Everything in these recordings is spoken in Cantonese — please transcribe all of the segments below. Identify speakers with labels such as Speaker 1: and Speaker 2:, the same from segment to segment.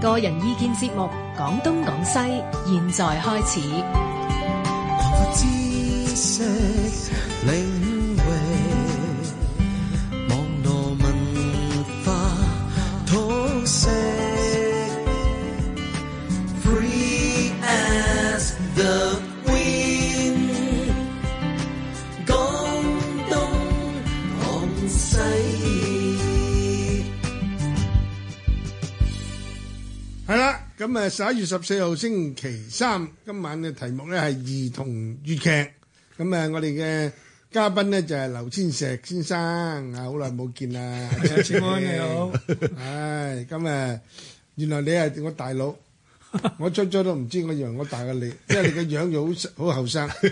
Speaker 1: 個人意見節目《講東講西》，現在開始。
Speaker 2: 知識領域，網絡文化通識，free as the wind。廣東廣西，
Speaker 3: 系啦，咁啊十一月十四號星期三，今晚嘅題目咧係兒童粵劇。咁啊，我哋嘅嘉賓咧就係劉千石先生，啊好耐冇見啦，千安你好。唉，咁啊，原來你係我大佬，我初初都唔知，我以為我大過你，因為你嘅樣又好細好後生。我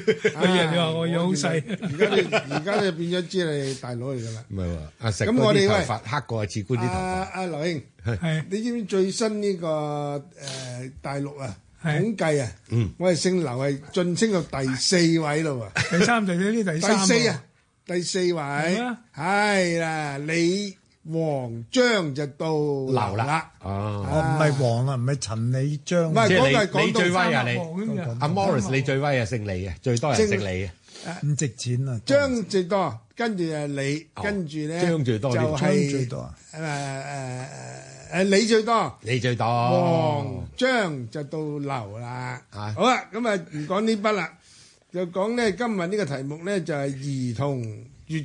Speaker 4: 以為 你話我樣好細
Speaker 3: 而家你而家你變咗知你係大佬 嚟㗎啦。
Speaker 5: 唔係喎，阿石
Speaker 3: 咁
Speaker 5: 咁我
Speaker 3: 我
Speaker 5: 哋
Speaker 3: 哋
Speaker 5: 頭
Speaker 3: 喂
Speaker 5: 髮黑過阿志官啲頭
Speaker 2: À,
Speaker 3: 阿
Speaker 5: 髮，
Speaker 3: 阿劉兄。
Speaker 4: 係
Speaker 3: 你知唔知最新呢、個呃大陸啊
Speaker 4: 係
Speaker 3: 統計啊？我哋姓劉係晉升到第四位咯喎，
Speaker 4: 第三就呢第
Speaker 3: 第
Speaker 4: 三
Speaker 3: 四啊，第四位
Speaker 4: 咩
Speaker 3: 係啦，李黃章就到
Speaker 5: 流
Speaker 3: 劉
Speaker 5: 啦
Speaker 3: 啦，，
Speaker 5: 哦，
Speaker 6: 哦，唔係黃啊，唔係陳李章
Speaker 3: 唔
Speaker 6: 啊，
Speaker 3: 係
Speaker 5: 即
Speaker 3: 嗰個係
Speaker 5: 係
Speaker 3: 廣東
Speaker 5: 你你最威啊
Speaker 4: 三
Speaker 5: 你，
Speaker 4: 王咁樣
Speaker 5: 阿 Morris 你最威啊，姓李啊，最多
Speaker 3: 姓
Speaker 5: 人姓李啊，
Speaker 6: 唔值錢啊，
Speaker 3: 張最多，跟住誒李，
Speaker 5: 哦
Speaker 3: 跟住咧
Speaker 5: 張最多
Speaker 3: 就
Speaker 5: 添
Speaker 3: 係
Speaker 6: 張最多啊
Speaker 3: 誒誒誒誒李最多。
Speaker 5: 你最多，
Speaker 3: 黃章就到流啦。
Speaker 5: 啊
Speaker 3: 好啦，咁啊唔講呢筆啦，就講咧今日呢個題目咧就係、兒童粵劇。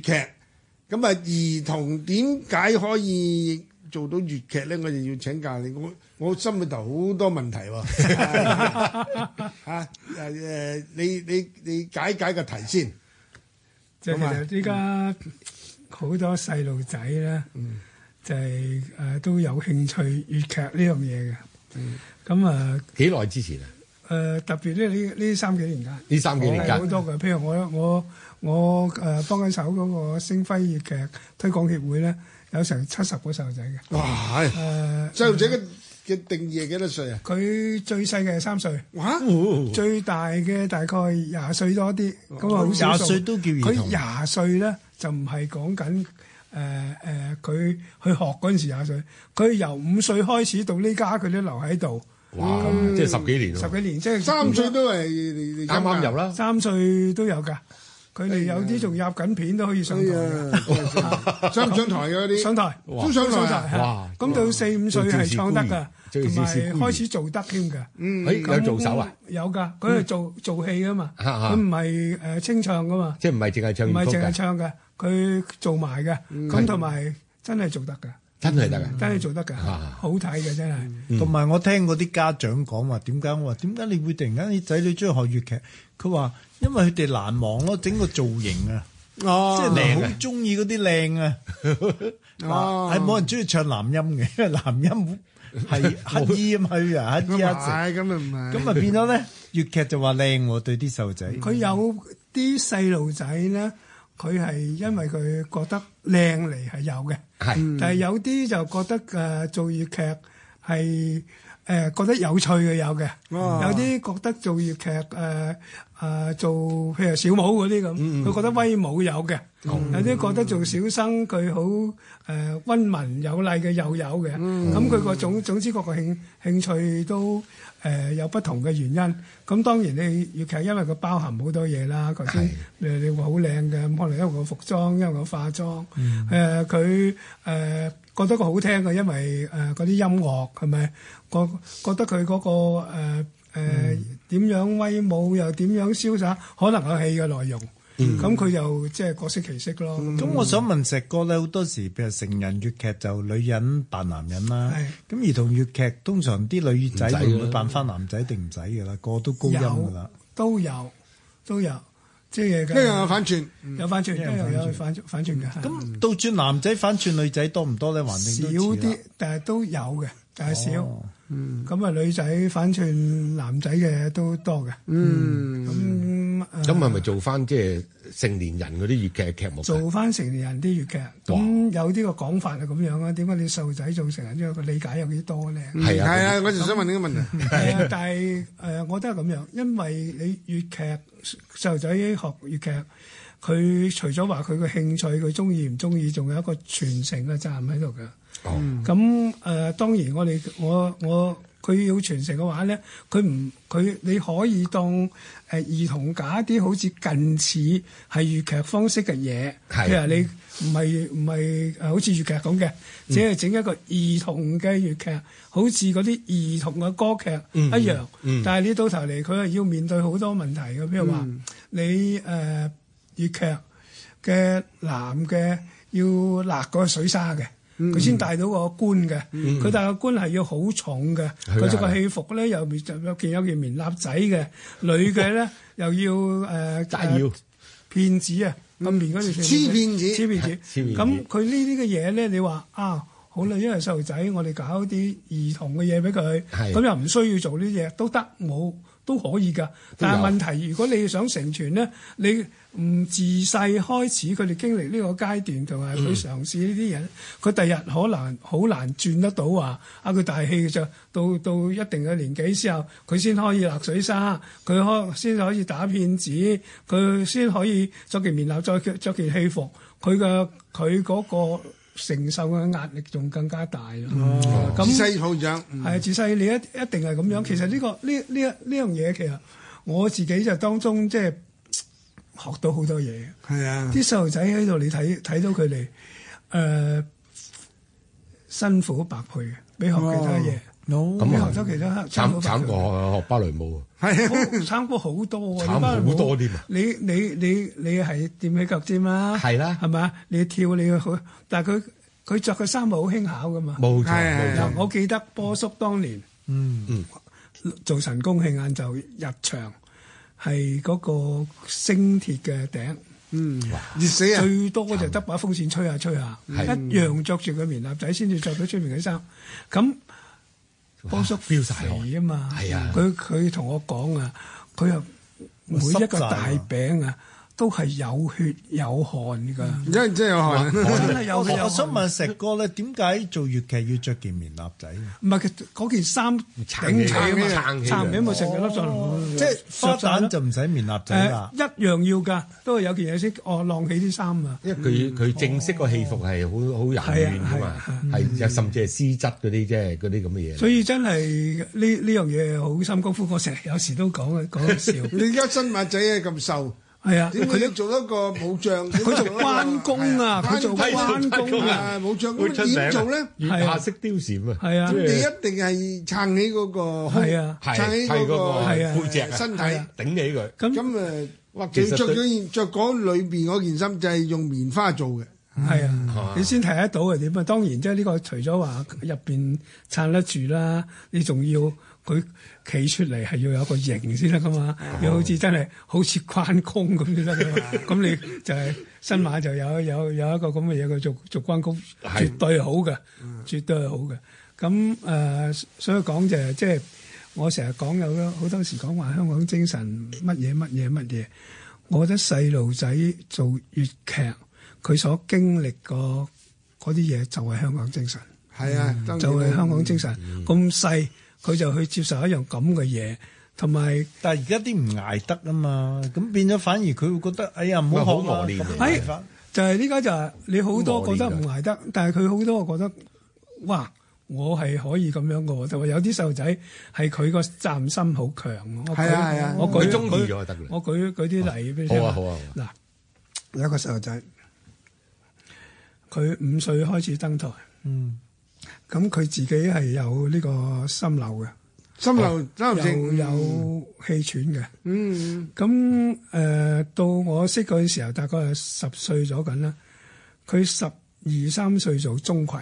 Speaker 3: 咁啊，兒童點解可以做到粵劇咧？我就要請教你，我我心裏頭好多問題喎、嚇誒誒，你你你解解個題先。
Speaker 4: 就
Speaker 5: 啊
Speaker 4: 其實依家好多細路仔咧，
Speaker 5: 嗯
Speaker 4: 就係誒都有興趣粵劇呢樣嘢嘅。
Speaker 5: 嗯
Speaker 4: 咁啊
Speaker 5: 幾耐之前啊？
Speaker 4: 誒特別咧呢呢三幾年間，
Speaker 5: 呢三幾年
Speaker 4: 哦係好
Speaker 5: 間，
Speaker 4: 多嘅。譬如我我我誒幫緊手嗰個星輝粵劇推廣協會咧，有成七十個細路仔嘅。
Speaker 3: 哇！係
Speaker 4: 誒
Speaker 3: 細路仔嘅嘅定義係幾多歲啊？
Speaker 4: 佢最細嘅係三歲。
Speaker 3: 哇！
Speaker 5: 哦
Speaker 4: 最大嘅大概廿歲多啲，咁啊好少數
Speaker 6: 廿歲都叫兒童
Speaker 4: 佢廿歲咧就唔係講緊誒誒，佢去學嗰陣時廿歲，佢由五歲開始到呢家佢都留喺度
Speaker 5: 哇，即係十幾年
Speaker 4: 十
Speaker 5: 咯，
Speaker 4: 幾年，即係
Speaker 3: 三歲都係你你
Speaker 5: 啱啱入啦，
Speaker 4: 三歲都有㗎。佢哋有啲仲入緊片都可以上
Speaker 3: 哎
Speaker 4: 台㗎
Speaker 3: 呀，真 係上唔上台嘅嗰啲？
Speaker 4: 上台
Speaker 3: 都上台啊。
Speaker 4: 係
Speaker 5: 哇
Speaker 4: 咁到四五歲係唱得㗎，
Speaker 5: 最
Speaker 4: 同
Speaker 5: 少少
Speaker 4: 埋開始做得添㗎。
Speaker 3: 嗯
Speaker 5: 誒有做手啊，？
Speaker 4: 有㗎，佢係做做戲㗎嘛，
Speaker 5: 啊啊
Speaker 4: 佢唔係誒清唱㗎嘛。
Speaker 5: 即係唔係淨係唱
Speaker 4: 唔係
Speaker 5: 粵曲
Speaker 4: 淨係
Speaker 5: 㗎，
Speaker 4: 唱嘅，佢做埋嘅，咁同埋真係做得嘅，
Speaker 5: 真係得㗎，
Speaker 4: 真係做得嘅，好睇嘅真係。
Speaker 6: 同埋我聽嗰啲家長講話，點解我話點解你會突然間啲仔女中意學粵劇？佢話因為佢哋難忘咯，整個造型啊，即
Speaker 3: 哦，
Speaker 6: 係好中意嗰啲靚 啊，
Speaker 3: 哦
Speaker 6: 係冇人中意唱男音嘅，因 為男音 係乞衣啊嘛，佢啊乞衣
Speaker 3: 咁
Speaker 6: 啊，
Speaker 3: 啊，咁啊唔係，
Speaker 6: 咁啊變咗咧粵劇就話靚喎，對啲細路仔，
Speaker 4: 佢有啲細路仔咧，佢係因為佢覺得靚嚟係有嘅，
Speaker 5: 係
Speaker 4: 但係有啲就覺得誒、呃做粵劇係誒、呃、覺得有趣嘅有嘅，
Speaker 3: 哦
Speaker 4: 有啲覺得做粵劇誒誒、呃呃做譬如小武嗰啲咁，佢、覺得威武有嘅，有啲覺得做小生佢好誒温文有禮嘅又有嘅，咁佢個總總之各個興興趣都誒、呃有不同嘅原因。咁當然你粵劇因為佢包含好多嘢啦，頭先
Speaker 5: 係
Speaker 4: 你你話好靚嘅，咁可能因為個服裝，因為個化妝，
Speaker 6: 嗯
Speaker 4: 誒佢誒覺得佢好聽嘅，因為誒嗰啲音樂係咪？覺覺得佢嗰、個
Speaker 6: 嗯
Speaker 4: 誒誒點樣威武又點樣瀟灑，可能有戲嘅內容，
Speaker 6: 嗯
Speaker 4: 咁佢、又即係各色其色咯。咁
Speaker 6: 咁我想問石哥咧，好多時譬如成人粵劇就女人扮男人啦，咁兒童粵劇通常啲女仔會唔會扮翻男仔定唔使㗎啦？個個都高音㗎啦
Speaker 4: 有，都有都有，即係
Speaker 3: 一樣有反串，
Speaker 4: 有反轉，一樣有反轉反轉嘅。
Speaker 6: 咁倒轉男仔反轉女仔多唔多咧？還定
Speaker 4: 少
Speaker 6: 都似啦
Speaker 4: 啲，但係都有嘅，但係少。咁啊，女仔反串男仔嘅都多嘅。嗯，咁
Speaker 5: 咁係咪做翻即係成年人嗰啲粵劇嘅劇目㗎？
Speaker 4: 做翻成年人啲粵劇，咁有啲個講法係咁樣啊。點解你細路仔做成人，因為個理解有幾多咧？
Speaker 5: 係啊
Speaker 3: 係啊，我就想問呢個問題，
Speaker 4: 係啊，但係誒、呃我覺得係咁樣，因為你粵劇細路仔學粵劇，佢除咗話佢嘅興趣，佢中意唔中意，仲有一個傳承嘅責任喺度嘅。
Speaker 5: 哦
Speaker 4: 咁誒、呃，當然我哋我我佢要傳承嘅話咧，佢唔佢你可以當誒、呃、兒童假啲好似近似係粵劇方式嘅嘢，
Speaker 5: 係
Speaker 4: 譬如你唔係唔係誒好似粵劇咁嘅，只係整一個兒童嘅粵劇，好似嗰啲兒童嘅歌劇一樣。但係你到頭嚟，佢係要面對好多問題嘅，譬如話、你誒、呃、粵劇。嘅男嘅要勒個水沙嘅，佢先帶到個冠嘅。佢帶個冠係要好重嘅，
Speaker 5: 係
Speaker 4: 佢着
Speaker 5: 係
Speaker 4: 個戲服咧又面有件有件棉衲仔嘅，女嘅咧又要呃誒
Speaker 5: 但要
Speaker 4: 誒騙子啊，咁面嗰條線
Speaker 3: 嗯黐騙子
Speaker 4: 黐騙子。
Speaker 5: 黐線
Speaker 4: 咁佢呢啲嘅嘢咧，你話啊好啦，因為細路仔，我哋搞啲兒童嘅嘢俾佢，
Speaker 5: 係
Speaker 4: 咁又唔需要做呢啲嘢都得，冇都可以㗎。但係問題，如果你想成全咧，你唔自細開始佢哋經歷呢個階段，同埋佢
Speaker 3: 嗯
Speaker 4: 嘗試呢啲嘢呢，佢第日可能好難轉得到話啊！佢大氣嘅啫，到到一定嘅年紀之後，佢先可以勒水沙，佢可先可以打騙子，佢先可以着件棉衲，再着件戲服，佢嘅佢嗰個承受嘅壓力仲更加大啦。咁
Speaker 3: 嗯自細好長，嗯
Speaker 4: 係啊，自細你一一定係咁
Speaker 5: 嗯
Speaker 4: 樣。其實呢、個呢呢一呢樣嘢，其實我自己就當中即係嗯學到好多嘢。
Speaker 3: 係
Speaker 5: 嗯
Speaker 3: 啊，
Speaker 4: 啲細路仔喺度，你睇睇到佢哋誒辛苦白配嘅，比學其他嘢，
Speaker 5: 咁
Speaker 4: 比
Speaker 5: 啊
Speaker 4: 學咗其他辛苦
Speaker 5: 慘
Speaker 4: 白
Speaker 5: 慘
Speaker 4: 配
Speaker 5: 過學芭蕾舞啊！
Speaker 3: 係啊，
Speaker 4: 好參過好多喎，
Speaker 5: 慘好多添啊
Speaker 4: 你你你你係踮起腳尖啦，
Speaker 5: 係啦
Speaker 4: 係嘛？你跳你要好，但係佢佢着嘅衫係好輕巧噶嘛。
Speaker 5: 冇錯
Speaker 3: 係
Speaker 5: 冇
Speaker 4: 嗱
Speaker 5: 錯，，
Speaker 4: 我記得波叔當年，嗯嗯，做神功戲晏晝入場係嗰個星鐵嘅頂，
Speaker 3: 熱死啊！
Speaker 4: 最多就得把風扇吹下吹下，
Speaker 5: 係
Speaker 4: 一樣着住個棉衲仔先至着到出面嘅衫。咁波叔
Speaker 5: 飆晒汗
Speaker 4: 肥啊嘛，
Speaker 5: 係啊
Speaker 4: 佢佢同我講啊，佢又每一個大餅啊都係有血有汗噶，
Speaker 3: 而家真係有汗啊，
Speaker 4: 真係有
Speaker 6: 我
Speaker 4: 血有汗。
Speaker 6: 我想問石哥咧，點解做粵劇要着件棉衲仔？啊
Speaker 4: 唔係佢嗰件衫頂
Speaker 5: 撐
Speaker 4: 起
Speaker 5: 起
Speaker 4: 啊嘛，
Speaker 5: 撐起
Speaker 4: 撐起咪成個粒上，
Speaker 6: 即係花旦就唔使棉衲仔
Speaker 4: 嗯誒
Speaker 6: 啦。
Speaker 4: 一樣要㗎，都係有件嘢識哦晾起啲衫啊。
Speaker 5: 因為佢佢正式個戲服係好好柔軟噶
Speaker 4: 係啊
Speaker 5: 嘛
Speaker 4: 係啊，
Speaker 5: 係有甚至係絲質嗰啲啫，嗰啲咁嘅嘢。
Speaker 4: 所以真係呢呢樣嘢好心功夫，我成日有時都講啊講笑，
Speaker 3: 你而家新馬仔啊咁瘦，
Speaker 4: 係啊，
Speaker 3: 點
Speaker 4: 佢
Speaker 3: 解要
Speaker 4: 都
Speaker 3: 做一個武將？佢
Speaker 4: 佢做關公啊，佢做關公啊，
Speaker 3: 啊，武將
Speaker 5: 會出
Speaker 3: 咁
Speaker 5: 名
Speaker 3: 點
Speaker 5: 啊
Speaker 3: 做咧？
Speaker 5: 月
Speaker 4: 係啊
Speaker 5: 下式貂蟬啊，
Speaker 4: 係啊
Speaker 5: 即
Speaker 3: 你一定係撐起嗰個胸，
Speaker 4: 係啊
Speaker 5: 係
Speaker 3: 撐起嗰個
Speaker 5: 係
Speaker 4: 係啊
Speaker 5: 背脊啊
Speaker 3: 身體。
Speaker 5: 頂起佢。
Speaker 4: 咁
Speaker 3: 咁誒，或
Speaker 5: 其
Speaker 3: 者
Speaker 5: 實
Speaker 3: 着
Speaker 5: 對
Speaker 3: 咗着嗰裏邊嗰件衫就係用棉花做嘅，
Speaker 4: 係啊，你先睇得到係點啊！當然即係呢個除咗話入邊撐得住啦，你仲要佢企出嚟係要有個型先得噶嘛，要好似真係好似關公咁先得噶嘛。咁你就係新馬就有有有一個咁嘅嘢，佢做做關公
Speaker 5: 係
Speaker 4: 絕對好嘅，絕對係好嘅。咁誒、呃所以講就係即係我成日講有好多時講話香港精神乜嘢乜嘢乜嘢。我覺得細路仔做粵劇，佢所經歷過嗰啲嘢就係香港精神，
Speaker 3: 係啊，當然
Speaker 4: 就係
Speaker 3: 啦嗯
Speaker 4: 香港精神。咁細佢就去接受一樣咁嘅嘢，
Speaker 3: 嗯
Speaker 4: 同埋
Speaker 6: 但係而家啲唔捱得啊嘛，咁變咗反而佢會覺得，哎呀唔
Speaker 5: 喂好
Speaker 6: 好學啦
Speaker 5: 磨練啊
Speaker 6: 咁
Speaker 5: 嘅
Speaker 6: 捱法
Speaker 4: 哎就係呢家就係你好多覺得唔捱
Speaker 3: 嗯
Speaker 4: 得，但係佢好多覺得哇，我係可以咁樣嘅喎。就話有啲細路仔係佢個責任心好強。我舉
Speaker 3: 係啊係啊
Speaker 4: 我舉
Speaker 5: 佢中意咗就得㗎啦
Speaker 4: 我舉舉啲例俾你聽。
Speaker 5: 好啊好啊
Speaker 4: 嗱，有一個細路仔，佢五歲開始登台。
Speaker 6: 嗯，
Speaker 4: 咁佢自己係有呢個心漏嘅，
Speaker 3: 心流心流
Speaker 4: 哦又
Speaker 3: 症，
Speaker 4: 有氣喘嘅。
Speaker 3: 嗯，
Speaker 4: 咁誒、呃到我識佢嘅時候，大概係十歲咗緊啦。佢十二三歲做鐘馗，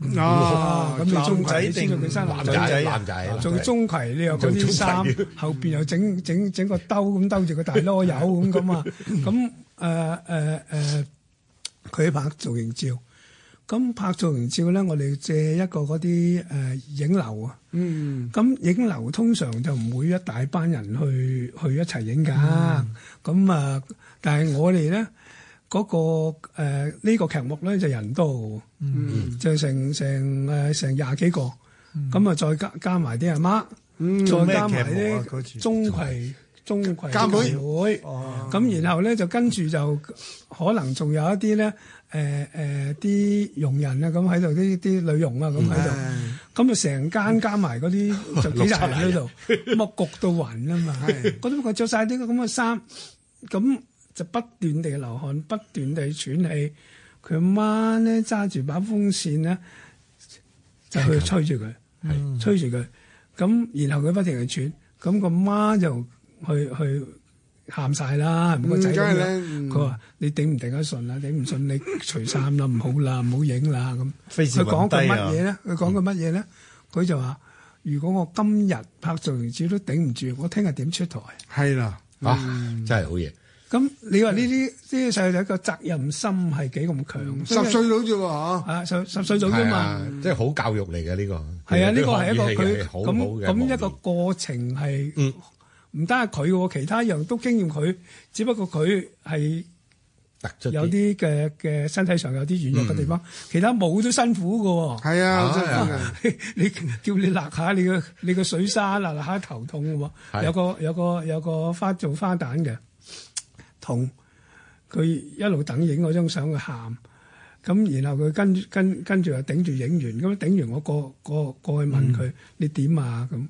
Speaker 3: 哦，
Speaker 4: 啊咁你中
Speaker 6: 男仔
Speaker 4: 你知道
Speaker 6: 定
Speaker 4: 佢生
Speaker 5: 男
Speaker 4: 女
Speaker 5: 仔
Speaker 6: 仔啊
Speaker 5: 男仔
Speaker 4: 做鐘馗，你又嗰
Speaker 5: 做
Speaker 4: 啲
Speaker 5: 鐘馗
Speaker 4: 衫後邊又整整整個兜咁兜住個大籮柚咁咁啊，咁誒誒誒，佢拍造型照，咁拍造型照咧，我哋借一個嗰啲誒影樓啊，
Speaker 3: 嗯，
Speaker 4: 咁影樓通常就唔會一大班人去去一齊影㗎，咁啊、但係我哋咧嗰個誒呢、個劇目咧就人多嘅喎。
Speaker 3: 嗯，
Speaker 4: 就成成誒成廿幾個，咁啊、再加加埋啲阿媽，
Speaker 3: 嗯
Speaker 4: 再加埋
Speaker 6: 做咩劇目啊
Speaker 4: 啲
Speaker 6: 嗰次
Speaker 4: 鍾馗中葵
Speaker 3: 教會
Speaker 4: 會，咁然後咧就跟住就可能仲有一啲咧誒誒啲佣人啊，咁喺度啲啲女佣啊，咁喺度，咁啊成間加埋 嗰啲就幾十人喺度，咁啊焗到暈啊嘛，嗰啲佢着晒啲咁嘅衫，咁就不斷地流汗，不斷地喘氣，佢阿媽咧揸住把風扇咧就去吹住佢。
Speaker 3: 嗯
Speaker 4: 吹住佢，咁然後佢不停去喘，咁個媽就去去喊晒啦，唔個仔咁
Speaker 3: 梗係
Speaker 4: 樣
Speaker 3: 啦嗯
Speaker 4: 佢話：你頂唔頂得順啊？頂唔順你除衫啦，唔好啦，唔好影啦咁。
Speaker 6: 費事
Speaker 4: 佢講
Speaker 6: 暈
Speaker 4: 句乜
Speaker 6: 低啊
Speaker 4: 嘢咧？佢講
Speaker 3: 嗯
Speaker 4: 句乜嘢咧？佢就話：如果我今日拍做完紙都頂唔住，我聽日點出台？
Speaker 3: 係啦，
Speaker 5: 啊，
Speaker 4: 嗯
Speaker 5: 真係好嘢。
Speaker 4: 咁你話呢啲呢啲細路仔個責任心係幾咁強？
Speaker 3: 十歲到啫喎，
Speaker 4: 啊，十十歲到啫
Speaker 5: 係
Speaker 4: 嘛
Speaker 5: 啊。，即係好教育嚟嘅呢個。
Speaker 4: 係啊，呢
Speaker 5: 其實
Speaker 4: 個係一個
Speaker 5: 學語嗯戲
Speaker 4: 佢
Speaker 5: 係好
Speaker 4: 咁
Speaker 5: 好嘅
Speaker 4: 咁一個
Speaker 5: 望遠
Speaker 4: 過程係唔單係佢喎，其他樣都經驗佢，只不過佢係
Speaker 5: 突出
Speaker 4: 有啲嘅嘅身體上有啲軟弱嘅地
Speaker 5: 嗯
Speaker 4: 方，其他冇都辛苦嘅喎。
Speaker 3: 嚇，係啊，
Speaker 5: 啊
Speaker 3: 真係㗎
Speaker 4: 你叫你勒下你個你個水沙，勒下頭痛嘅喎，
Speaker 5: 係
Speaker 4: 有個有個有個花做花旦嘅痛，佢一路等影嗰張相佢喊，咁然後佢跟跟跟住又頂住影完，咁頂完我過過過去問佢、你點啊咁，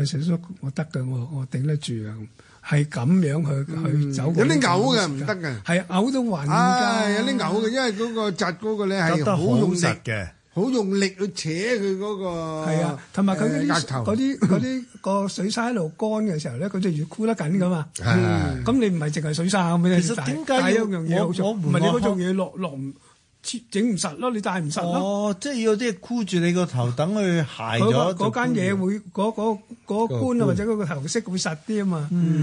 Speaker 4: 佢成叔我得嘅，我我頂得住啊咁。係咁樣去去走
Speaker 3: 有
Speaker 4: 過呢
Speaker 3: 啲
Speaker 4: 段時間，
Speaker 3: 嘔嘅唔得嘅
Speaker 4: 係嘔到暈
Speaker 3: 啊，
Speaker 4: 㗎，
Speaker 3: 有啲嘔嘅，因為嗰個扎嗰個咧
Speaker 6: 執
Speaker 3: 係
Speaker 6: 得
Speaker 3: 好
Speaker 4: 哎
Speaker 6: 好
Speaker 3: 用力
Speaker 6: 實，嘅。
Speaker 3: 好用力去扯佢嗰個
Speaker 4: 係啊，同埋佢
Speaker 3: 誒
Speaker 4: 嗰啲
Speaker 3: 額頭
Speaker 4: 嗰啲嗰啲個水沙喺度乾嘅時候咧，佢就越箍得緊噶嘛。
Speaker 5: 係
Speaker 4: 咁你唔係淨係水沙咁樣，
Speaker 6: 其實
Speaker 4: 但
Speaker 6: 點解
Speaker 4: 但
Speaker 6: 要
Speaker 4: 有一樣嘢好
Speaker 6: 我
Speaker 4: 重
Speaker 6: 我唔
Speaker 4: 唔係你
Speaker 6: 落
Speaker 4: 嗰樣嘢落落唔切整唔實咯，你戴唔實咯。
Speaker 6: 哦，即係有啲嘢箍住你個頭，等佢鞋
Speaker 4: 嗰
Speaker 6: 咗
Speaker 4: 個嗰間嘢會嗰嗰嗰個冠啊，或者嗰個頭飾會實啲啊嘛。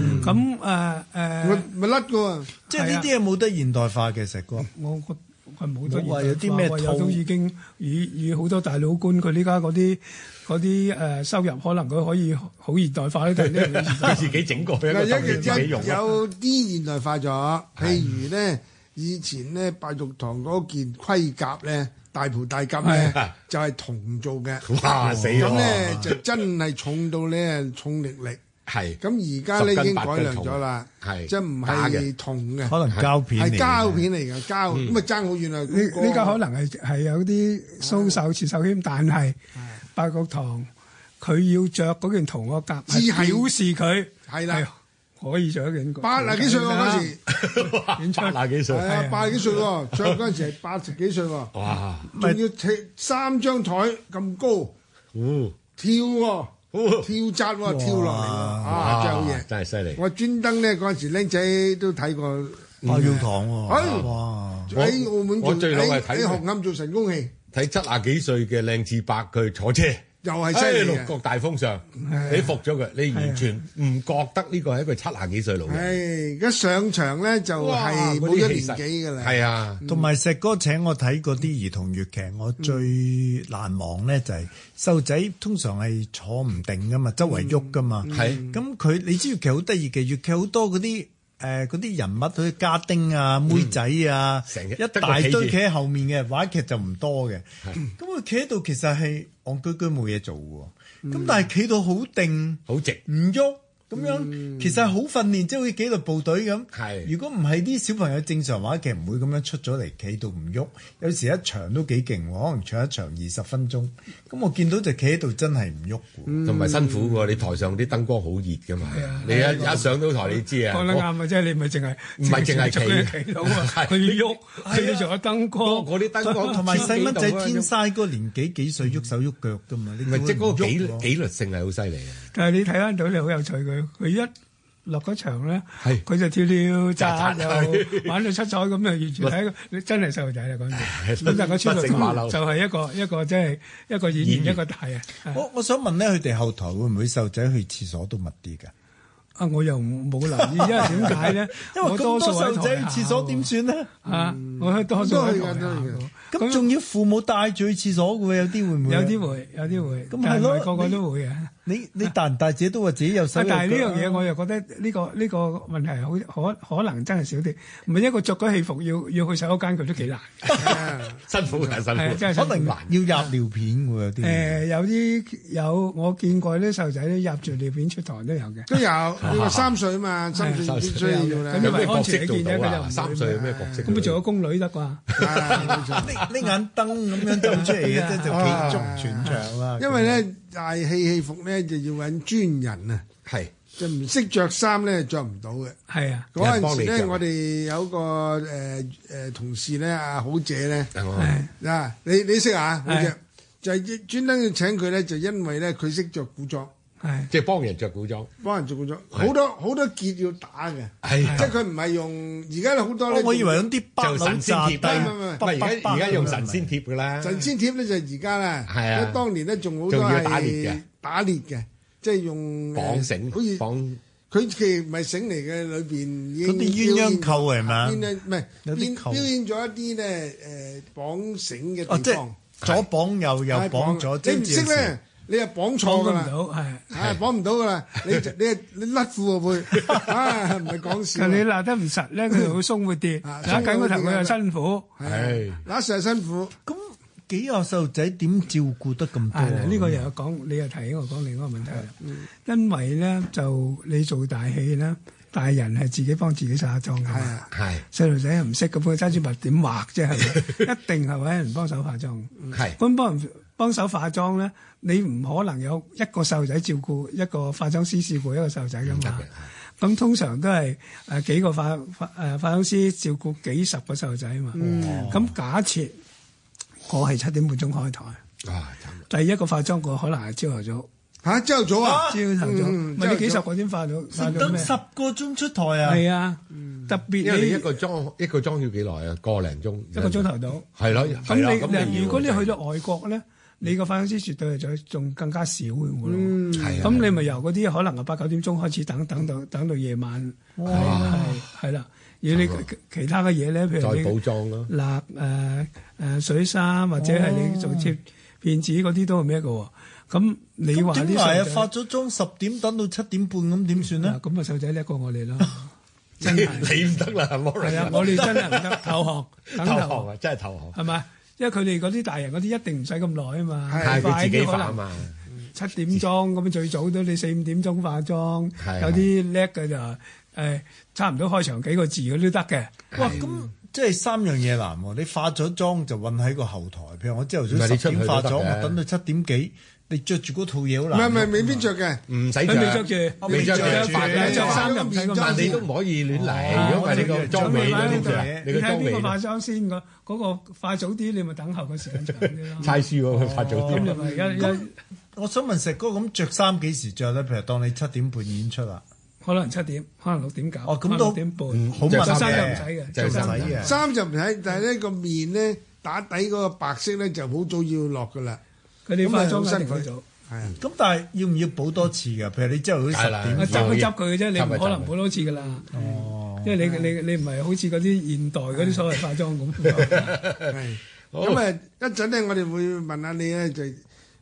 Speaker 3: 咪，咪甩嘅啊
Speaker 4: 咁誒誒
Speaker 3: 喎，
Speaker 6: 即
Speaker 4: 啊
Speaker 6: 係呢啲嘢冇得現代化嘅石哥。
Speaker 4: 我覺係冇得
Speaker 6: 冇話有啲
Speaker 4: 現代化
Speaker 6: 咩
Speaker 4: 有
Speaker 6: 套
Speaker 4: 都已經以以好多大老官佢呢家嗰啲嗰啲誒收入，可能佢可以好現代化咧，但係呢樣嘢現代
Speaker 5: 佢
Speaker 4: 化
Speaker 5: 自己整過 一
Speaker 3: 嗱
Speaker 5: 個
Speaker 3: 有
Speaker 5: 特別自己
Speaker 3: 有
Speaker 5: 用 啊。
Speaker 3: 有啲現代化咗，譬如咧以前咧白玉堂嗰件盔甲咧大袍大甲咧
Speaker 5: 係
Speaker 3: 就係銅做嘅，
Speaker 5: 哇死喎
Speaker 3: 咁咧就真係重到咧重力力。
Speaker 5: 係
Speaker 3: 咁而家咧已
Speaker 5: 十
Speaker 3: 經
Speaker 5: 斤八斤
Speaker 3: 改良咗啦，
Speaker 5: 重係
Speaker 3: 即係唔
Speaker 5: 假
Speaker 3: 係
Speaker 5: 嘅
Speaker 3: 銅嘅，
Speaker 6: 可能膠片嚟
Speaker 3: 係
Speaker 6: 嘅嗯
Speaker 3: 膠片嚟嘅膠，咁啊爭好遠啊！
Speaker 4: 呢
Speaker 3: 嗰個
Speaker 4: 呢家可能係係有啲蘇手刺手添，但係八角堂佢要着嗰件同我夾，
Speaker 3: 知係
Speaker 4: 表示佢
Speaker 3: 係啦，
Speaker 4: 係可以着一件。
Speaker 3: 八
Speaker 6: 嗯
Speaker 3: 啊幾歲喎嗰時，
Speaker 5: 八廿幾歲
Speaker 3: 係，啊八啊幾歲喎，着嗰陣時係八十幾歲喎，
Speaker 6: 哦
Speaker 5: 哇！
Speaker 3: 仲要踢三張台咁高
Speaker 5: 哦
Speaker 3: 跳喎，
Speaker 5: 哦
Speaker 3: 跳紮喎，跳落嚟喎，啊真係好
Speaker 5: 哇
Speaker 3: 嘢！
Speaker 5: 真係犀利。
Speaker 3: 我專登咧嗰陣時僆仔都睇過
Speaker 4: 嗯
Speaker 6: 白玉堂哦喎，
Speaker 3: 哎
Speaker 6: 哇！
Speaker 3: 喺澳門
Speaker 5: 我
Speaker 3: 做
Speaker 5: 最老係
Speaker 3: 喺
Speaker 5: 睇
Speaker 3: 喺紅磡做神功戲，
Speaker 5: 睇七廿幾歲嘅靚次伯，佢坐車。
Speaker 3: 又係犀利
Speaker 5: 哎
Speaker 3: 嘅
Speaker 5: 六角大風上，你服咗佢，你完全唔覺得呢個係一個七廿幾歲老人。
Speaker 3: 唉，而家上場咧就
Speaker 5: 哇
Speaker 3: 係冇咗年紀噶啦，
Speaker 5: 係啊，
Speaker 6: 同埋石哥請我睇嗰啲兒童粵劇，我最難忘咧就係細路仔通常係坐唔定噶嘛，周圍喐噶嘛。
Speaker 5: 係
Speaker 6: 咁佢你知粵劇好得意嘅，粵劇好多嗰啲誒嗰啲人物，好似家丁啊、妹仔啊，
Speaker 5: 嗯成日
Speaker 6: 一大堆企喺後面嘅，話劇就唔多嘅。咁佢企喺度其實係戇居居冇嘢做嘅喎，咁但係企到好定。
Speaker 5: 好直。
Speaker 6: 唔喐咁樣，其實係好訓練，即係好似紀律部隊咁。
Speaker 5: 係
Speaker 6: 如果唔係啲小朋友正常話劇唔會咁樣出咗嚟企到唔喐，有時一場都幾勁喎，可能唱一場二十分鐘。咁我見到就企喺度真係唔喐喎。
Speaker 5: 同埋辛苦喎，你台上啲燈光好熱噶嘛，你一一上到台你知啊，
Speaker 4: 講得啱啊！即係你唔係淨係
Speaker 5: 唔係淨係
Speaker 4: 着佢
Speaker 5: 企
Speaker 4: 企到啊，
Speaker 5: 係
Speaker 4: 佢要喐，佢要仲有燈光。
Speaker 5: 嗰嗰啲燈光
Speaker 6: 同埋細蚊仔天
Speaker 5: 生，
Speaker 6: 生嗰個年紀幾歲喐手喐腳噶嘛？你
Speaker 5: 唔係即係嗰個紀律
Speaker 6: 喐喎
Speaker 5: 紀律性係好犀利嘅，
Speaker 4: 但係你睇翻到你好有趣佢，佢一落嗰場咧，
Speaker 5: 係
Speaker 4: 佢就跳跳扎
Speaker 5: 扎扎
Speaker 4: 又玩到七彩咁啊！完全係一個你真係細路仔啦嗰陣時，咁但係個出
Speaker 5: 不勝馬
Speaker 4: 嚟
Speaker 5: 騮
Speaker 4: 就係一個一個即係一個演
Speaker 5: 演
Speaker 4: 員
Speaker 5: 員
Speaker 4: 一個大啊！
Speaker 6: 我我想問咧，佢哋後台會唔會細路仔去廁所都密啲㗎？？
Speaker 4: 啊！我又冇留意，因為點解咧
Speaker 6: 因為
Speaker 4: 我
Speaker 6: 咁多
Speaker 4: 數喺
Speaker 6: 細路仔去
Speaker 4: 台下
Speaker 6: 廁所點算咧？
Speaker 4: 啊！我多數喺台下
Speaker 3: 都係㗎
Speaker 4: 喎
Speaker 6: 咁仲要父母帶住去廁所嘅喎，有啲會唔會啊？
Speaker 4: 有啲會，有啲會，
Speaker 6: 咁
Speaker 4: 但
Speaker 6: 係
Speaker 4: 係唔
Speaker 6: 咯
Speaker 4: 係個個都會嘅。
Speaker 6: 你你大唔大自己都話自己有手
Speaker 4: 啊
Speaker 6: 有！
Speaker 4: 但係呢
Speaker 6: 腳啊
Speaker 4: 樣嘢，我又覺得呢、個呢、個問題好可可能真係少啲。唔係一個着咗戲服要要去洗手間，佢都幾難。
Speaker 5: 辛苦嘅辛
Speaker 4: 係
Speaker 5: 苦，
Speaker 4: 真係辛
Speaker 6: 可
Speaker 4: 苦
Speaker 6: 能要入尿片喎，有啲
Speaker 4: 誒、
Speaker 3: 嗯
Speaker 4: 有啲有我見過啲細路仔咧入住尿片出堂都有嘅。
Speaker 3: 都有你話三歲啊嘛，三歲必須要啦。
Speaker 4: 咁
Speaker 5: 有
Speaker 4: 因為
Speaker 5: 咩角色
Speaker 4: 安全
Speaker 5: 做
Speaker 4: 起見
Speaker 5: 到
Speaker 4: 啫佢就唔
Speaker 5: 啊？
Speaker 4: 會
Speaker 5: 三歲有咩角色？
Speaker 4: 咁咪做咗宮女得啩？
Speaker 6: 呢呢啊眼燈咁樣走出嚟 嘅，即係
Speaker 5: 啊
Speaker 6: 就企足全場啦。
Speaker 3: 因為咧大戲戲服咧就要揾專人啊，
Speaker 5: 係
Speaker 3: 就唔識着衫咧着唔到嘅。
Speaker 4: 係啊，
Speaker 3: 嗰
Speaker 5: 人幫
Speaker 3: 陣
Speaker 5: 你
Speaker 3: 時咧，
Speaker 5: 着
Speaker 3: 我哋有個誒誒同事咧，阿好姐咧，
Speaker 5: 係
Speaker 3: 嗱你你識啊？好姐
Speaker 4: 係
Speaker 3: 就係專登要請佢咧，就因為咧佢識着古裝，
Speaker 4: 係
Speaker 5: 即係幫人着古裝，
Speaker 3: 幫人做古裝，好多好多結要打嘅，
Speaker 5: 係
Speaker 3: 即係佢唔係用而家好多咧
Speaker 6: 我，我以為有啲北
Speaker 5: 就
Speaker 6: 佬
Speaker 5: 神仙
Speaker 6: 炸
Speaker 5: 貼
Speaker 6: 低，
Speaker 5: 啦，
Speaker 3: 唔
Speaker 5: 唔係而家而家用神仙貼㗎啦，
Speaker 3: 神仙貼咧就係而家啦，
Speaker 5: 嗯係啊
Speaker 3: 因為當年咧仲好多
Speaker 5: 仲要打獵
Speaker 3: 係
Speaker 5: 嘅
Speaker 3: 打獵嘅，即係用
Speaker 5: 綁
Speaker 3: 誒好似
Speaker 5: 繩綁
Speaker 3: 佢其實唔係繩嚟嘅，裏邊已經
Speaker 6: 嗰啲鴛鴦扣係咪啊
Speaker 3: 表演咗鴛鴦
Speaker 6: 有
Speaker 3: 唔係表表演
Speaker 6: 啲扣
Speaker 3: 咗一啲咧誒綁繩嘅
Speaker 6: 哦，即
Speaker 3: 地
Speaker 6: 係
Speaker 3: 方，
Speaker 6: 左綁右右
Speaker 3: 係
Speaker 6: 綁左，即
Speaker 3: 你唔識咧，你又綁錯
Speaker 4: 幫
Speaker 3: 㗎
Speaker 4: 唔
Speaker 3: 啦，
Speaker 4: 到係。
Speaker 3: 係綁唔到㗎啦，你 就你你甩褲喎會，啊唔係講笑
Speaker 4: 但你
Speaker 3: 啊，
Speaker 4: 鬧得唔實 咧，佢就會鬆會跌，
Speaker 3: 啊
Speaker 4: 揦緊個頭佢又辛苦。
Speaker 3: 係啊揦實係辛苦。
Speaker 6: 咁幾個細路仔點照顧得咁多
Speaker 4: 係
Speaker 3: 嗯
Speaker 4: 啦，
Speaker 6: 啊？
Speaker 4: 呢個又有講，你又提起我講另一個問題啦。因為咧就你做大戲咧，大人係自己幫自己化下妝
Speaker 3: 係
Speaker 4: 㗎嘛
Speaker 3: 啊。
Speaker 5: 係
Speaker 4: 細路仔又唔識咁，佢揸支筆點畫 啫？係咪？一定係揾人幫手化妝。
Speaker 5: 係
Speaker 4: 咁幫人幫手化妝咧，你唔可能有一個細路仔照顧一個化妝師照顧一個細路仔噶嘛。咁通常都係誒幾個化化誒化妝師照顧幾十個細路仔啊嘛。咁假設我係七點半鐘開台，
Speaker 5: 啊慘啦
Speaker 4: 第一個化妝個可能係朝頭早，
Speaker 3: 嚇朝頭早啊，
Speaker 4: 朝頭早
Speaker 3: 嗯
Speaker 4: 咪你幾十個先化到化到
Speaker 6: 得
Speaker 4: 咩
Speaker 6: 十？個鐘出台啊！
Speaker 4: 係啊，特
Speaker 5: 因為你
Speaker 4: 別
Speaker 5: 一
Speaker 4: 你
Speaker 5: 個裝一個裝要幾耐啊？個零鐘
Speaker 4: 一個鐘頭到。
Speaker 5: 係咯，
Speaker 4: 咁
Speaker 5: 係啦啊
Speaker 4: 你嗱，如果你去到
Speaker 5: 到
Speaker 4: 外國咧，你個化妝師絕對係仲仲更加少嘅喎。
Speaker 5: 係啊
Speaker 4: 咁你咪由嗰啲可能係啊八九點鐘開始等，等到等到夜晚，係係啦。而你其其他嘅嘢咧，譬
Speaker 5: 再
Speaker 4: 如
Speaker 5: 補
Speaker 4: 你
Speaker 5: 妝咯，
Speaker 4: 蠟誒誒水衫，或者係你做貼片子嗰啲都係咩嘅喎？咁你話
Speaker 6: 咁
Speaker 4: 啲
Speaker 6: 點
Speaker 4: 細
Speaker 6: 解啊
Speaker 4: 路？仔
Speaker 6: 化咗妝十點等到七點半咁點算
Speaker 4: 嗱
Speaker 6: 咧？
Speaker 4: 咁啊細路仔叻過我哋咯，
Speaker 5: 你你唔得啦，Lawrence，
Speaker 4: 係啊！我哋真係唔得投降，等
Speaker 5: 投
Speaker 4: 投
Speaker 5: 降啊，真係投降，
Speaker 4: 係咪？因為佢哋嗰啲大人嗰啲一定唔使咁耐啊嘛，
Speaker 5: 係佢
Speaker 4: 快
Speaker 5: 自己
Speaker 4: 啲可
Speaker 5: 化啊
Speaker 4: 能。
Speaker 5: 嘛，
Speaker 4: 七點鐘咁最早都你四五點鐘化妝
Speaker 5: 係，
Speaker 4: 有啲叻嘅就誒、差唔多開場幾個字嗰啲都得嘅。
Speaker 6: 哇！咁即係三樣嘢難喎。你化咗妝就韞喺個後台，譬如我朝頭
Speaker 5: 唔係
Speaker 6: 早
Speaker 5: 你
Speaker 6: 十
Speaker 5: 出去
Speaker 6: 點
Speaker 5: 都
Speaker 6: 化咗，
Speaker 5: 得嘅
Speaker 6: 我等到七點幾，你着住嗰套嘢好
Speaker 3: 唔係
Speaker 6: 難。
Speaker 3: 唔係未必着嘅，
Speaker 5: 唔使
Speaker 4: 佢未着
Speaker 5: 着
Speaker 4: 住，
Speaker 5: 未着
Speaker 4: 着
Speaker 5: 住，化
Speaker 4: 未
Speaker 5: 咗
Speaker 4: 着
Speaker 5: 妝
Speaker 4: 衫又唔使咁
Speaker 5: 但
Speaker 4: 慢
Speaker 5: 你都唔可以亂嚟，如果唔係你個妝尾點算啊？
Speaker 4: 你
Speaker 5: 你個
Speaker 4: 睇
Speaker 5: 妝
Speaker 4: 邊個化
Speaker 5: 尾
Speaker 4: 妝先個嗰個化早啲，你咪等候個時間長 啲咯。
Speaker 5: 猜輸喎，佢化早
Speaker 4: 咁
Speaker 5: 啲
Speaker 4: 你。咪而家而家
Speaker 6: 我想問石哥咁着衫幾時着咧？譬如當你七點半演出啦，
Speaker 4: 可能七點，可能六點九，
Speaker 6: 哦咁
Speaker 4: 可能
Speaker 6: 都
Speaker 4: 六點半，
Speaker 6: 好
Speaker 5: 着
Speaker 4: 着
Speaker 5: 衫
Speaker 4: 衫就
Speaker 5: 嘅
Speaker 4: 唔使嘅，
Speaker 5: 着
Speaker 4: 着衫
Speaker 5: 衫就
Speaker 4: 唔
Speaker 5: 唔
Speaker 4: 使
Speaker 5: 使
Speaker 6: 嘅
Speaker 3: 衫就唔睇，但係呢個面咧打底嗰個白色咧就好早要落㗎啦。
Speaker 4: 佢哋化
Speaker 3: 咁咪好
Speaker 4: 妝一
Speaker 3: 辛
Speaker 4: 定
Speaker 3: 苦
Speaker 4: 會早。
Speaker 3: 係啊，
Speaker 6: 咁但係要唔要補多次㗎？譬如你朝頭早十
Speaker 5: 梗係啦
Speaker 6: 點
Speaker 4: 啊，
Speaker 5: 嗯
Speaker 4: 執佢執佢嘅啫，你唔
Speaker 5: 執佢
Speaker 4: 可能
Speaker 5: 執佢
Speaker 4: 補多次噶啦。因為你你你唔係好似嗰啲現代嗰啲所謂化妝咁。
Speaker 3: 係。咁啊，一陣咧，我哋會問下你咧，就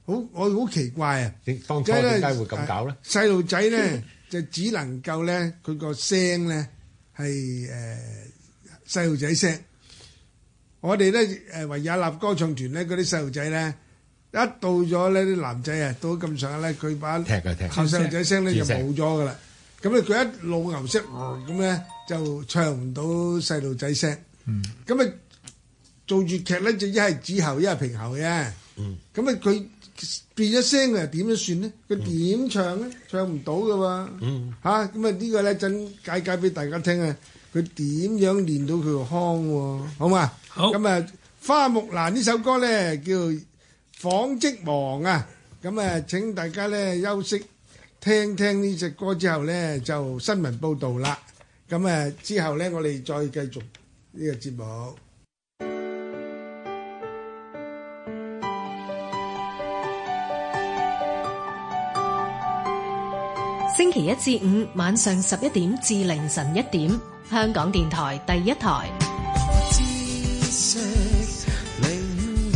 Speaker 3: 好我好奇怪啊！
Speaker 5: 點當初點解會咁搞咧？
Speaker 3: 細路仔咧就只能夠咧，佢個聲咧係誒細路仔聲。我哋咧誒維也納歌唱團咧，嗰啲細路仔咧一到咗呢啲男仔啊，到咁上下咧，佢把
Speaker 5: 踢啊踢！
Speaker 3: 靠細路仔聲咧就
Speaker 5: 自食
Speaker 3: 冇咗噶啦。咁咧佢一老牛聲呃咁咧就唱唔到細路仔聲。咁啊、做粵劇咧就一係子喉一係平喉嘅。咁啊佢變咗聲佢又點樣算咧？佢點唱咧？唱唔到噶喎。嚇咁啊呢個咧陣解解俾大家聽啊！佢點樣練到佢個腔喎？好嘛？
Speaker 4: 好
Speaker 3: 咁啊，花木蘭呢首歌咧叫《紡織忙》啊，咁啊請大家咧休息。聽聽呢只歌之後呢，就新聞報導啦。咁啊，之後呢，我哋再繼續呢個節目。
Speaker 1: 星期一至五晚上十一點至凌晨一點，香港電台第一台。
Speaker 2: 知識領域，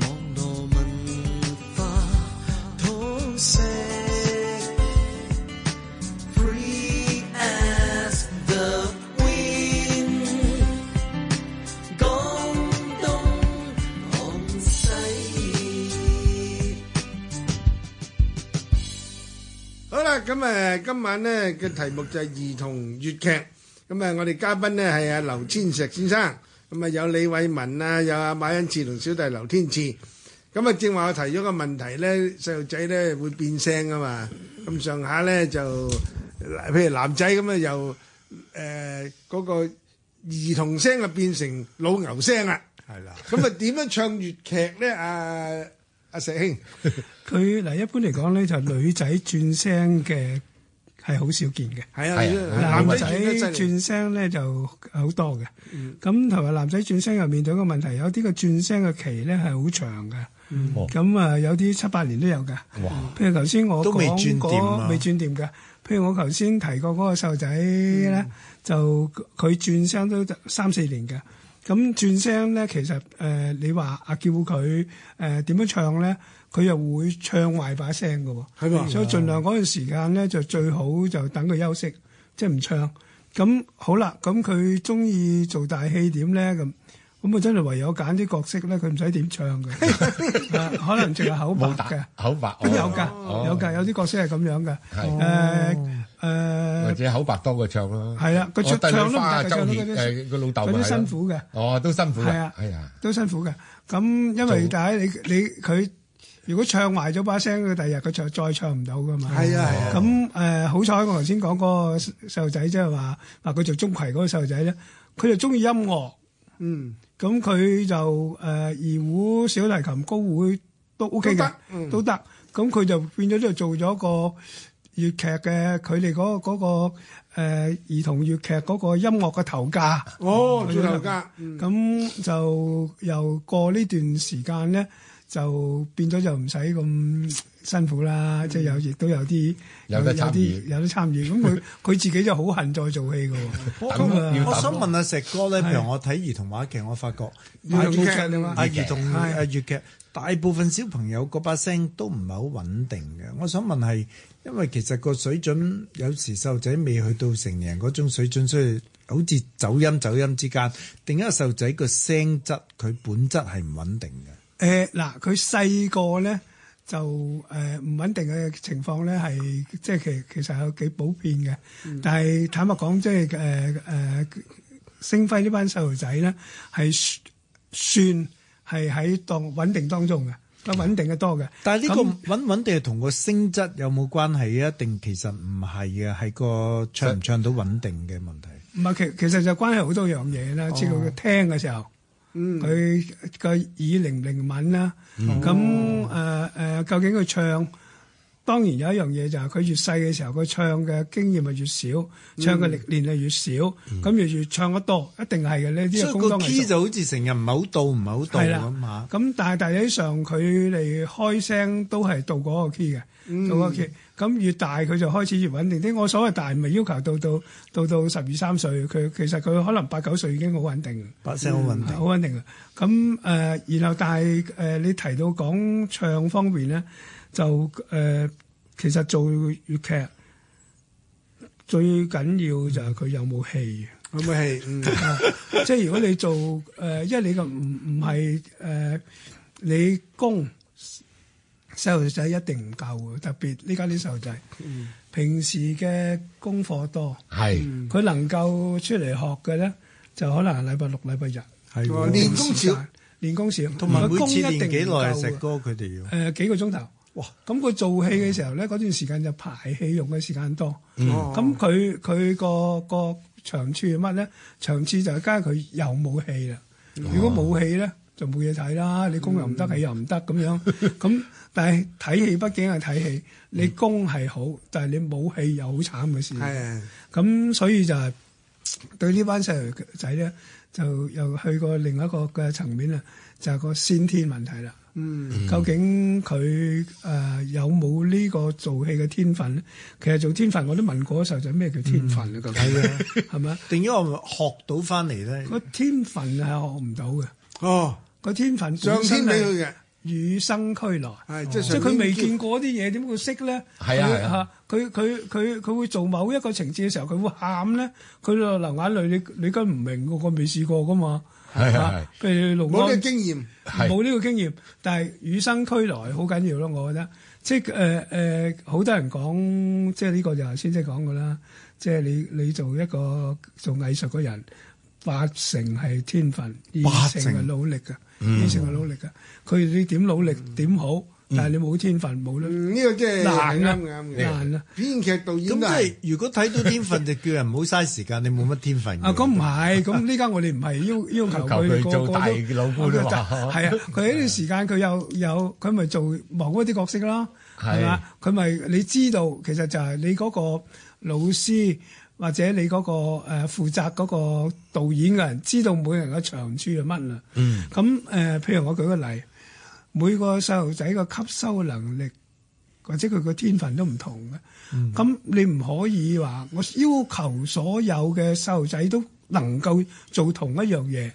Speaker 2: 網絡文化
Speaker 3: 咁誒今晚咧嘅題目就係兒童粵劇。咁誒，我哋嘉賓咧係阿劉千石先生，咁啊有李偉文啊，有阿馬恩賜同小弟劉天賜。咁啊，正話我提咗個問題咧，細路仔咧會變聲啊嘛，咁上下咧就譬如男仔咁啊，又誒嗰個兒童聲啊變成老牛聲啦。
Speaker 6: 係啦，
Speaker 3: 咁啊點樣唱粵劇咧？阿阿石兄，
Speaker 4: 佢嗱一般嚟講咧，就女仔轉聲嘅係好少見嘅。
Speaker 3: 係
Speaker 5: 係啊
Speaker 3: 男
Speaker 4: 男
Speaker 3: 仔
Speaker 4: 仔
Speaker 3: 轉得犀利
Speaker 4: 轉聲咧就好多嘅，咁同埋男仔轉聲又面對一個問題，有啲個轉聲嘅期咧係好長嘅，
Speaker 6: 哦
Speaker 4: 咁啊、有啲七八年都有嘅。譬如頭先我
Speaker 6: 都未轉
Speaker 4: 講
Speaker 6: 掂啊
Speaker 4: 嗰未轉掂嘅，譬如我頭先提過嗰個細路仔咧，
Speaker 6: 嗯
Speaker 4: 就佢轉聲都三四年嘅。咁轉聲咧，其實誒、呃你話啊叫佢誒點樣唱咧，佢又會唱壞把聲嘅喎。
Speaker 3: 係嘛
Speaker 4: 所以盡量嗰段時間咧，就最好就等佢休息，即係唔唱。咁好啦，咁佢中意做大戲點咧？咁咁我真係唯有揀啲角色咧，佢唔使點唱嘅， 啊可能淨係口白
Speaker 5: 冇打
Speaker 4: 嘅。
Speaker 5: 口白，哦
Speaker 4: 咁有㗎，
Speaker 5: 哦
Speaker 4: 有㗎，有啲角色係咁樣嘅。誒
Speaker 5: 或
Speaker 4: 誒，
Speaker 5: 者口白多過唱咯。
Speaker 4: 係啦佢
Speaker 5: 我
Speaker 4: 唱
Speaker 5: 帝女
Speaker 4: 唱都唔
Speaker 5: 花啊
Speaker 4: 得佢
Speaker 5: 周
Speaker 4: 唱
Speaker 5: 顯
Speaker 4: 都
Speaker 5: 誒個老豆
Speaker 4: 嗰
Speaker 5: 咪
Speaker 4: 啲
Speaker 5: 係
Speaker 4: 辛
Speaker 5: 咯
Speaker 4: 苦嘅，
Speaker 5: 哦都辛苦
Speaker 4: 係
Speaker 5: 啊
Speaker 4: 啊，
Speaker 5: 係啊，
Speaker 4: 都辛苦嘅。咁因為
Speaker 5: 做
Speaker 4: 但係你你佢如果唱壞咗把聲，佢第日佢就再唱唔到㗎嘛。
Speaker 3: 係啊係啊
Speaker 4: 咁誒好彩，我頭先講嗰個細路仔，即係話話佢做中葵嗰個細路仔咧，佢就中意音樂。
Speaker 3: 嗯，
Speaker 4: 咁佢就誒二胡、小提琴、高胡都
Speaker 3: 都
Speaker 4: OK 嘅
Speaker 3: 得嗯，
Speaker 4: 都得。咁佢就變咗呢度做咗個粵劇嘅，佢哋嗰個嗰個誒兒童粵劇嗰個音樂嘅頭架。
Speaker 3: 哦，做頭家，
Speaker 5: 嗯
Speaker 4: 咁就又過呢段時間咧，就變咗就唔使咁辛苦啦，即係有亦都有啲
Speaker 5: 嗯有得參與
Speaker 4: 有啲有得參與。咁佢佢自己就好恨再做戲嘅喎。
Speaker 5: 等
Speaker 4: 咁啊
Speaker 5: 要
Speaker 6: 我
Speaker 5: 等
Speaker 6: 想問下石哥咧，譬
Speaker 4: 係
Speaker 6: 如我睇兒童話劇，我發覺
Speaker 4: 兒童
Speaker 6: 大部
Speaker 4: 劇啊嘛
Speaker 6: 啊兒童
Speaker 4: 係
Speaker 6: 誒粵劇，大部分小朋友嗰把聲都唔係好穩定嘅。我想問係因為其實個水準有時細路仔未去到成年人嗰種水準，所以好似走音走音之間，定解細路仔個聲質佢本質係唔穩定嘅？
Speaker 4: 誒呃嗱，佢細個咧就誒唔穩定嘅情況咧，係即係其其實有幾普遍嘅。
Speaker 6: 嗯
Speaker 4: 但係坦白講，即係誒誒星輝呢班細路仔咧，係算係喺當穩定當中嘅，咁穩定嘅多嘅。
Speaker 6: 嗯但係呢
Speaker 4: 咁
Speaker 6: 個穩唔穩定係同個聲質有冇關係啊？定其實唔係嘅，係個唱唔唱到穩定嘅問題。
Speaker 4: 唔係，其其實就關係好多樣嘢
Speaker 6: 哦
Speaker 4: 啦。知道佢聽嘅時候，
Speaker 6: 嗯
Speaker 4: 佢個耳靈唔靈敏啦。
Speaker 6: 哦
Speaker 4: 咁誒誒，究竟佢唱，當然有一樣嘢就係佢越細嘅時候，佢唱嘅經驗咪越少，
Speaker 6: 嗯
Speaker 4: 唱嘅歷練係越少，咁越越唱得多，一定係嘅呢啲
Speaker 6: 所
Speaker 4: 係
Speaker 6: 以
Speaker 4: 工
Speaker 6: 個
Speaker 4: 當
Speaker 6: key
Speaker 4: 藝術。
Speaker 6: 就好似成日唔係好到，唔係好到
Speaker 4: 係啦
Speaker 6: 咁嚇。
Speaker 4: 咁但係大體上佢哋開聲都係到嗰個 key
Speaker 6: 嗯
Speaker 4: 嘅，到嗰個 key。咁越大佢就開始越穩定啲。我所謂大唔係要求到到到到十二三歲，佢其實佢可能八九歲已經好穩定，
Speaker 6: 把聲好穩定。
Speaker 4: 好穩定啦。咁誒、呃然後但係誒、呃你提到講唱方面咧，就誒、呃其實做粵劇最緊要就係佢有冇戲。
Speaker 3: 係咪係？嗯
Speaker 4: 即係如果你做誒、呃因為你個唔唔係誒，你供細路仔一定唔夠嘅，特別呢家啲細路仔，平時嘅功課多，
Speaker 5: 係
Speaker 6: 嗯
Speaker 4: 佢能夠出嚟學嘅咧，就可能係禮拜六、禮拜日，
Speaker 6: 係
Speaker 3: 哦
Speaker 6: 喎
Speaker 3: 練功少
Speaker 4: 時間，練功少，
Speaker 6: 同埋每
Speaker 4: 佢功
Speaker 6: 次
Speaker 4: 一
Speaker 6: 練
Speaker 4: 定
Speaker 6: 幾
Speaker 4: 唔
Speaker 6: 耐
Speaker 4: 夠
Speaker 6: 啊？
Speaker 4: 嘅
Speaker 6: 石哥佢哋要
Speaker 4: 誒、幾個鐘頭。哇！咁佢做戲嘅時候咧，嗰段時間就排戲用嘅時間多。咁佢佢個個長處係乜咧？長處就係加佢又冇戲啦。如果冇戲咧，就冇嘢睇啦。你功又唔得，戲又唔得咁樣。咁但係睇戲畢竟係睇戲，你功係好，但係你冇戲又好慘嘅事。
Speaker 3: 係
Speaker 4: 咁所以就係對呢班細路仔咧，就又去過另一個嘅層面啦，就係、個先天問題啦。嗯，究竟佢誒、呃有冇呢個做戲嘅天分咧？其實做天分我都問過細路仔咩叫天分啊？究竟係咪啊？
Speaker 6: 定咗我學到翻嚟咧，
Speaker 4: 個天分係學唔到嘅，
Speaker 3: 哦，
Speaker 4: 個天分
Speaker 3: 上
Speaker 4: 本身
Speaker 3: 天俾
Speaker 4: 係
Speaker 3: 佢嘅，
Speaker 4: 與生俱來。
Speaker 3: 係即係
Speaker 4: 即係佢未見過啲嘢，點會識咧？
Speaker 5: 係啊
Speaker 4: 佢
Speaker 5: 係啊
Speaker 4: 嚇佢佢佢佢會做某一個情節嘅時候，佢會喊咧，佢就流眼淚。你你梗唔明㗎，我未試過噶嘛。
Speaker 5: 係係
Speaker 4: 嚇譬如盧
Speaker 3: 冇呢個
Speaker 4: 安
Speaker 3: 經驗，
Speaker 5: 係
Speaker 4: 冇呢個經驗，但係與生俱來好緊要咯，我覺得。即係誒誒，好、多人講，即係呢個就係先即講噶啦。即係你你做一個做藝術嘅人，八成係天分，
Speaker 6: 八
Speaker 4: 二
Speaker 6: 成
Speaker 4: 成係努力嘅，
Speaker 5: 嗯
Speaker 4: 二成係努力嘅。佢你點努力點好，但係你冇天分冇得
Speaker 3: 嗯呢個即係
Speaker 4: 難啊
Speaker 3: 啱啱嘅。
Speaker 4: 難啊！
Speaker 3: 編劇導演
Speaker 6: 咁
Speaker 3: 都
Speaker 6: 即
Speaker 3: 係
Speaker 6: 係如果睇到天分，就叫人唔好嘥時間，你冇乜天分嘅。
Speaker 4: 啊，咁唔係，咁呢家我哋唔係要要求
Speaker 5: 求
Speaker 4: 佢
Speaker 5: 佢
Speaker 4: 個
Speaker 5: 做
Speaker 4: 個
Speaker 5: 大
Speaker 4: 都
Speaker 5: 老官啊嘛
Speaker 4: 係啊，佢喺呢段時間佢有有佢咪做某一啲角色啦，係嘛？佢咪你知道其實就係你嗰個老師或者你嗰個誒負責嗰個導演嘅人知道每人嘅長處係乜啦。嗯。咁誒，譬如我舉個例，每個細路仔嘅吸收能力。或者佢個天分都唔同嘅。咁、你唔可以話我要求所有嘅細路仔都能夠做同一樣嘢。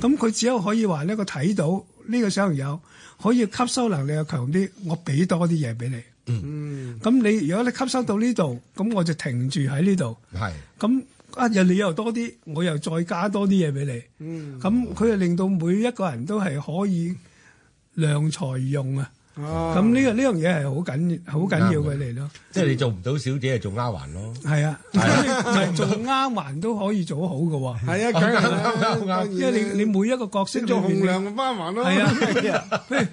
Speaker 4: 咁佢、只有可以話呢個睇到呢、個小朋友可以吸收能力又強啲，我俾多啲嘢俾你。
Speaker 3: 嗯
Speaker 4: 咁你如果你吸收到呢度，咁我就停住喺呢度。
Speaker 5: 係
Speaker 4: 咁啊，又你又多啲，我又再加多啲嘢俾你。
Speaker 3: 嗯，
Speaker 4: 咁佢就令到每一個人都係可以量才用啊。
Speaker 3: 哦
Speaker 4: 咁呢個呢樣嘢係好緊好緊要嘅嚟咯，
Speaker 5: 即係你做唔到小姐，就做丫鬟咯。
Speaker 4: 係啊，唔係做啱還都可以做好嘅喎，
Speaker 3: 係啊，梗係啦
Speaker 5: 啱啱啱，
Speaker 3: 當然啦
Speaker 4: 因為你你每一個角色
Speaker 3: 識
Speaker 4: 裏
Speaker 3: 做紅
Speaker 4: 邊，
Speaker 3: 娘花環咯，
Speaker 4: 係啊，譬如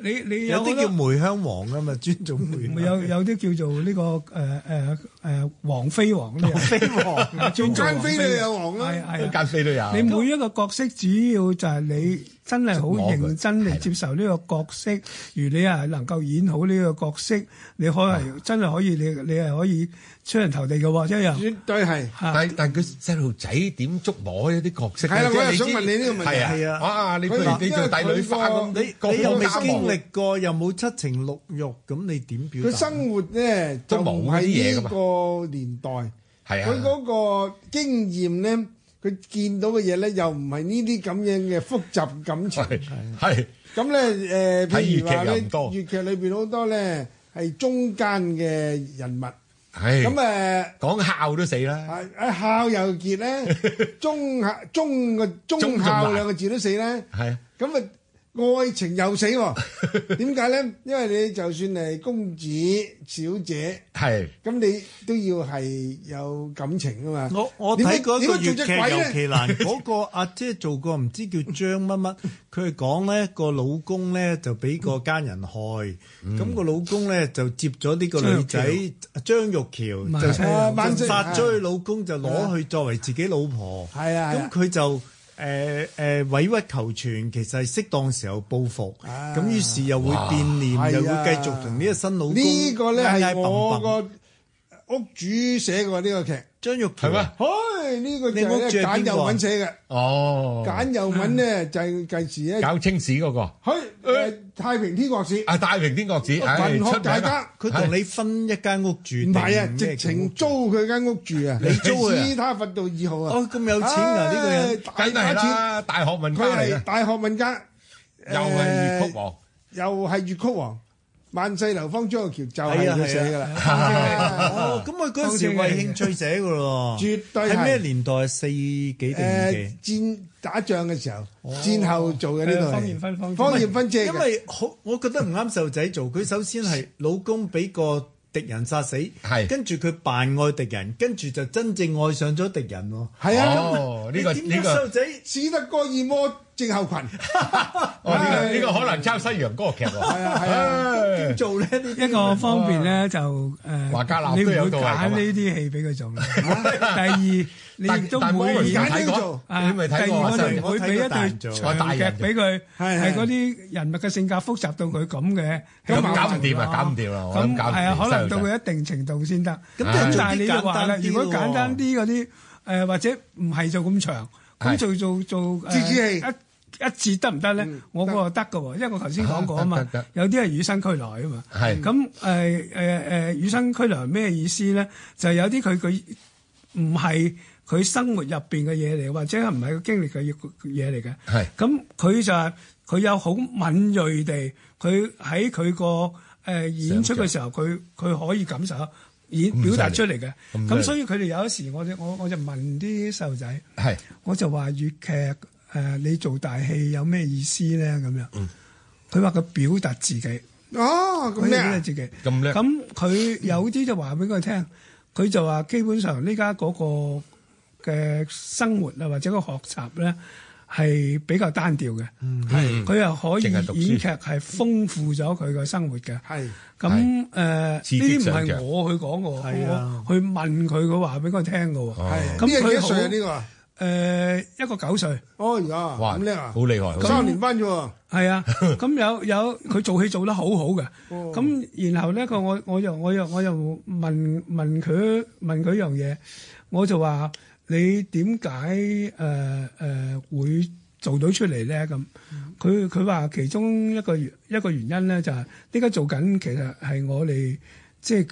Speaker 4: 你你有
Speaker 6: 有
Speaker 4: 好
Speaker 6: 啲叫
Speaker 4: 多
Speaker 6: 梅香王啊嘛，專做梅香。
Speaker 4: 有有啲叫做呢個誒誒誒黃飛王呢樣，
Speaker 6: 飛王，
Speaker 4: 專
Speaker 3: 奸
Speaker 4: 做黃
Speaker 3: 妃
Speaker 4: 飛
Speaker 3: 你有王啦
Speaker 4: 係，係啊。
Speaker 5: 間飛都有。
Speaker 4: 你每一個角色，主要就係你真係好認真嚟接受呢個角色，如你係能夠演好呢個角色，你可係真係可以，你你係可以出人頭地嘅喎，一樣。
Speaker 3: 絕對係。
Speaker 4: 啊
Speaker 5: 但但佢細路仔點捉摸一啲角色咧？
Speaker 3: 係啦
Speaker 5: 即係
Speaker 3: 我又
Speaker 5: 知
Speaker 3: 想問你呢個問題
Speaker 5: 係
Speaker 6: 係
Speaker 5: 啊，
Speaker 6: 啊
Speaker 5: 啊你譬
Speaker 3: 佢
Speaker 5: 如你做帝女花咁，
Speaker 6: 你
Speaker 5: 各
Speaker 6: 你又
Speaker 5: 種
Speaker 6: 未
Speaker 5: 家
Speaker 6: 經
Speaker 5: 務
Speaker 6: 歷過，又冇七情六欲，咁你點表
Speaker 3: 佢
Speaker 6: 達？
Speaker 3: 生活咧就
Speaker 5: 都冇
Speaker 3: 唔
Speaker 5: 呢啲
Speaker 3: 係
Speaker 5: 嘢㗎
Speaker 3: 呢
Speaker 5: 嘛
Speaker 3: 個年代。
Speaker 5: 係
Speaker 3: 佢
Speaker 5: 啊，
Speaker 3: 嗰個經驗咧，佢見到嘅嘢咧，又唔係呢啲咁樣嘅複雜感情。
Speaker 5: 係係
Speaker 3: 咁咧誒，譬如話
Speaker 5: 睇粵劇
Speaker 3: 咧，
Speaker 5: 又唔多
Speaker 3: 粵劇裏邊好多咧係中間嘅人物。咁
Speaker 5: 係
Speaker 3: 誒
Speaker 5: 講孝都死啦，
Speaker 3: 係啊孝又傑 咧，忠孝忠個忠
Speaker 5: 忠
Speaker 3: 孝
Speaker 5: 仲難
Speaker 3: 兩個字都死咧。
Speaker 5: 係啊
Speaker 3: 咁啊，愛情又死 喎？點解咧？因為你就算係公子小姐，
Speaker 5: 係
Speaker 3: 咁你都要係有感情噶嘛。
Speaker 6: 我我睇嗰個粵劇尤 其難，嗰個阿姐做過唔知叫張乜乜，佢係講咧個老公咧就俾個奸人害，
Speaker 3: 嗯
Speaker 6: 咁個老公咧就接咗呢個女仔張玉
Speaker 4: 咪
Speaker 6: 橋，
Speaker 4: 係
Speaker 3: 啊萬
Speaker 6: 就
Speaker 3: 歲
Speaker 6: 殺咗佢老公就攞去作為自己老婆，
Speaker 3: 係啊係啊
Speaker 6: 咁佢就。誒誒、委屈求全，其實係適當時候報復，咁、
Speaker 3: 啊
Speaker 6: 於是又會變臉，
Speaker 3: 係
Speaker 6: 又會
Speaker 3: 啊
Speaker 6: 繼續同呢個新老公
Speaker 3: 呢個咧
Speaker 6: 嗌嗌
Speaker 3: 係
Speaker 6: 笨
Speaker 3: 我
Speaker 6: 笨
Speaker 3: 個屋主寫過呢個劇。
Speaker 6: 張玉橋
Speaker 5: 係咩？
Speaker 3: 唉，呢個就
Speaker 6: 你屋
Speaker 3: 係
Speaker 6: 主係邊個啊
Speaker 3: 簡又文寫嘅，
Speaker 5: 哦，
Speaker 3: 簡又文咧就係近時
Speaker 6: 啊
Speaker 3: 咧，
Speaker 5: 搞清史嗰個
Speaker 3: 去誒太平天國史
Speaker 5: 啊，太平天國子，唉
Speaker 3: 文
Speaker 5: 出
Speaker 3: 學
Speaker 5: 名
Speaker 3: 大
Speaker 5: 啊
Speaker 3: 家。
Speaker 6: 佢同你分一間屋住，
Speaker 3: 唔係啊
Speaker 6: 定，咩
Speaker 3: 直情
Speaker 6: 屋
Speaker 3: 租佢間屋住啊！
Speaker 6: 你租佢啊
Speaker 3: 斯他佛道二號啊！
Speaker 6: 哦咁有錢㗎呢個人
Speaker 3: 唉
Speaker 5: 梗
Speaker 3: 大把
Speaker 5: 係
Speaker 3: 錢。
Speaker 5: 啦，大學問家
Speaker 3: 佢
Speaker 5: 嚟
Speaker 3: 係
Speaker 5: 嘅，
Speaker 3: 大學問家，
Speaker 5: 又係粵曲王，
Speaker 3: 又係粵曲王，萬世流芳張學橋就係
Speaker 6: 係啊係
Speaker 3: 佢
Speaker 6: 啊
Speaker 3: 寫噶啦，
Speaker 6: 哦，咁佢嗰陣時為興趣寫噶咯，
Speaker 3: 絕對係
Speaker 6: 係咩年代？四幾定五
Speaker 3: 誒
Speaker 6: 幾？
Speaker 3: 戰打仗嘅時候，
Speaker 6: 哦
Speaker 3: 戰後做嘅呢
Speaker 4: 誒
Speaker 3: 度
Speaker 4: 方言分方言
Speaker 3: 方言分借
Speaker 6: 因為好，我覺得唔啱細路仔做。佢首先係老公俾個敵人殺死，
Speaker 5: 係
Speaker 6: 跟住佢扮愛敵人，跟住就真正愛上咗敵人喎。
Speaker 3: 係啊，
Speaker 5: 哦，呢個
Speaker 6: 你
Speaker 5: 呢
Speaker 6: 點解細路
Speaker 5: 個
Speaker 6: 仔
Speaker 3: 斯德哥爾摩症候群，
Speaker 5: 哦呢個呢個可能抄西洋歌劇喎，
Speaker 3: 係啊係啊
Speaker 5: 唉
Speaker 6: 點做咧？呢 啲
Speaker 4: 一個方面咧就誒，
Speaker 5: 華嗯家立
Speaker 4: 你
Speaker 5: 都有
Speaker 4: 唔會
Speaker 5: 道理
Speaker 4: 揀
Speaker 5: 㗎嘛
Speaker 4: 呢啲戲俾佢做啦。 第二，你亦
Speaker 5: 但
Speaker 4: 都
Speaker 5: 但
Speaker 4: 唔
Speaker 5: 摩
Speaker 4: 會
Speaker 5: 文你
Speaker 3: 揀呢
Speaker 5: 睇
Speaker 3: 個
Speaker 5: 過
Speaker 3: 做，
Speaker 4: 啊
Speaker 5: 你咪
Speaker 4: 第
Speaker 5: 睇過
Speaker 4: 二
Speaker 5: 啊
Speaker 4: 我
Speaker 5: 細
Speaker 4: 哋唔
Speaker 5: 人
Speaker 4: 會俾一
Speaker 6: 我睇過大人
Speaker 4: 對
Speaker 6: 做
Speaker 4: 長劇俾佢，
Speaker 3: 係
Speaker 4: 係嗰啲人物嘅性格複雜到佢咁嘅，
Speaker 5: 咁
Speaker 4: 麻煩
Speaker 5: 搞唔掂啊
Speaker 4: 啦
Speaker 5: 搞唔掂啦我諗
Speaker 4: 咁
Speaker 5: 搞唔掂
Speaker 4: 係啊，可能到
Speaker 5: 細路
Speaker 4: 佢一定程度先
Speaker 5: 啊
Speaker 4: 得。咁
Speaker 6: 但係做啲
Speaker 4: 但係你就話啦，
Speaker 6: 簡單啲
Speaker 4: 如果簡單
Speaker 6: 喎
Speaker 4: 啲嗰啲誒，或者唔係做咁長，
Speaker 5: 係
Speaker 4: 咁做做做誒
Speaker 3: 折子戲
Speaker 4: 一一節得唔得咧？
Speaker 6: 嗯
Speaker 4: 我覺得得㗎喎，因為我頭先講過啊
Speaker 5: 啊
Speaker 4: 嘛
Speaker 5: 得得得，
Speaker 4: 有啲係與生俱來啊嘛。
Speaker 5: 係
Speaker 4: 咁誒誒誒，與生俱來咩意思咧？就係有啲佢佢唔係佢生活入邊嘅嘢嚟，或者係唔係佢經歷嘅嘢嚟嘅。
Speaker 5: 係
Speaker 4: 咁佢就係佢有好敏鋭地，佢喺佢個誒演出嘅時候，佢佢可以感受演
Speaker 5: 咁犀利
Speaker 4: 表達出嚟嘅。
Speaker 5: 咁犀利
Speaker 4: 咁所以佢哋有一時我哋我我就問啲細路仔，
Speaker 5: 係
Speaker 4: 我就話粵劇誒、呃你做大戲有咩意思咧？咁樣，
Speaker 5: 嗯
Speaker 4: 佢話佢表達自己。
Speaker 3: 哦，咁叻
Speaker 4: 佢叻
Speaker 3: 啊！
Speaker 4: 自己
Speaker 5: 咁叻
Speaker 4: 咁佢有啲就話俾佢聽，佢就話基本上呢家嗰個嘅生活啊，或者個學習咧係比較單調嘅，係佢又可
Speaker 5: 嗯淨係讀書
Speaker 4: 以演劇係豐富咗佢個生活嘅。
Speaker 3: 係
Speaker 4: 咁誒呢
Speaker 5: 刺
Speaker 4: 啲
Speaker 5: 激
Speaker 4: 唔
Speaker 5: 上
Speaker 4: 係
Speaker 5: 場
Speaker 4: 我去講嘅喎，
Speaker 6: 係啊
Speaker 4: 我去問佢佢話俾我聽嘅喎。
Speaker 5: 哦
Speaker 3: 係，
Speaker 4: 咁
Speaker 3: 呢個
Speaker 4: 佢
Speaker 3: 幾
Speaker 4: 好
Speaker 3: 歲啊？呢個啊
Speaker 4: 誒呃一個九歲。
Speaker 3: 哦，呀，
Speaker 5: 哇，
Speaker 3: 咁叻啊！
Speaker 5: 好厲害，好
Speaker 3: 三
Speaker 5: 犀利
Speaker 3: 年班啫喎，
Speaker 4: 係啊，哦咁有有佢做戲做得好好嘅，咁、然後咧佢我我又我又我又問問佢問佢一樣嘢，我就話你點解誒誒會做到出嚟咧？咁佢佢話其中一個原一個原因咧就係呢家做緊其實係我哋即係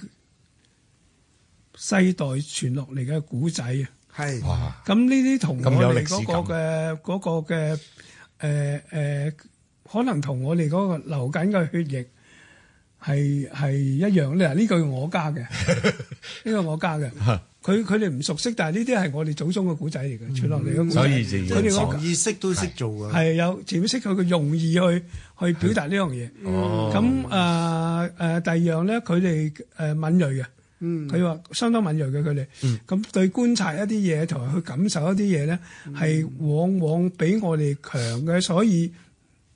Speaker 4: 世代傳落嚟嘅古仔啊。
Speaker 3: 係
Speaker 5: 哇，
Speaker 4: 咁呢啲同
Speaker 5: 咁有
Speaker 4: 我哋
Speaker 5: 歷史
Speaker 4: 嗰個嘅嗰個嘅誒誒，可能同我哋嗰個流緊嘅血液係係一樣咧。嗱呢句我加 嘅，呢個我加嘅。佢佢哋唔熟悉，但係呢啲係我哋祖宗嘅古仔嚟嘅，傳落嚟嘅古仔。
Speaker 5: 所以就要
Speaker 4: 佢哋嗰
Speaker 5: 講
Speaker 4: 個
Speaker 6: 潛意識都識做㗎。
Speaker 4: 係有潛意識佢嘅用意去去表達呢樣嘢。
Speaker 5: 哦
Speaker 4: 咁啊誒，第二樣咧，佢哋誒敏鋭嘅，
Speaker 3: 嗯
Speaker 4: 佢話相當敏鋭嘅佢哋。咁對觀察一啲嘢同埋去感受一啲嘢咧，
Speaker 3: 嗯
Speaker 4: 係往往比我哋強嘅，所以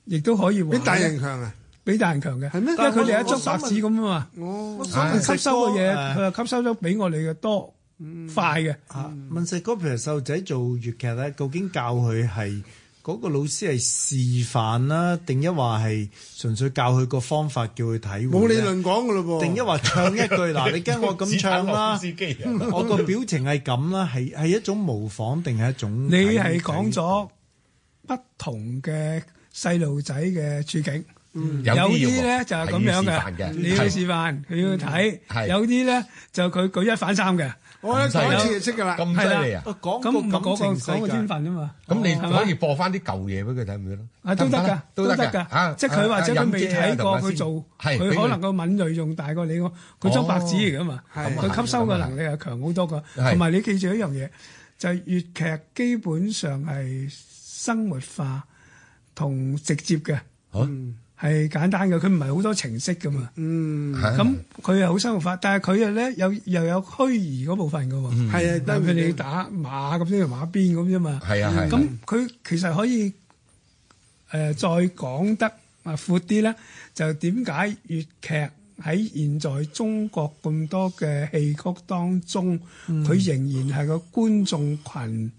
Speaker 4: 亦都可以話
Speaker 3: 比大人強啊！
Speaker 4: 比大人強嘅。
Speaker 3: 係咩
Speaker 4: 因為佢哋一
Speaker 6: 但係我
Speaker 4: 張白紙咁啊
Speaker 3: 哦，
Speaker 4: 嘛，吸收嘅嘢
Speaker 6: 誒
Speaker 4: 佢話吸收咗比我哋嘅多
Speaker 3: 嗯
Speaker 4: 快嘅。
Speaker 6: 啊！問石哥，譬如細路仔做粵劇咧，究竟教佢係嗰個老師係示範啦，定一話係純粹教佢個方法叫佢體會？
Speaker 3: 冇理論，講噶咯噃。
Speaker 6: 定一話唱一 句嗱，你跟我咁唱啦
Speaker 5: 司，機啊，
Speaker 6: 我個表情係咁啦，係係一種模仿定係一種
Speaker 4: 你
Speaker 6: 體？
Speaker 4: 係講咗不同嘅細路仔嘅處境。有啲咧就係咁樣嘅，你要示範，佢要
Speaker 5: 係
Speaker 4: 睇；有啲咧就佢舉一反三嘅，
Speaker 3: 我一講一次就識噶啦。
Speaker 5: 咁
Speaker 4: 係啦
Speaker 5: 犀利啊！
Speaker 6: 啊
Speaker 4: 咁
Speaker 6: 講個
Speaker 4: 唔係嗰個
Speaker 6: 感情世
Speaker 4: 講個天
Speaker 6: 界。
Speaker 4: 分啊嘛。
Speaker 5: 咁你
Speaker 4: 係
Speaker 5: 可以
Speaker 4: 嘛
Speaker 5: 播翻啲舊嘢俾佢睇唔睇咯？
Speaker 4: 啊都得
Speaker 5: 唔
Speaker 4: 㗎，
Speaker 5: 都得㗎啊
Speaker 4: 㗎，即係佢或者佢未睇過佢做，佢可能個敏鋭仲大過你個，佢張白紙嚟㗎嘛，
Speaker 3: 係
Speaker 4: 佢吸收嘅能力係強好多㗎。
Speaker 5: 係
Speaker 4: 同埋你記住一樣嘢，就係粵劇基本上係生活化同直接嘅，
Speaker 5: 咁
Speaker 4: 係簡單嘅，佢唔係好多程式㗎嘛。
Speaker 3: 嗯，
Speaker 4: 咁佢又好生活化，但係佢又咧有又有虛擬嗰部分嘅喎，
Speaker 3: 係啊，
Speaker 4: 但係佢
Speaker 3: 得
Speaker 4: 哋
Speaker 3: 你打。
Speaker 4: 打馬咁樣馬鞭咁啫嘛。
Speaker 5: 係啊係啊
Speaker 4: 咁佢其實可以誒、呃再講得啊闊啲咧，就點解粵劇喺現在中國咁多嘅戲曲當中，佢、仍然係個觀眾群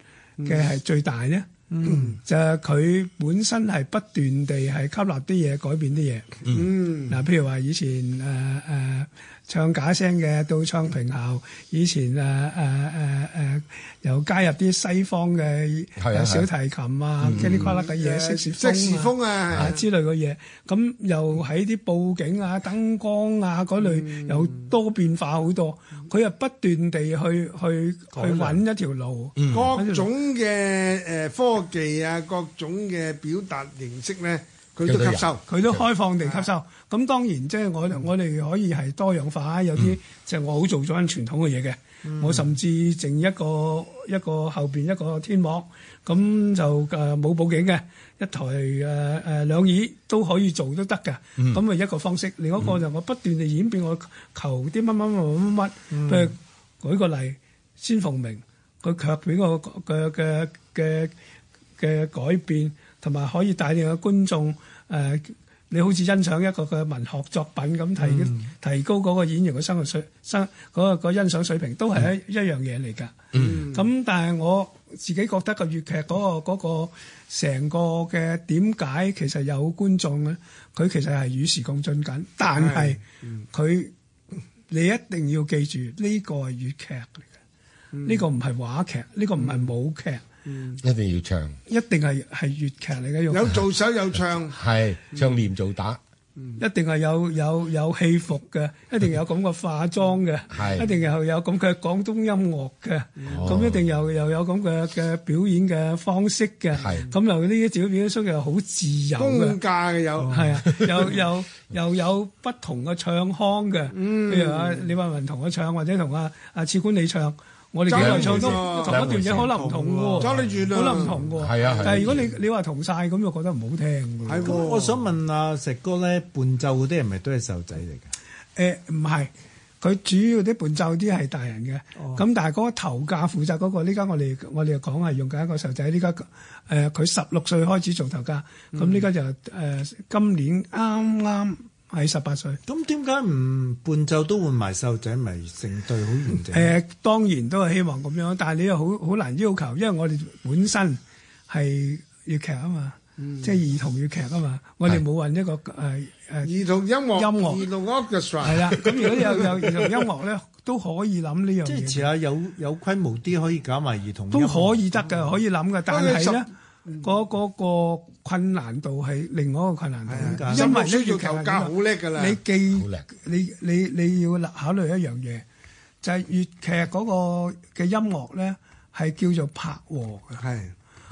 Speaker 4: 嘅係最大咧？嗯，就係佢本身係不斷地係吸納啲嘢，改變啲嘢。
Speaker 3: 嗯，
Speaker 4: 嗱，譬如話以前誒誒、呃呃唱假聲嘅到唱平喉，以前呃誒誒誒誒又呃加入啲西方嘅呃
Speaker 5: 係啊嗯
Speaker 4: 小提琴啊、噼里呱啦嘅嘢、色士
Speaker 3: 色士
Speaker 4: 風
Speaker 3: 風啊
Speaker 4: 啊之類嘅嘢，咁又喺啲佈景啊、燈光啊嗰類又多變化好多，佢又不斷地去去去揾一條路，
Speaker 3: 各種嘅誒科技啊，各種嘅表達形式咧，佢都吸收。
Speaker 4: 佢都開放地吸收。咁當然即係我我哋可以係多樣化，有啲即係我好做咗緊傳統嘅嘢嘅，我甚至整一個一個後邊一個天幕，咁就誒冇佈景嘅一台誒誒兩椅都可以做都得嘅。咁啊一個方式，另一個就我不斷地演變，我求啲乜乜乜乜乜乜，譬如舉個例，先鳳鳴佢卻俾我嘅嘅嘅。嘅改變，同埋可以帶領嘅觀眾誒、呃你好似欣賞一個嘅文學作品咁，提、提高嗰個演員嘅生活水生嗰、個個欣賞水平，都係一、一樣嘢嚟㗎。咁、但係我自己覺得個粵劇嗰、個嗰、個成個嘅點解其實有觀眾咧，佢其實係與時共進緊，但係佢、你一定要記住呢、個係粵劇嚟嘅，呢、個唔係話劇，呢、個唔係舞劇。
Speaker 5: 一定要唱，
Speaker 4: 一定係係粵劇嚟嘅 用。
Speaker 3: 有做手有唱，
Speaker 5: 係唱念做打，
Speaker 4: 一定係有有有戲服 嘅，一定有咁嘅化妝
Speaker 5: 係哦
Speaker 4: 嘅，一定又有咁嘅廣東音樂嘅，咁一定又又有咁嘅嘅表演嘅方式嘅
Speaker 5: 係，
Speaker 4: 咁又呢啲表演叔又好自由嘅
Speaker 3: 公。價嘅有，
Speaker 4: 係 啊，又又又有不同嘅唱腔嘅，
Speaker 5: 嗯
Speaker 4: 譬如啊李慧文同我唱，或者同阿阿次官你唱，我哋幾個人唱都
Speaker 3: 兩回事
Speaker 4: 同一段嘢可能唔同嘅
Speaker 3: 走
Speaker 4: 喎，
Speaker 3: 你轉啦，
Speaker 4: 可能唔同嘅喎。
Speaker 5: 係啊係啊
Speaker 4: 但係如果你你話同晒咁，就覺得唔好聽
Speaker 3: 係喎，
Speaker 4: 嘅。
Speaker 6: 咁我想問阿石哥咧，伴奏嗰啲係咪都係細路仔嚟㗎？
Speaker 4: 誒唔係，佢主要啲伴奏啲係大人嘅，
Speaker 6: 哦
Speaker 4: 咁但係嗰個頭架負責嗰個，呢家我哋我哋講係用緊一個細路仔，呢家誒佢十六歲開始做頭架，
Speaker 6: 嗯
Speaker 4: 咁呢家就誒今年啱啱係十八歲。
Speaker 6: 咁點解唔伴奏都換埋細路仔，咪成隊好完整？
Speaker 4: 誒、當然都係希望咁樣，但係你又好好難要求，因為我哋本身係粵劇啊嘛，
Speaker 6: 嗯
Speaker 4: 即係兒童粵劇啊嘛，我哋冇揾一個誒誒
Speaker 3: 兒童音樂，
Speaker 4: 音樂
Speaker 3: 兒童 orchestra，
Speaker 4: 係啦。咁如果有有兒童音樂咧，都可以諗呢樣
Speaker 6: 即係遲
Speaker 4: 嘢，
Speaker 6: 下有有規模啲，可以搞埋兒童
Speaker 4: 都
Speaker 6: 音樂
Speaker 4: 可以得
Speaker 3: 嗯
Speaker 4: 㗎，可以諗㗎。但
Speaker 3: 不
Speaker 4: 係
Speaker 3: 過
Speaker 4: 咧，嗰嗰個困難度係另外一個困難度，
Speaker 6: 點解
Speaker 4: 因
Speaker 3: 因為
Speaker 4: 為呢
Speaker 3: 需要
Speaker 4: 粵劇
Speaker 3: 頭
Speaker 4: 係
Speaker 3: 家
Speaker 4: 咁
Speaker 3: 好
Speaker 4: 樣
Speaker 3: 叻㗎啦，
Speaker 4: 你
Speaker 5: 好
Speaker 4: 記
Speaker 5: 叻
Speaker 4: 你你你要考慮一樣嘢，就係、粵劇嗰個嘅音樂咧，係叫做拍和嘅。
Speaker 3: 係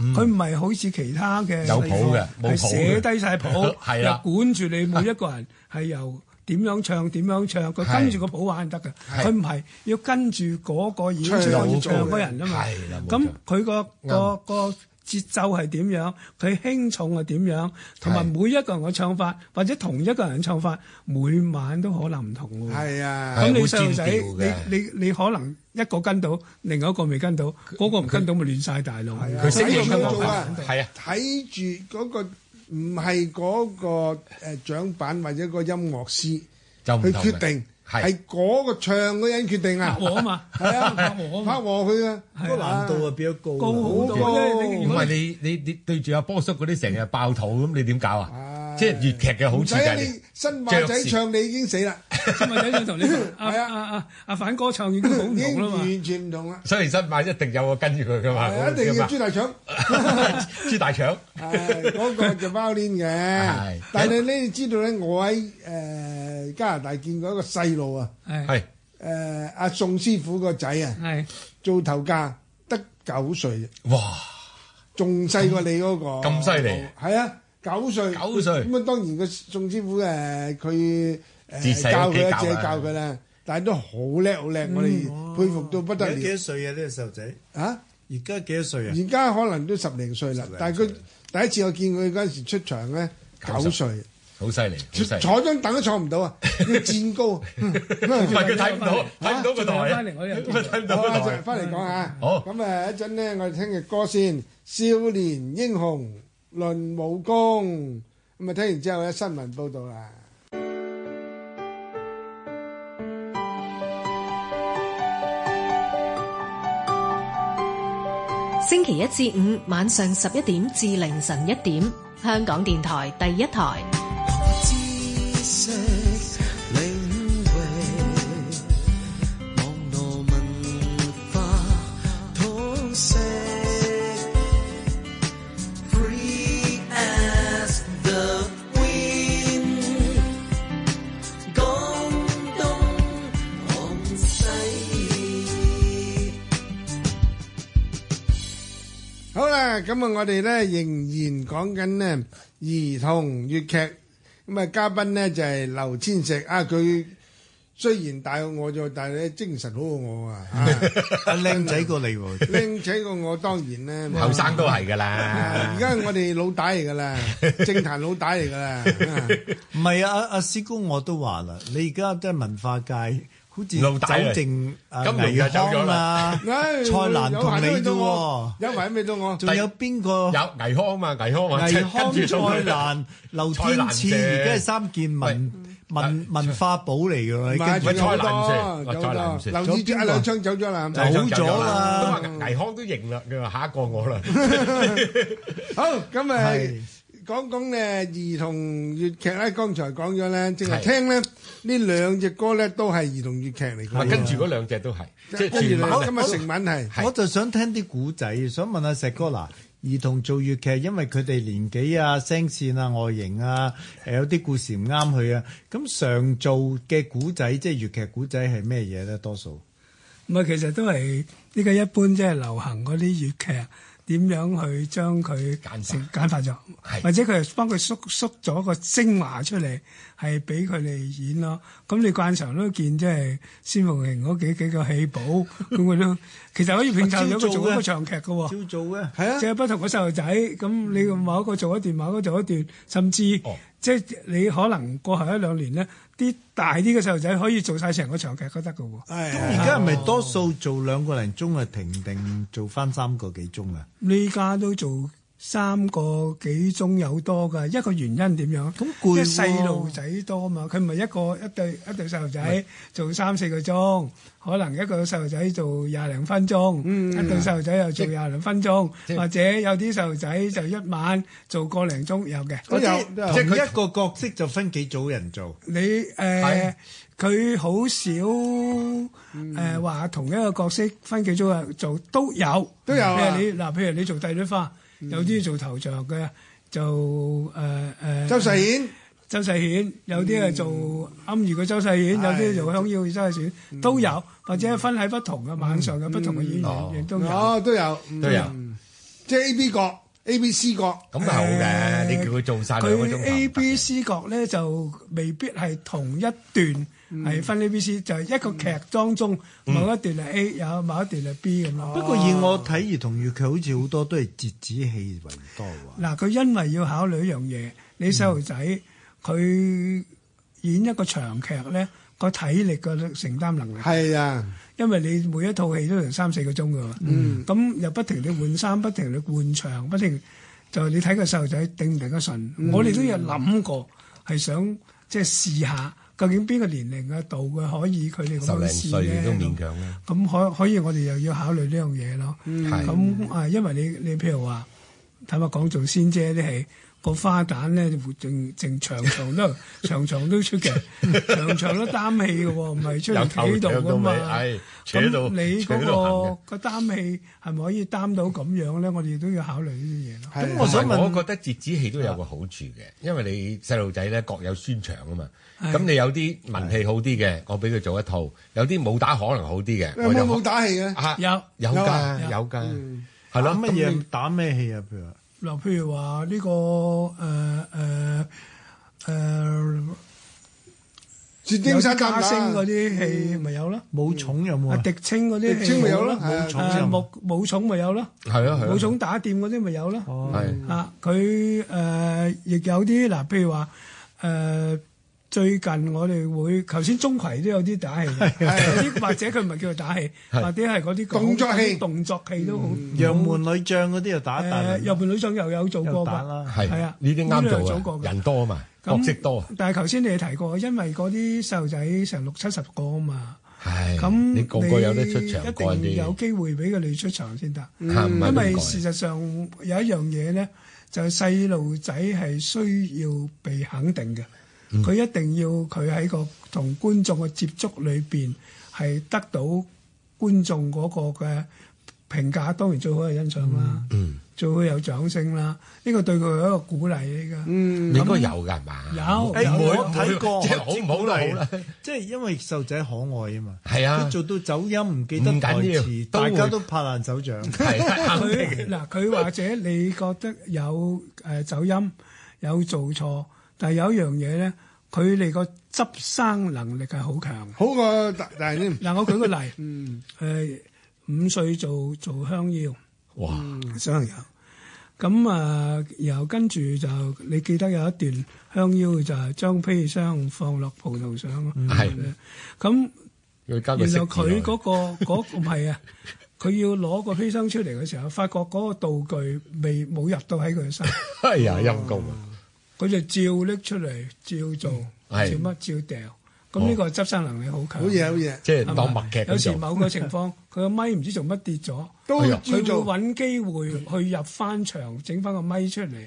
Speaker 4: 佢唔係好似其他嘅
Speaker 5: 嗯有譜嘅
Speaker 4: 西
Speaker 5: 冇譜
Speaker 4: 方係
Speaker 5: 嘅，
Speaker 4: 寫低晒譜
Speaker 5: 係啊
Speaker 4: 又
Speaker 5: 啦
Speaker 4: 管住你每一個人係由點樣唱點樣唱，佢
Speaker 5: 係
Speaker 4: 跟住個譜玩得㗎。
Speaker 5: 係
Speaker 4: 佢唔係要跟住嗰個演出
Speaker 3: 唱
Speaker 4: 可以
Speaker 5: 有
Speaker 4: 唱嗰人啊嘛
Speaker 5: 係啦。冇錯
Speaker 4: 咁佢個個個節奏係點樣，佢輕重係點樣，同埋
Speaker 5: 係
Speaker 4: 每一個人嘅唱法或者同一個人嘅唱法，每晚都可能唔同喎。
Speaker 3: 係啊，
Speaker 4: 咁你
Speaker 5: 係會
Speaker 4: 細路
Speaker 5: 轉調
Speaker 4: 仔
Speaker 5: 嘅，
Speaker 4: 你你你可能一個跟到，另外一個未跟到，嗰個唔跟到咪亂晒大路。
Speaker 5: 佢
Speaker 3: 睇
Speaker 5: 適應
Speaker 3: 住
Speaker 5: 㗎
Speaker 3: 佢
Speaker 5: 嘛
Speaker 3: 做啊，
Speaker 5: 係啊，
Speaker 3: 睇住嗰個唔係嗰個誒獎板或者個音樂師
Speaker 5: 就唔
Speaker 3: 去
Speaker 5: 同
Speaker 3: 決定，
Speaker 5: 係
Speaker 3: 係嗰個唱嗰人決定啊，
Speaker 4: 我啊嘛，
Speaker 3: 係啊，
Speaker 4: 拍我啊
Speaker 3: 拍
Speaker 4: 嘛，
Speaker 3: 和佢啊，
Speaker 6: 個難度啊，比較高啦。
Speaker 4: 高好
Speaker 3: 高
Speaker 4: 多咧。你
Speaker 5: 唔
Speaker 4: 如果
Speaker 5: 係你你你對住阿波叔嗰啲成日爆肚咁，你點搞啊
Speaker 3: 唉？
Speaker 5: 即係粵劇嘅好
Speaker 3: 唔使
Speaker 5: 處就
Speaker 3: 啊！
Speaker 5: 係
Speaker 3: 你
Speaker 5: 你
Speaker 3: 新馬仔唱你已經死啦，
Speaker 4: 小馬仔想同你 阿
Speaker 3: 係啊
Speaker 4: 阿阿阿反哥唱已經好唔
Speaker 3: 已經
Speaker 4: 同啦啊嘛。
Speaker 3: 完全唔同啦，
Speaker 5: 所以新馬一定有個跟住佢噶嘛，
Speaker 3: 係一定要
Speaker 5: 咁
Speaker 3: 豬大腸。
Speaker 5: 啊 豬大腸。
Speaker 3: 係嗰個就包鏈嘅
Speaker 5: 係，
Speaker 3: 但係你知道咧，我喺誒加拿大見過一個細路啊，
Speaker 4: 係
Speaker 5: 係
Speaker 3: 誒阿宋師傅個仔啊，
Speaker 4: 係
Speaker 3: 做頭家得九歲，
Speaker 5: 哇，
Speaker 3: 仲細過你嗰個，
Speaker 5: 咁犀利，
Speaker 3: 係啊，九歲，
Speaker 5: 九歲
Speaker 3: 咁啊，當然個宋師傅誒佢
Speaker 5: 自
Speaker 3: 誒
Speaker 5: 細
Speaker 3: 教
Speaker 5: 屋企
Speaker 3: 佢一
Speaker 5: 教
Speaker 3: 隻
Speaker 5: 啊
Speaker 3: 教佢啦，但係都好叻好叻，我哋佩服到不得
Speaker 6: 而家嗯幾
Speaker 3: 了
Speaker 6: 多歲啊？呢個細路仔
Speaker 3: 啊！
Speaker 6: 而家幾多歲啊？
Speaker 3: 而家可能都十零歲啦
Speaker 6: 十零，
Speaker 3: 但係佢第一次我見佢嗰陣時出場咧，
Speaker 5: 九
Speaker 3: 九歲。
Speaker 5: 好犀利，好犀利。
Speaker 3: 坐張凳都坐唔到啊！要墊高，
Speaker 5: 唔係佢睇唔到，睇唔到個台
Speaker 4: 仲有
Speaker 5: 啊，
Speaker 4: 返嚟我哋 又見
Speaker 5: 睇唔 到
Speaker 3: 好
Speaker 5: 個
Speaker 3: 啦，
Speaker 5: 台
Speaker 3: 就。翻嚟講下。
Speaker 5: 好
Speaker 3: 咁啊誒一陣咧，我哋聽嘅歌先，《少年英雄論武功》。咁啊，聽完之後咧，新聞報道啦。
Speaker 1: 星期一至五晚上十一點至凌晨一點，香港電台第一台。
Speaker 2: 知識領域，網絡文化通識，free as the wind，廣東廣西。
Speaker 3: 好啦，咁啊，我哋咧仍然講緊呢兒童粵劇。咁啊，嘉賓呢就係劉千石啊，佢雖然大過我咗，但係咧精神好過我 啊。啊
Speaker 6: 阿靚仔過嚟喎，
Speaker 3: 靚仔過我當然咧。
Speaker 5: 後生都係㗎啦
Speaker 3: 而，家我哋老大嚟噶 啦，政壇老大嚟噶啦，
Speaker 6: 唔係啊！阿阿師公我都話啦，你而家都係文化界，好似
Speaker 5: 老大啊
Speaker 6: 走剩啊
Speaker 5: 金融
Speaker 6: 倪
Speaker 5: 就走咗
Speaker 6: 匡啊、
Speaker 3: 唉
Speaker 6: 蔡瀾
Speaker 3: 有
Speaker 6: 同
Speaker 3: 排
Speaker 6: 你
Speaker 3: 都未
Speaker 6: 啫
Speaker 3: 到我
Speaker 6: 喎，，
Speaker 3: 有排都未到我，
Speaker 6: 仲有邊個？
Speaker 5: 有倪匡嘛，倪匡嘛，
Speaker 6: 倪匡、
Speaker 5: 跟住到
Speaker 6: 蔡瀾、劉天賜，而家係三件文文文化寶嚟㗎
Speaker 3: 唔
Speaker 6: 啦，
Speaker 3: 係
Speaker 6: 跟
Speaker 3: 仲有
Speaker 6: 住
Speaker 3: 好
Speaker 5: 蔡瀾唔
Speaker 3: 多，有
Speaker 5: 算
Speaker 3: 好
Speaker 5: 蔡瀾唔
Speaker 3: 多。
Speaker 5: 算
Speaker 3: 劉志
Speaker 6: 仲有邊
Speaker 3: 阿
Speaker 6: 個
Speaker 3: 劉昌走咗啦，
Speaker 6: 走咗啦
Speaker 5: 都話倪匡都型啦，佢話下一個我啦。
Speaker 3: 好咁誒
Speaker 6: 係，
Speaker 3: 講講咧兒童粵劇咧，剛才講咗咧，即係
Speaker 5: 係
Speaker 3: 聽咧呢兩隻歌咧都係兒童粵劇嚟
Speaker 5: 咪
Speaker 3: 嘅，
Speaker 4: à.
Speaker 5: 跟住嗰
Speaker 4: Dạ,
Speaker 5: 兩隻都係，即係
Speaker 3: 跟住
Speaker 5: 全
Speaker 3: 咧
Speaker 5: 晚
Speaker 3: 今日成文係
Speaker 5: 係
Speaker 6: 我就想聽啲古仔，想問下石哥嗱，兒童做粵劇，因為佢哋年紀啊、聲線啊、外形啊，誒有啲故事唔啱佢啊。咁常做嘅古仔，即係粵劇古仔係咩嘢咧？多數
Speaker 4: 咁啊，其實都係呢個一般即係流行嗰啲粵劇點樣去將佢
Speaker 5: 簡化
Speaker 4: 成簡化咗
Speaker 5: 係，
Speaker 4: 或者佢係幫佢縮縮咗個精華出嚟，係俾佢哋演咯。咁你慣常都見即係仙鳳鳴嗰幾幾個戲寶，咁佢都其實可以拼湊咗佢做一個長劇嘅喎。
Speaker 6: 朝早咧，
Speaker 3: 係啊
Speaker 4: 即。係不同嘅細路仔，咁你某一個做一段，某一個做一段，甚至、
Speaker 5: 哦
Speaker 4: 即係你可能過後一兩年咧，啲大啲嘅細路仔可以做晒成個長劇都得嘅喎。
Speaker 3: 係
Speaker 6: 而家係咪多數做兩個零鐘啊，停定做翻三個幾鐘啊？
Speaker 4: 呢家都做三個幾鐘有多㗎，一個原因點樣？
Speaker 6: 咁攰
Speaker 4: 因為
Speaker 6: 喎
Speaker 4: 細路仔多嘛，佢唔係一個一對一對細路仔做三四個鐘，可能一個細路仔做廿零分鐘，
Speaker 6: 嗯
Speaker 4: 一對細路仔又做廿零分鐘，
Speaker 5: 即
Speaker 4: 或者有啲細路仔就一晚做個零鐘有嘅。
Speaker 3: 都有都有
Speaker 6: 即係佢一個角色就分幾組人做。
Speaker 4: 你誒
Speaker 5: 係
Speaker 4: 佢好少
Speaker 3: 嗯
Speaker 4: 誒話、同一個角色分幾組人做都有
Speaker 3: 都有啊嗯
Speaker 4: 譬如你嗱，譬如你做帝女花，有啲做頭像嘅就誒誒、呃
Speaker 3: 周世顯嗯
Speaker 4: 周世顯，有啲係做暗喻嘅周世顯，有啲做香腰嘅周世
Speaker 3: 嗯
Speaker 4: 顯都有，或者分喺不同嘅晚上嘅不同嘅演
Speaker 5: 哦
Speaker 4: 員亦都有。
Speaker 3: 哦都有嗯
Speaker 5: 都有，
Speaker 3: 即係 ừ. A B 角 A B C 角
Speaker 5: 咁啊係好嘅。你叫佢做晒兩個鐘
Speaker 4: 佢
Speaker 5: 頭
Speaker 4: Ờ, A、B、C 角咧就未必係同一段
Speaker 5: 嗯
Speaker 4: 係分 A、B、C，就係一個劇當中某一段係 A，有某一段係 B 咁咯。
Speaker 6: 不過以我睇兒童粵劇，好似好多都係折子戲為多喎。
Speaker 4: 嗱，佢因為要考慮一樣嘢，你細路仔
Speaker 5: 嗯
Speaker 4: 佢演一個長劇咧，個體力嘅承擔能力。
Speaker 3: 係啊，
Speaker 4: 因為你每一套戲都成三四個鐘噶嘛，咁、又不停你換衫，不停你換場，不停就你睇個細路仔頂唔頂得順。我哋都有諗過，係想即係試下究竟邊個年齡嘅度嘅可以佢哋咁
Speaker 5: 十
Speaker 4: 樣
Speaker 5: 零
Speaker 4: 試
Speaker 5: 歲
Speaker 4: 咧
Speaker 5: 你都勉強啦。
Speaker 4: 咁可可以我哋又要考慮呢樣嘢咯。
Speaker 3: 嗯
Speaker 5: 係
Speaker 4: 咁啊，因為你你譬如話，坦白講做仙姐啲戲。個花旦咧，淨淨場場都 場場都出 嘅，場場都擔戲嘅喎，唔係出
Speaker 5: 由
Speaker 4: 嚟
Speaker 5: 頭
Speaker 4: 企度
Speaker 5: 唱到
Speaker 4: 噶嘛
Speaker 5: 尾，。唉，扯到
Speaker 4: 咁你
Speaker 5: 扯
Speaker 4: 嗰、
Speaker 5: 到行嘅。
Speaker 4: 個個擔氣係咪可以擔到咁樣咧？我哋都要考慮呢啲嘢咯。
Speaker 3: 係
Speaker 6: 咁
Speaker 5: 我
Speaker 6: 我
Speaker 5: 想
Speaker 6: 想
Speaker 5: 問，
Speaker 6: 問
Speaker 5: 我覺得折子戲都有個好處嘅，因為你細路仔咧各有專長啊嘛。
Speaker 4: 係
Speaker 5: 咁你有啲文戲好啲嘅，我俾佢做一套；有啲武打可能好啲嘅，
Speaker 4: Ờ,
Speaker 3: 有
Speaker 5: 我就
Speaker 3: 冇武打戲嘅？
Speaker 5: 啊
Speaker 4: 有
Speaker 5: 有
Speaker 3: 有
Speaker 5: 㗎
Speaker 4: à? Dạ.
Speaker 3: 啊
Speaker 5: 有
Speaker 4: Ừ.
Speaker 5: 㗎，係咯
Speaker 6: 打乜
Speaker 5: 咁你
Speaker 6: 嘢？打咩戲啊？譬如話
Speaker 4: 嗱，譬如話呢、呃個誒誒誒
Speaker 3: 薛丁
Speaker 4: 呃有
Speaker 3: 山啊
Speaker 4: 啲
Speaker 3: 打唔
Speaker 4: 家
Speaker 3: 打
Speaker 4: 星嗰啲戲咪有咯，
Speaker 6: 武重有冇
Speaker 4: 啊
Speaker 6: 啊？
Speaker 4: 狄青嗰啲
Speaker 3: 狄青咪有咯，
Speaker 4: 咯，
Speaker 3: 係啊
Speaker 6: 重
Speaker 4: 誒武武松咪有咯，
Speaker 5: 係咯係咯，
Speaker 4: 武松打掂嗰啲咪有咯。
Speaker 5: 係
Speaker 4: 啊，佢誒亦有啲嗱，譬如話誒、最近我哋會頭先鍾馗都有啲打戲，有啲或者佢唔係叫做打戲，
Speaker 5: 係
Speaker 4: 或者係嗰啲
Speaker 3: 動作戲
Speaker 4: 動作戲都好。
Speaker 6: 楊門女將嗰啲又打大
Speaker 4: 誒，右
Speaker 6: 輪，
Speaker 4: 邊女將又有做過
Speaker 6: 又打
Speaker 4: 㗎，
Speaker 6: 啦。
Speaker 5: 係
Speaker 4: 係啊
Speaker 5: 呢啲
Speaker 4: 呢啲係
Speaker 5: 啱
Speaker 4: 祖
Speaker 5: 做
Speaker 4: 國
Speaker 5: 啊，
Speaker 4: 嘅
Speaker 5: 人多啊嘛，
Speaker 4: 咁
Speaker 5: 角色多啊，
Speaker 4: 但係頭先你提過，因為嗰啲細路仔成六七十個啊嘛，
Speaker 5: 係
Speaker 4: 咁
Speaker 5: 你個個有得出場過人
Speaker 4: 一定有
Speaker 5: 啲，
Speaker 4: 機會俾佢哋出場先得。
Speaker 5: 嚇唔係
Speaker 4: 嗯因為
Speaker 5: 亂改
Speaker 4: 事實上有一樣嘢咧，就係細路仔係需要被肯定嘅，佢、一定要佢喺個同觀眾嘅接觸裏邊係得到觀眾嗰個嘅評價，當然最好係欣賞啦，
Speaker 5: 嗯
Speaker 4: 最好有掌聲啦，呢、個對佢係一個鼓勵嚟㗎。
Speaker 5: 你應該有㗎係嘛？
Speaker 4: 有
Speaker 6: 誒
Speaker 4: 有
Speaker 6: 我睇過，
Speaker 5: 即係好唔好都好啦，
Speaker 6: 即係因為細路仔可愛啊嘛。
Speaker 5: 係啊
Speaker 6: 佢做到走音唔記得
Speaker 5: 唔
Speaker 6: 台
Speaker 5: 緊要
Speaker 6: 詞，
Speaker 5: 都
Speaker 6: 大
Speaker 5: 會
Speaker 6: 家都拍爛手掌。
Speaker 5: 係 啊
Speaker 4: 佢嗱，佢或者你覺得有誒、呃走音，有做錯，但係有一樣嘢咧，佢哋個執生能力係好強。
Speaker 3: 好過大大添。
Speaker 4: 嗱，我舉個例，誒、五歲做做香腰，
Speaker 5: 哇！
Speaker 4: 小朋友，咁啊，然後跟住就你記得有一段香腰就係將砒霜放落葡萄上咯，
Speaker 5: 係
Speaker 4: 咁。
Speaker 5: 要加個
Speaker 4: 然後
Speaker 5: 色字
Speaker 4: 佢
Speaker 5: 落
Speaker 4: 嗰、個嗰個唔係啊，佢要攞個砒霜出嚟嘅時候，發覺嗰個道具未冇入到喺佢 嘅身，
Speaker 5: 去哎呀陰公啊！
Speaker 4: 佢就照拎出嚟，照做，
Speaker 5: 係
Speaker 4: 照乜照掉。咁呢個執生能力好強，
Speaker 3: 好嘢好嘢，
Speaker 5: 即係
Speaker 4: 係嘛
Speaker 5: 當默劇
Speaker 4: 有時
Speaker 5: 咁做，
Speaker 4: 某個情況， 佢個咪唔知做乜跌咗，
Speaker 3: 都要
Speaker 5: 哎呀
Speaker 4: 佢會
Speaker 3: 照做。
Speaker 4: 揾機會去入翻場，整翻個咪出嚟，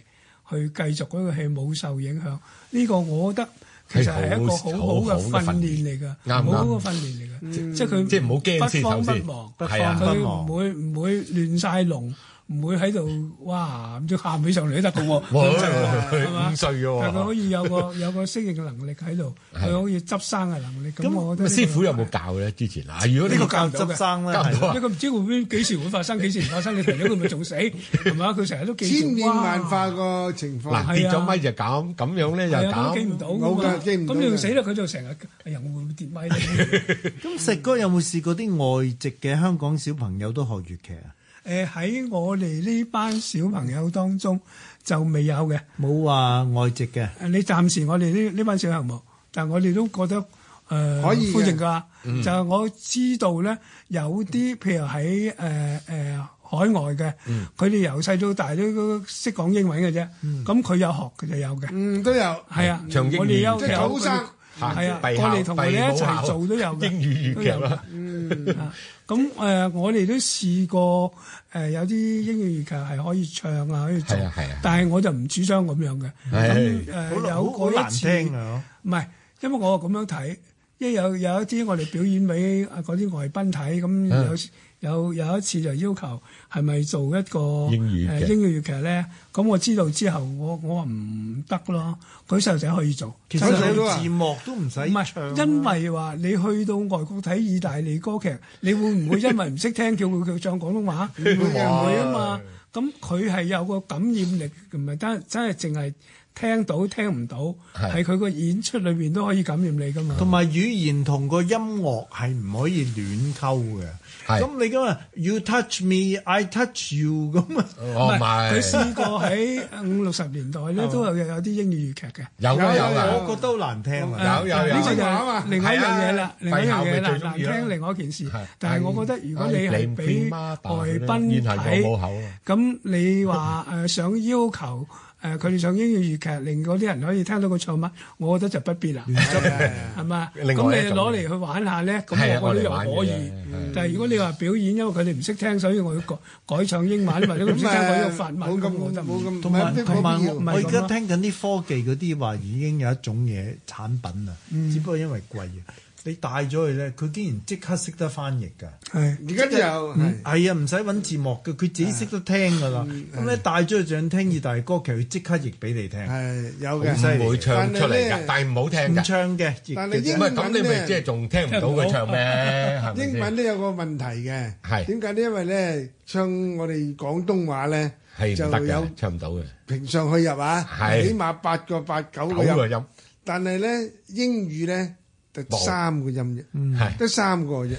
Speaker 4: 去繼續嗰個戲冇受影響。呢、個我覺得其實係一個好好
Speaker 5: 係好好
Speaker 4: 嘅
Speaker 5: 嘅
Speaker 4: 訓
Speaker 5: 訓
Speaker 4: 練嚟㗎，
Speaker 5: 啱唔啱
Speaker 4: 好好嘅訓練嚟㗎。即係佢
Speaker 5: 即係唔好驚先
Speaker 4: 不慌
Speaker 5: 首先
Speaker 4: 不忙，
Speaker 5: 係啊
Speaker 4: 佢唔會唔會亂晒龍，唔會喺度哇咁樣喊起上嚟都得嘅喎，
Speaker 5: 哇
Speaker 4: 咁細個
Speaker 5: 佢
Speaker 4: 係嘛
Speaker 5: 五歲嘅喎
Speaker 4: 但佢可以有個有個適應嘅能力喺度，佢可以執生嘅能力。咁我覺得
Speaker 5: 咁
Speaker 4: 呢個
Speaker 5: 師傅有冇教咧？之前嗱，如果
Speaker 6: 呢個
Speaker 5: 呢
Speaker 6: 教執生啦，
Speaker 5: 教唔
Speaker 6: 係
Speaker 5: 到啊
Speaker 4: 呢個唔知會唔會幾時會發生，幾時唔發生，你停咗佢咪 仲死係嘛？佢成日都記住
Speaker 3: 千變
Speaker 4: 哇
Speaker 3: 萬化個情況
Speaker 5: 嗱，
Speaker 4: 係啊
Speaker 5: 跌咗咪就減，咁樣咧就
Speaker 4: 係啊，都記
Speaker 5: 減
Speaker 4: 唔。到㗎嘛
Speaker 3: 冇㗎記唔到
Speaker 4: 咁你
Speaker 3: 㗎
Speaker 4: 仲死啦，佢就成日哎呀，我會唔會跌咪 咧？
Speaker 6: 咁石哥有冇試過啲外籍嘅香港小朋友都學粵劇啊？
Speaker 4: 誒喺我哋呢班小朋友當中就未有嘅。
Speaker 6: 冇話外籍嘅，
Speaker 4: 你暫時我哋呢呢班小朋友，但係我哋都覺得誒、呃、
Speaker 3: 可以嘅
Speaker 4: 歡迎㗎。就係我知道咧，有啲譬如喺誒誒海外嘅，佢哋由細到大都識講英文嘅啫。咁佢、有學佢就有嘅，
Speaker 3: 嗯都有。
Speaker 4: 係啊。
Speaker 5: 唱英語
Speaker 4: 我哋有
Speaker 3: 即係土生
Speaker 4: 係啊，
Speaker 5: 閉
Speaker 4: 我哋
Speaker 5: 校
Speaker 4: 同佢
Speaker 5: 閉
Speaker 4: 哋一
Speaker 5: 母校
Speaker 4: 齊做都有嘅，
Speaker 5: 英語粵劇啦。
Speaker 4: 啊咁誒、呃我哋都試過誒、呃有啲英語粵劇係可以唱啊，可以做，
Speaker 5: 係啊係啊
Speaker 4: 但係我就唔主張咁樣嘅。咁
Speaker 5: 係啊
Speaker 4: 誒、
Speaker 6: 好
Speaker 4: 有
Speaker 6: 好
Speaker 4: 過
Speaker 6: 難
Speaker 4: 一次
Speaker 6: 聽，啊！
Speaker 4: 唔係，因為我咁樣睇，因為有有一啲我哋表演俾啊嗰啲外賓睇，
Speaker 5: 嗯
Speaker 4: 咁有時有有一次就要求係咪做一個
Speaker 5: 英語
Speaker 4: 呃
Speaker 5: 劇
Speaker 4: 英語粵劇咧？咁我知道之後，我我話唔得咯，佢細路仔可以做，
Speaker 6: 其
Speaker 3: 真係
Speaker 6: 實
Speaker 3: 都話
Speaker 6: 你字幕都唔使
Speaker 4: 唔
Speaker 6: 唱
Speaker 4: 係，因為話你去到外國睇意大利歌劇，你會唔會因為唔識聽叫佢佢唱廣東話？唔會唔會啊嘛。咁佢係有個感染力，唔係單真係淨係聽到聽唔到，
Speaker 5: 係
Speaker 4: 係佢個演出裏邊都可以感染你噶嘛。
Speaker 6: 同埋語言同個音樂係唔可以亂溝嘅。
Speaker 5: 係
Speaker 6: 咁你咁啊，You touch me, I touch you 咁啊，
Speaker 5: 哦，唔
Speaker 4: 佢
Speaker 5: 係，
Speaker 4: 試過喺五六十年代咧，都有有啲英語粵劇嘅。
Speaker 5: 有啊有
Speaker 6: 我
Speaker 5: 啊，
Speaker 6: 覺得好難聽啊！
Speaker 5: 有有有
Speaker 4: 呢個就
Speaker 3: 話啊嘛
Speaker 4: 係另外一樣嘢
Speaker 5: 係
Speaker 4: 啦
Speaker 5: 啊，
Speaker 4: 另外一樣嘢啦，
Speaker 5: 廢校咪最
Speaker 4: 難
Speaker 5: 中意啦
Speaker 4: 聽另外一件事
Speaker 5: 係。
Speaker 4: 但係我覺得如果你係俾外賓
Speaker 5: 係係冇口
Speaker 4: 睇
Speaker 5: 啊，
Speaker 4: 咁你話誒想要求誒佢哋上英語粵劇，令嗰啲人可以聽到佢唱乜，我覺得就不 必啦，係嘛？咁
Speaker 5: 另外一
Speaker 4: 你
Speaker 5: 種
Speaker 4: 攞嚟去玩下咧，
Speaker 5: 係
Speaker 4: 咁
Speaker 5: 啊
Speaker 4: 我覺得又
Speaker 5: 我哋玩嘅
Speaker 4: 可
Speaker 5: 啫
Speaker 4: 以。但係如果你話表演，因為佢哋唔識聽，所以我要改改唱英文，或者佢唔識聽改
Speaker 3: 誒
Speaker 4: 用法文，
Speaker 3: 冇
Speaker 4: 咁我
Speaker 3: 咁
Speaker 4: 覺得唔
Speaker 3: 冇咁啊唔係
Speaker 6: 同埋
Speaker 3: 即係啊
Speaker 6: 同埋
Speaker 3: 冇必要
Speaker 6: 我
Speaker 4: 咪
Speaker 6: 我而
Speaker 4: 咁
Speaker 6: 家
Speaker 4: 咯
Speaker 6: 聽緊啲科技嗰啲話已經有一種嘢產品啊，
Speaker 3: 嗯
Speaker 6: 只不過因為貴啊，你帶咗佢咧，佢竟然即刻識得翻譯㗎。
Speaker 4: 係。
Speaker 3: 而家都有哦係嗯
Speaker 6: 係啊，唔使揾字幕嘅，佢自己識得聽㗎啦。咁咧帶咗佢上聽意大利歌劇，佢即刻譯俾你聽，
Speaker 3: 係有
Speaker 6: 好犀
Speaker 3: 嘅
Speaker 6: 利。
Speaker 5: 唔會唱出嚟㗎，
Speaker 3: 但
Speaker 5: 但係唔好聽
Speaker 6: 唔
Speaker 5: 㗎。
Speaker 6: 唱嘅譯
Speaker 3: 但
Speaker 6: 嘅
Speaker 3: 係
Speaker 6: 啫
Speaker 3: 英
Speaker 5: 唔係咁，你咪即係仲聽唔到佢唱咩？係咪
Speaker 3: 英
Speaker 5: 先
Speaker 3: 文都有個問題嘅，
Speaker 5: 係
Speaker 3: 點解呢？因為咧唱我哋廣東話咧
Speaker 5: 係
Speaker 3: 就
Speaker 5: 唔得
Speaker 3: 有
Speaker 5: 嘅，唱唔到嘅，
Speaker 3: 平上去入啊，
Speaker 5: 係
Speaker 3: 起碼八個八九個
Speaker 5: 九個
Speaker 3: 音，
Speaker 5: 音
Speaker 3: 但係咧英語咧就
Speaker 5: 冇
Speaker 3: 三個音啫，
Speaker 5: 係
Speaker 3: 得三個啫。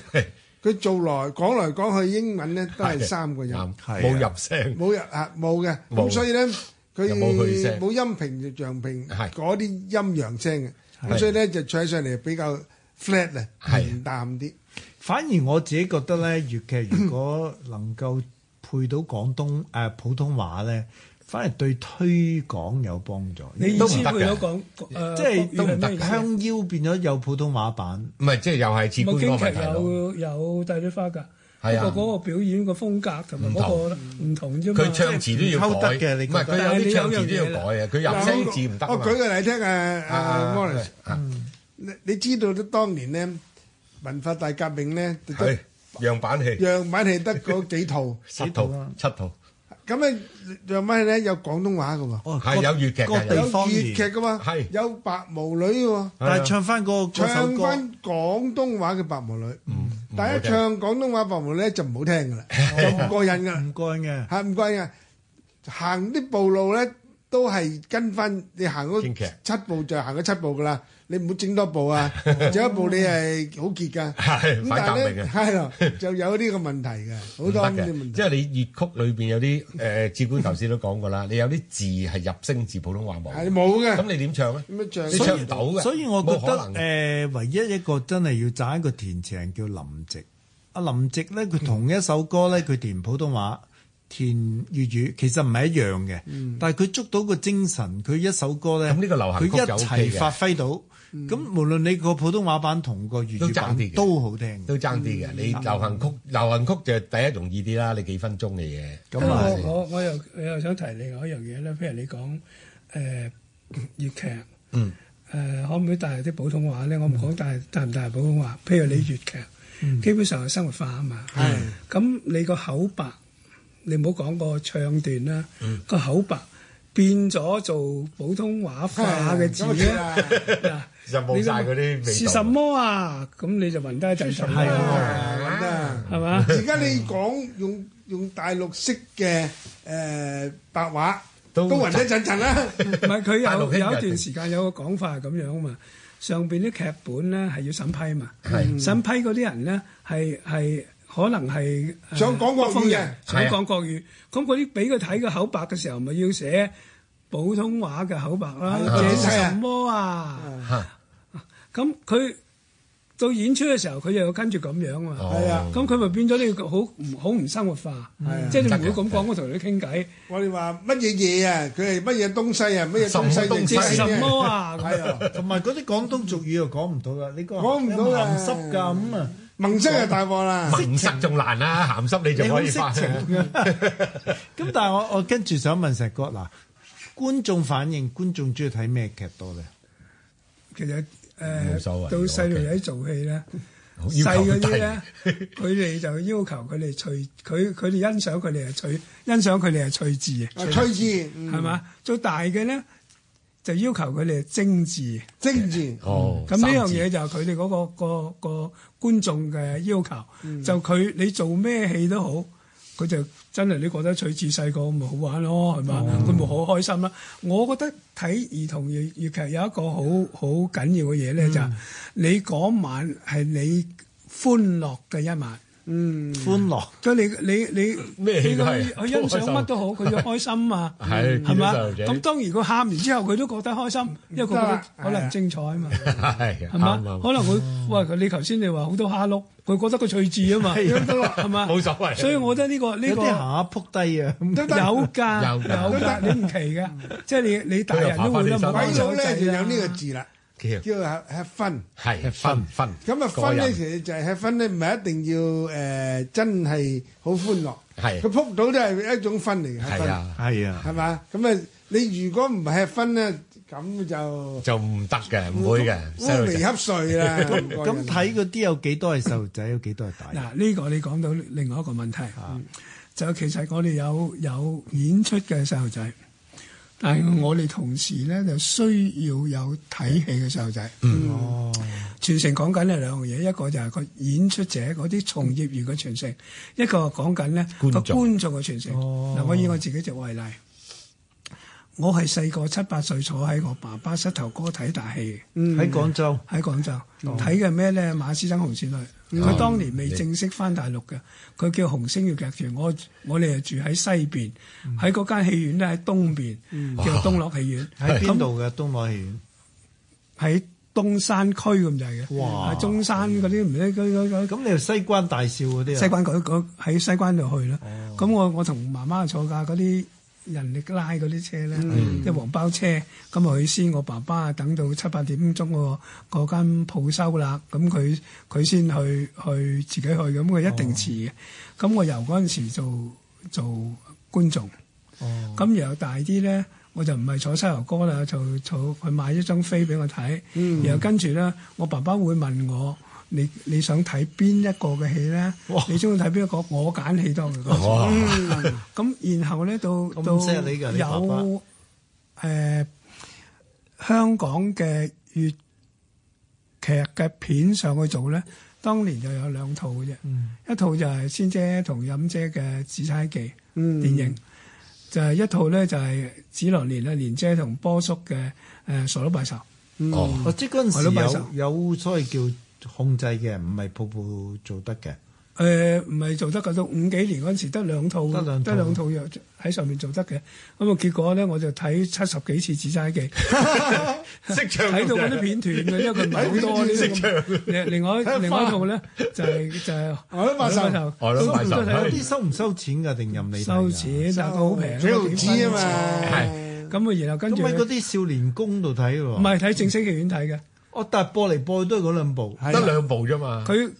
Speaker 3: 佢做來講來講去英文咧都係三個音，
Speaker 5: 啱
Speaker 6: 係啊
Speaker 5: 冇入聲，
Speaker 3: 冇入啊冇嘅，
Speaker 5: 冇
Speaker 3: 咁所以咧佢
Speaker 5: 又冇去聲
Speaker 3: 冇陰平就陽平，
Speaker 5: 係
Speaker 3: 嗰啲陰陽聲嘅，
Speaker 5: 係
Speaker 3: 咁所以咧就唱起上嚟比較 flat 啊，
Speaker 5: 係
Speaker 3: 平淡啲。
Speaker 6: 反而我自己覺得咧，粵劇如 果能夠配到廣東誒、呃普通話咧，反而對推廣有幫助。
Speaker 4: 你意
Speaker 5: 都
Speaker 4: 思
Speaker 5: 唔得
Speaker 4: 佢
Speaker 5: 㗎
Speaker 4: 所講誒，
Speaker 6: 即
Speaker 4: 國語係
Speaker 6: 係
Speaker 4: 咩意思啊
Speaker 6: 香腰變咗有普通話版，
Speaker 5: 唔係即係又係似
Speaker 4: 咪
Speaker 5: 官
Speaker 4: 京
Speaker 5: 方問
Speaker 4: 劇
Speaker 5: 題咯。
Speaker 4: 有有帝女花㗎，
Speaker 5: 係啊
Speaker 4: 不過嗰個表演個風格同埋嗰個唔同啫嘛。
Speaker 5: 佢唱詞都
Speaker 6: 唔
Speaker 5: 要
Speaker 6: 溝
Speaker 5: 改
Speaker 6: 得嘅
Speaker 5: 唔
Speaker 6: 你
Speaker 5: 係
Speaker 6: 覺得
Speaker 5: 佢有啲唱詞都要改啊，佢入聲字唔得啊
Speaker 3: 我
Speaker 5: 嘛
Speaker 3: 舉個例聽啊，啊
Speaker 5: 啊
Speaker 3: Morris，
Speaker 5: 啊
Speaker 3: 你你知道咧，當年咧文化大革命咧，就得
Speaker 5: 係樣板戲
Speaker 3: 樣板戲得嗰 幾套，
Speaker 5: 七套七套，
Speaker 3: 咁啊樣板戲咧有廣東話嘅喎，
Speaker 6: 哦
Speaker 5: 係
Speaker 6: 各
Speaker 5: 有粵劇
Speaker 6: 各
Speaker 5: 嘅
Speaker 3: 有
Speaker 6: 地方
Speaker 3: 粵劇嘅
Speaker 6: 言，
Speaker 3: 喎
Speaker 5: 係，
Speaker 3: 有白毛女嘅喎，
Speaker 4: 啊
Speaker 6: 但係唱翻嗰個嗰首
Speaker 3: 唱
Speaker 6: 歌，
Speaker 3: 翻廣東話嘅白毛女，但係
Speaker 5: 好
Speaker 3: 一
Speaker 5: 聽
Speaker 3: 唱廣東話白毛女咧就唔好聽嘅 啦，就唔過癮嘅啦
Speaker 6: 唔。該嘅。
Speaker 3: 行唔慣嘅，行啲步路咧都係跟翻你行嗰
Speaker 5: 京劇
Speaker 3: 七步就行嗰七步噶啦，你唔好整多步 啊！整一步你係好結噶，
Speaker 5: 係
Speaker 3: 咁
Speaker 5: 反
Speaker 3: 但
Speaker 5: 革
Speaker 3: 係
Speaker 5: 命
Speaker 3: 咧
Speaker 5: 嘅。
Speaker 3: 係咯，就有呢個問題嘅，好
Speaker 5: 唔得
Speaker 3: 多呢
Speaker 5: 嘅
Speaker 3: 啲問
Speaker 5: 即
Speaker 3: 題。
Speaker 5: 係你粵曲裏邊有啲誒，志官頭先都講過啦，你有啲字係入聲字普通話
Speaker 3: 係
Speaker 5: 冇，
Speaker 3: 冇
Speaker 5: 咁
Speaker 3: 嘅，
Speaker 5: 你點唱咧？
Speaker 3: 咁樣唱
Speaker 5: 你唱唔到嘅，
Speaker 6: 所以我覺
Speaker 5: 冇可能嘅
Speaker 6: 得誒，呃唯一一個真係要讚一個填詞人叫林夕。阿林夕咧，
Speaker 5: 嗯
Speaker 6: 佢同一首歌咧，佢填普通話、填粵語，其實唔係一樣嘅。但係佢捉到個精神，佢一首歌咧，
Speaker 5: 嗯咁呢個流行曲
Speaker 6: 佢一
Speaker 5: 就 OK
Speaker 6: 齊
Speaker 5: 嘅嗯
Speaker 6: 發揮到。咁無論你個普通話版同個粵
Speaker 5: 都
Speaker 6: 語
Speaker 5: 爭
Speaker 6: 版
Speaker 5: 啲嘅
Speaker 6: 都好聽。
Speaker 5: 都爭啲嘅。你流行曲，流行曲就第一容易啲啦，你幾分鐘嘅嘢。
Speaker 6: 咁啊
Speaker 4: 我我我又我又想提另外一樣嘢咧，譬如你講誒粵劇，
Speaker 5: 嗯
Speaker 4: 誒可唔可以帶入啲普通話咧？我唔講帶帶唔帶入普通話，
Speaker 5: 嗯
Speaker 4: 譬如你粵劇，基本上係生活化啊嘛。咁你個口白你唔好講個唱段啦，
Speaker 5: 嗯
Speaker 4: 個口白變咗做普通話化嘅字
Speaker 5: 啊
Speaker 4: 啦。 嗱，
Speaker 5: 就冇晒嗰啲味道
Speaker 4: 是什麼啊？咁你就暈低一 陣
Speaker 3: 係
Speaker 4: 陣，
Speaker 3: 啊，得啊。
Speaker 4: 係嘛？
Speaker 3: 而家你講用用大陸式嘅誒白話，都
Speaker 5: 都
Speaker 3: 暈一陣 陣啦。
Speaker 4: 唔係佢
Speaker 5: 大陸
Speaker 4: 有
Speaker 5: 興
Speaker 4: 有
Speaker 5: 人
Speaker 4: 一段時間有個講法係咁樣啊嘛，上邊啲劇本咧係要審批嘛，審批嗰啲人咧係係可能係呃
Speaker 3: 想講國語嘅
Speaker 4: 北方人
Speaker 5: 係
Speaker 4: 想
Speaker 5: 啊
Speaker 4: 講國語，咁嗰啲俾佢睇嘅口白嘅時候，咪要寫普通話嘅口白啦，
Speaker 3: 係啊
Speaker 4: 這
Speaker 3: 係
Speaker 4: 是
Speaker 3: 啊
Speaker 4: 什麼啊？咁佢到演出嘅時候，佢又要跟住咁樣啊嘛。
Speaker 5: 哦
Speaker 3: 係啊
Speaker 4: 咁佢咪變咗呢個好唔好唔生活化，
Speaker 5: 啊
Speaker 4: 即係你唔會咁講。我同你傾偈，
Speaker 3: 我哋話乜嘢嘢啊？佢係乜嘢東西啊？乜嘢東西
Speaker 5: 什麼東西
Speaker 3: 就
Speaker 4: 這
Speaker 3: 知
Speaker 4: 是
Speaker 3: 啫
Speaker 4: 什麼啊？
Speaker 3: 係啊，
Speaker 6: 同埋嗰啲廣東俗語又講唔到啦，你個
Speaker 3: 講唔到啦
Speaker 6: 鹹濕㗎咁啊，
Speaker 3: 萌生就大鑊 啦。
Speaker 5: 文塞仲難啦，鹹濕你就
Speaker 6: 你
Speaker 5: 可
Speaker 6: 好
Speaker 5: 以
Speaker 6: 色情
Speaker 5: 翻。
Speaker 6: 㗎。 咁但係我我跟住想問石哥嗱，觀眾反應觀眾中意睇咩劇多咧？
Speaker 4: 其實誒、
Speaker 5: 冇所謂
Speaker 4: 到細路仔做戲咧，
Speaker 5: 好
Speaker 4: 細嗰
Speaker 5: 要求好
Speaker 4: 啲
Speaker 5: 低
Speaker 4: 咧，佢哋就要求佢哋趣，佢佢哋欣賞佢哋係趣，欣賞佢哋係趣致
Speaker 3: 啊
Speaker 4: 嘅，
Speaker 3: 趣字
Speaker 5: 嗯
Speaker 4: 係嘛？做大嘅咧，就要求佢哋係精緻。
Speaker 3: 精字
Speaker 5: 哦，
Speaker 4: 咁呢樣
Speaker 5: 三字
Speaker 4: 嘢就係佢哋嗰個個個觀眾嘅要求，
Speaker 5: 嗯
Speaker 4: 就佢你做咩戲都好，佢就真係你覺得取自細個咪好玩咯，係嘛？
Speaker 5: 哦
Speaker 4: 佢咪好開心啦。我覺得睇兒童粵粵劇有一個好好緊要嘅嘢
Speaker 5: 嗯
Speaker 4: 咧，就係你嗰晚係你歡樂嘅一晚。
Speaker 6: 歡樂
Speaker 4: 佢你你你
Speaker 5: 嗯咩戲
Speaker 4: 你
Speaker 5: 都係
Speaker 4: 去去欣賞乜都好，佢要開心啊，
Speaker 5: 係
Speaker 4: 係嘛？
Speaker 5: 見到細路仔
Speaker 4: 咁當然佢喊完之後，佢都覺得開心，因為佢覺
Speaker 3: 得
Speaker 4: 得
Speaker 3: 啦
Speaker 4: 可能精彩啊嘛。
Speaker 5: 係
Speaker 4: 係
Speaker 5: 啱
Speaker 4: 嘛？
Speaker 5: 啱
Speaker 4: 可能佢喂佢你頭先你話好多蝦碌，佢覺得個趣致啊 嘛，係嘛？
Speaker 5: 冇所謂
Speaker 4: 所以我覺得呢個呢
Speaker 6: 有
Speaker 4: 個
Speaker 6: 啲行下撲 低啊咁。
Speaker 4: 有㗎
Speaker 5: 有㗎
Speaker 4: 有㗎，你唔奇㗎，即係你你大人都會啦，
Speaker 5: 佢又爬
Speaker 3: 嗯鬼
Speaker 5: 返
Speaker 3: 佬
Speaker 4: 冇手
Speaker 3: 咧就有呢個
Speaker 4: 仔啦啊
Speaker 3: 字啦，
Speaker 5: 其實
Speaker 3: 叫 have fun。
Speaker 5: 係分分
Speaker 3: 咁啊，
Speaker 5: 個
Speaker 3: 分咧
Speaker 5: 人
Speaker 3: 其實就係 have fun 咧，唔係一定要誒真係好歡樂。
Speaker 5: 係
Speaker 3: 佢撲到都係一種分嚟嘅。have
Speaker 5: 係
Speaker 3: fun
Speaker 5: 啊，
Speaker 6: 係啊，
Speaker 3: 係嘛？咁啊，你如果唔吃分咧，咁就
Speaker 5: 就唔得嘅，唔會嘅，
Speaker 3: 烏
Speaker 5: 細路
Speaker 3: 眉
Speaker 5: 仔
Speaker 3: 瞌睡 啦。
Speaker 6: 咁
Speaker 3: 咁
Speaker 6: 睇嗰啲有幾多係細路仔，有幾多係大人？
Speaker 4: 嗱，呢個你講到另外一個問題，
Speaker 5: 啊
Speaker 4: 嗯就其實我哋有有演出嘅細路仔，但係我哋同時咧就需要有睇戲嘅細路仔。
Speaker 5: 嗯
Speaker 6: 哦，
Speaker 4: 傳承講緊呢兩樣嘢，一個就係個演出者嗰啲從業員嘅傳承，一個講緊呢個
Speaker 5: 觀眾
Speaker 4: 觀眾嘅傳承。嗱、
Speaker 6: 哦
Speaker 4: 我以我自己做為例，我係細個七八歲坐喺我爸爸膝頭哥睇大戲
Speaker 6: 喺廣州
Speaker 4: 嘅，喺廣州
Speaker 6: 哦
Speaker 4: 睇嘅咩呢？馬師曾紅線女，佢當年未正式翻大陸嘅，佢叫紅星粵劇團。我我哋就住喺西邊，
Speaker 6: 嗯
Speaker 4: 喺嗰間戲院呢，喺東邊，叫東樂戲院。
Speaker 6: 哦喺邊度嘅東海戲院？
Speaker 4: 喺東山區咁滯嘅，
Speaker 6: 哇
Speaker 4: 喺中山嗰啲唔知嗰嗰嗰
Speaker 6: 咁你又西關大笑嗰啲啊？
Speaker 4: 西關嗰嗰喺西關度去啦。咁我我同媽媽坐架嗰啲人力拉嗰啲車咧，即係黃包車。咁啊，佢先我爸爸等到七八點鐘喎，嗰間鋪收啦。咁佢佢先去去自己去，咁佢一定遲嘅。咁我由嗰陣時做做觀眾。
Speaker 6: 哦，
Speaker 4: 咁然後大啲咧，我就唔係坐西遊哥啦，就坐佢買一張飛俾我睇，然後跟住咧，我爸爸會問我。你你想睇邊一個嘅戲咧
Speaker 6: 哇？
Speaker 4: 你中意睇邊一個？我揀戲當佢。
Speaker 5: 哇，
Speaker 4: 咁然後咧，到
Speaker 6: 咁
Speaker 4: 到
Speaker 6: 犀利㗎你爸爸
Speaker 4: 有誒香港嘅粵劇嘅片上去做咧，當年就有兩套嘅啫。
Speaker 6: 嗯
Speaker 4: 一套就係仙姐同飲姐嘅《紫釵記》
Speaker 6: 嗯
Speaker 4: 電影，就係一套咧就係紫羅蓮啊，蓮姐同波叔嘅誒《傻佬拜壽》。
Speaker 5: 哦，
Speaker 6: 哦，即係嗰陣
Speaker 4: 我都拜壽
Speaker 6: 時有有所謂叫控制嘅，唔係鋪鋪做得嘅。
Speaker 4: 誒呃唔係做得㗎，到五幾年嗰陣時得兩套，
Speaker 6: 得兩套
Speaker 4: 得兩套藥喺上面做得嘅。咁啊結果咧我就睇七十幾次《紫釵記》。
Speaker 5: 識唱
Speaker 4: 睇到嗰啲片段嘅，因為佢唔係好多呢啲咁。另另外另外一套咧就係就係
Speaker 3: 我都發
Speaker 4: 我
Speaker 3: 愁，
Speaker 4: 都
Speaker 5: 我都發愁
Speaker 4: 都
Speaker 6: 有
Speaker 4: 睇
Speaker 6: 啲收唔收錢㗎？定任你睇㗎
Speaker 4: 收錢，但係佢好平，
Speaker 3: 幾毫子啊
Speaker 5: 係
Speaker 3: 嘛。
Speaker 4: 咁啊，然後跟
Speaker 6: 咁
Speaker 4: 住
Speaker 6: 喺嗰
Speaker 4: 唔
Speaker 6: 啲少年宮度睇喎。，
Speaker 4: 係睇正式戲院睇嘅，
Speaker 6: 我但係播嚟播去都係嗰兩部。
Speaker 5: 得兩步啫嘛，
Speaker 4: 佢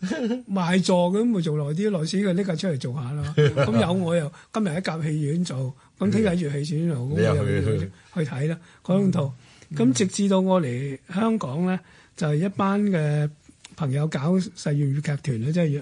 Speaker 4: 賣座咁咪做耐啲，耐啲佢拎架出嚟做下啦。咁有我又今日喺甲戲院做，咁聽日喺粵戲院做，咁我
Speaker 5: 你又
Speaker 4: 又
Speaker 5: 去
Speaker 4: 去去睇啦嗰兩套。咁直至到我嚟香港咧，就係一班嘅朋友搞細粵語劇團咧，即係誒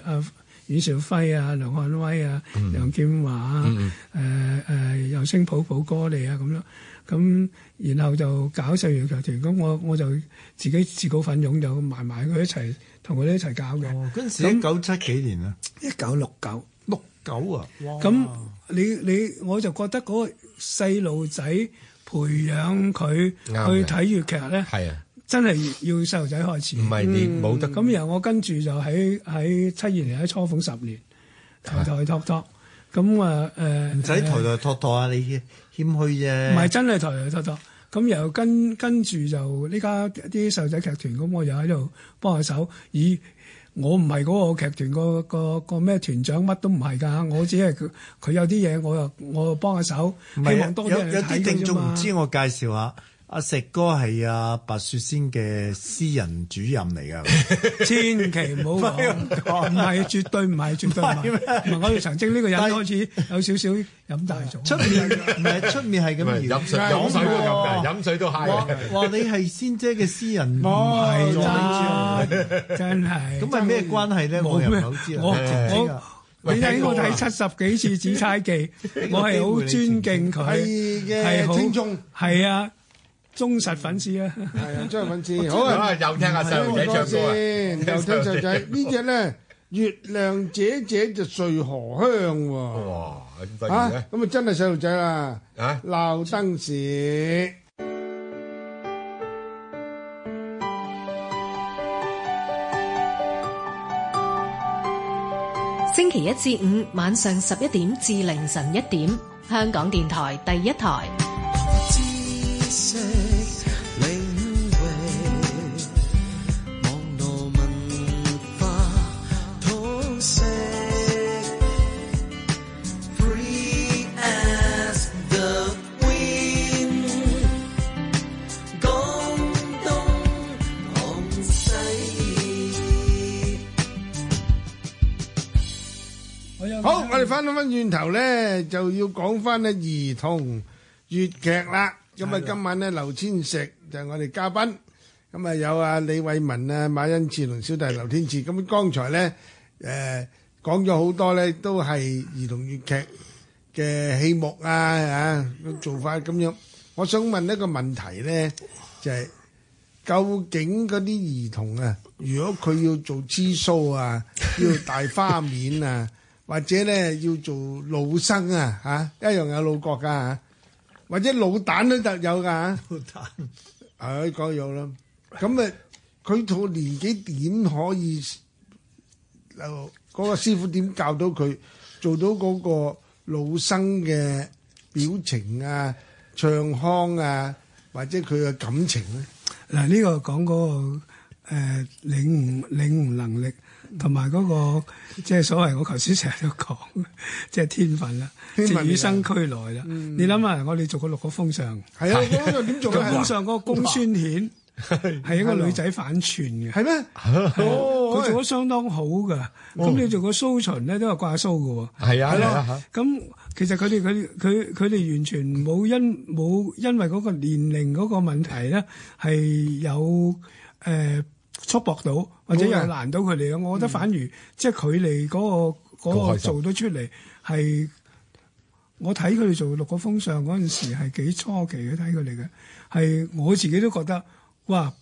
Speaker 4: 阮兆輝啊、梁漢威啊、
Speaker 5: 嗯
Speaker 4: 梁建華啊、誒誒又星普普哥利啊咁樣。咁然後就搞世越劇團，咁我我就自己自告奮勇就埋埋佢一齊，同佢哋一齊搞嘅。
Speaker 6: 嗰陣時一九七幾年啊，
Speaker 4: 一九六九，
Speaker 6: 哦六九啊，
Speaker 4: 咁你你我就覺得嗰個細路仔培養佢去
Speaker 5: 啱嘅
Speaker 4: 睇粵劇咧，
Speaker 5: 係啊，
Speaker 4: 真係要細路仔開始。
Speaker 5: 唔係你冇
Speaker 6: 嗯
Speaker 5: 得
Speaker 4: 咁然後我跟住就喺喺七二年喺初逢十年台台托托，咁啊誒
Speaker 6: 啊唔使抬抬托托啊，你謙虛啫。
Speaker 4: 唔係真係台台托托。咁然後跟跟住就呢家啲細路仔劇團，咁我又喺度幫下手。咦，我唔係嗰個劇團個個個咩團長，乜都唔係㗎。我只係佢佢有啲嘢，我又我又幫下手，
Speaker 6: 唔
Speaker 4: 希
Speaker 6: 係啊
Speaker 4: 望多
Speaker 6: 有
Speaker 4: 啲
Speaker 6: 有
Speaker 4: 人睇
Speaker 6: 啲
Speaker 4: 佢
Speaker 6: 聽
Speaker 4: 啫
Speaker 6: 眾
Speaker 4: 嘛
Speaker 6: 唔。知我介紹下，阿石哥係阿白雪仙嘅私人主任 嚟㗎，
Speaker 4: 千祈唔好講，唔係絕對唔係，絕對唔係。唔係我哋曾經呢個人
Speaker 6: 但係
Speaker 4: 開始有少少飲大咗。
Speaker 6: 出面唔係出面係
Speaker 5: 唔係
Speaker 6: 咁搖
Speaker 5: 飲水
Speaker 3: 係
Speaker 5: 飲水都咁嘅，
Speaker 6: 喎
Speaker 5: 飲水都嗨
Speaker 6: 哇
Speaker 5: 嘅。
Speaker 6: 哇！你係仙姐嘅私人
Speaker 4: 係
Speaker 6: 助理主任
Speaker 4: 啦，真係。
Speaker 6: 咁係咩關係咧？我又唔係好知啊。
Speaker 4: 我
Speaker 6: 唔知啊
Speaker 4: 我你睇我睇七十幾次《紫釵記》，我係好尊敬佢，
Speaker 3: 係
Speaker 4: 係
Speaker 3: 嘅，
Speaker 4: 好
Speaker 3: 聽眾
Speaker 4: 係啊，忠實粉絲啊。
Speaker 3: 係啊，張粉絲，好啊，
Speaker 5: 啊，又聽下細路仔唱歌啊！
Speaker 3: 先，又聽細路仔呢只咧，月亮姐姐就睡荷香喎，
Speaker 5: 哇，咁得意
Speaker 3: 啊
Speaker 5: 咧，
Speaker 3: 咁啊哦真係細路仔啦，
Speaker 5: 啊！
Speaker 3: 鬧燈時。
Speaker 1: 星期一至五晚上十一點至凌晨一點，香港電台第一台。
Speaker 2: 知識領域，網絡文化通識，free as the wind，廣東廣西。
Speaker 4: 我有
Speaker 3: 好，我哋翻返翻轉頭咧，就要講翻咧兒童粵劇啦。咁啊，今晚咧劉千石就係我哋嘉賓，咁啊有啊李偉文啊、馬恩賜同小弟劉天賜。咁剛才咧誒講咗好多咧，都係兒童粵劇嘅戲目啊啊做法咁樣。我想問一個問題咧，就係、究竟嗰啲兒童啊，如果佢要做黐須啊， 要大花面啊，或者咧要做老生啊，嚇、一樣有老角噶、啊、或者老蛋都特有噶、啊，
Speaker 6: 好淡
Speaker 3: 係講有啦。咁啊，佢套年紀點可以就嗰、個師傅點教到佢做到嗰個老生嘅表情啊、唱腔啊，或者佢嘅感情咧？
Speaker 4: 嗱呢個講嗰個誒領悟領悟能力，同埋嗰個即係所謂我頭先成日都講，即係天分啦，即
Speaker 3: 天分嚟
Speaker 4: 係
Speaker 3: 㗎
Speaker 4: 與生俱來啦。你諗下，我哋做過六個風尚，
Speaker 3: 係啊，嗰個點做
Speaker 4: 六個風
Speaker 3: 咧？
Speaker 4: 尚嗰個公孫顯係一個女仔反串嘅。
Speaker 3: 係咩？哦
Speaker 4: 佢做得相當好噶，咁你做個蘇秦咧都係掛須嘅喎。
Speaker 5: 係啊，係
Speaker 4: 咯
Speaker 5: 啊，
Speaker 4: 咁其實佢哋佢佢佢哋完全冇因冇因為嗰個年齡嗰個問題咧係有誒、呃、束縛到或者
Speaker 3: 冇嘅
Speaker 4: 有難到佢哋嘅，我覺得反而、即係佢哋嗰個嗰、
Speaker 5: 好
Speaker 4: 個
Speaker 5: 開心
Speaker 4: 做得出嚟係。我睇佢哋做六個風尚嗰陣時係幾初期嘅，睇佢哋嘅係我自己都覺得哇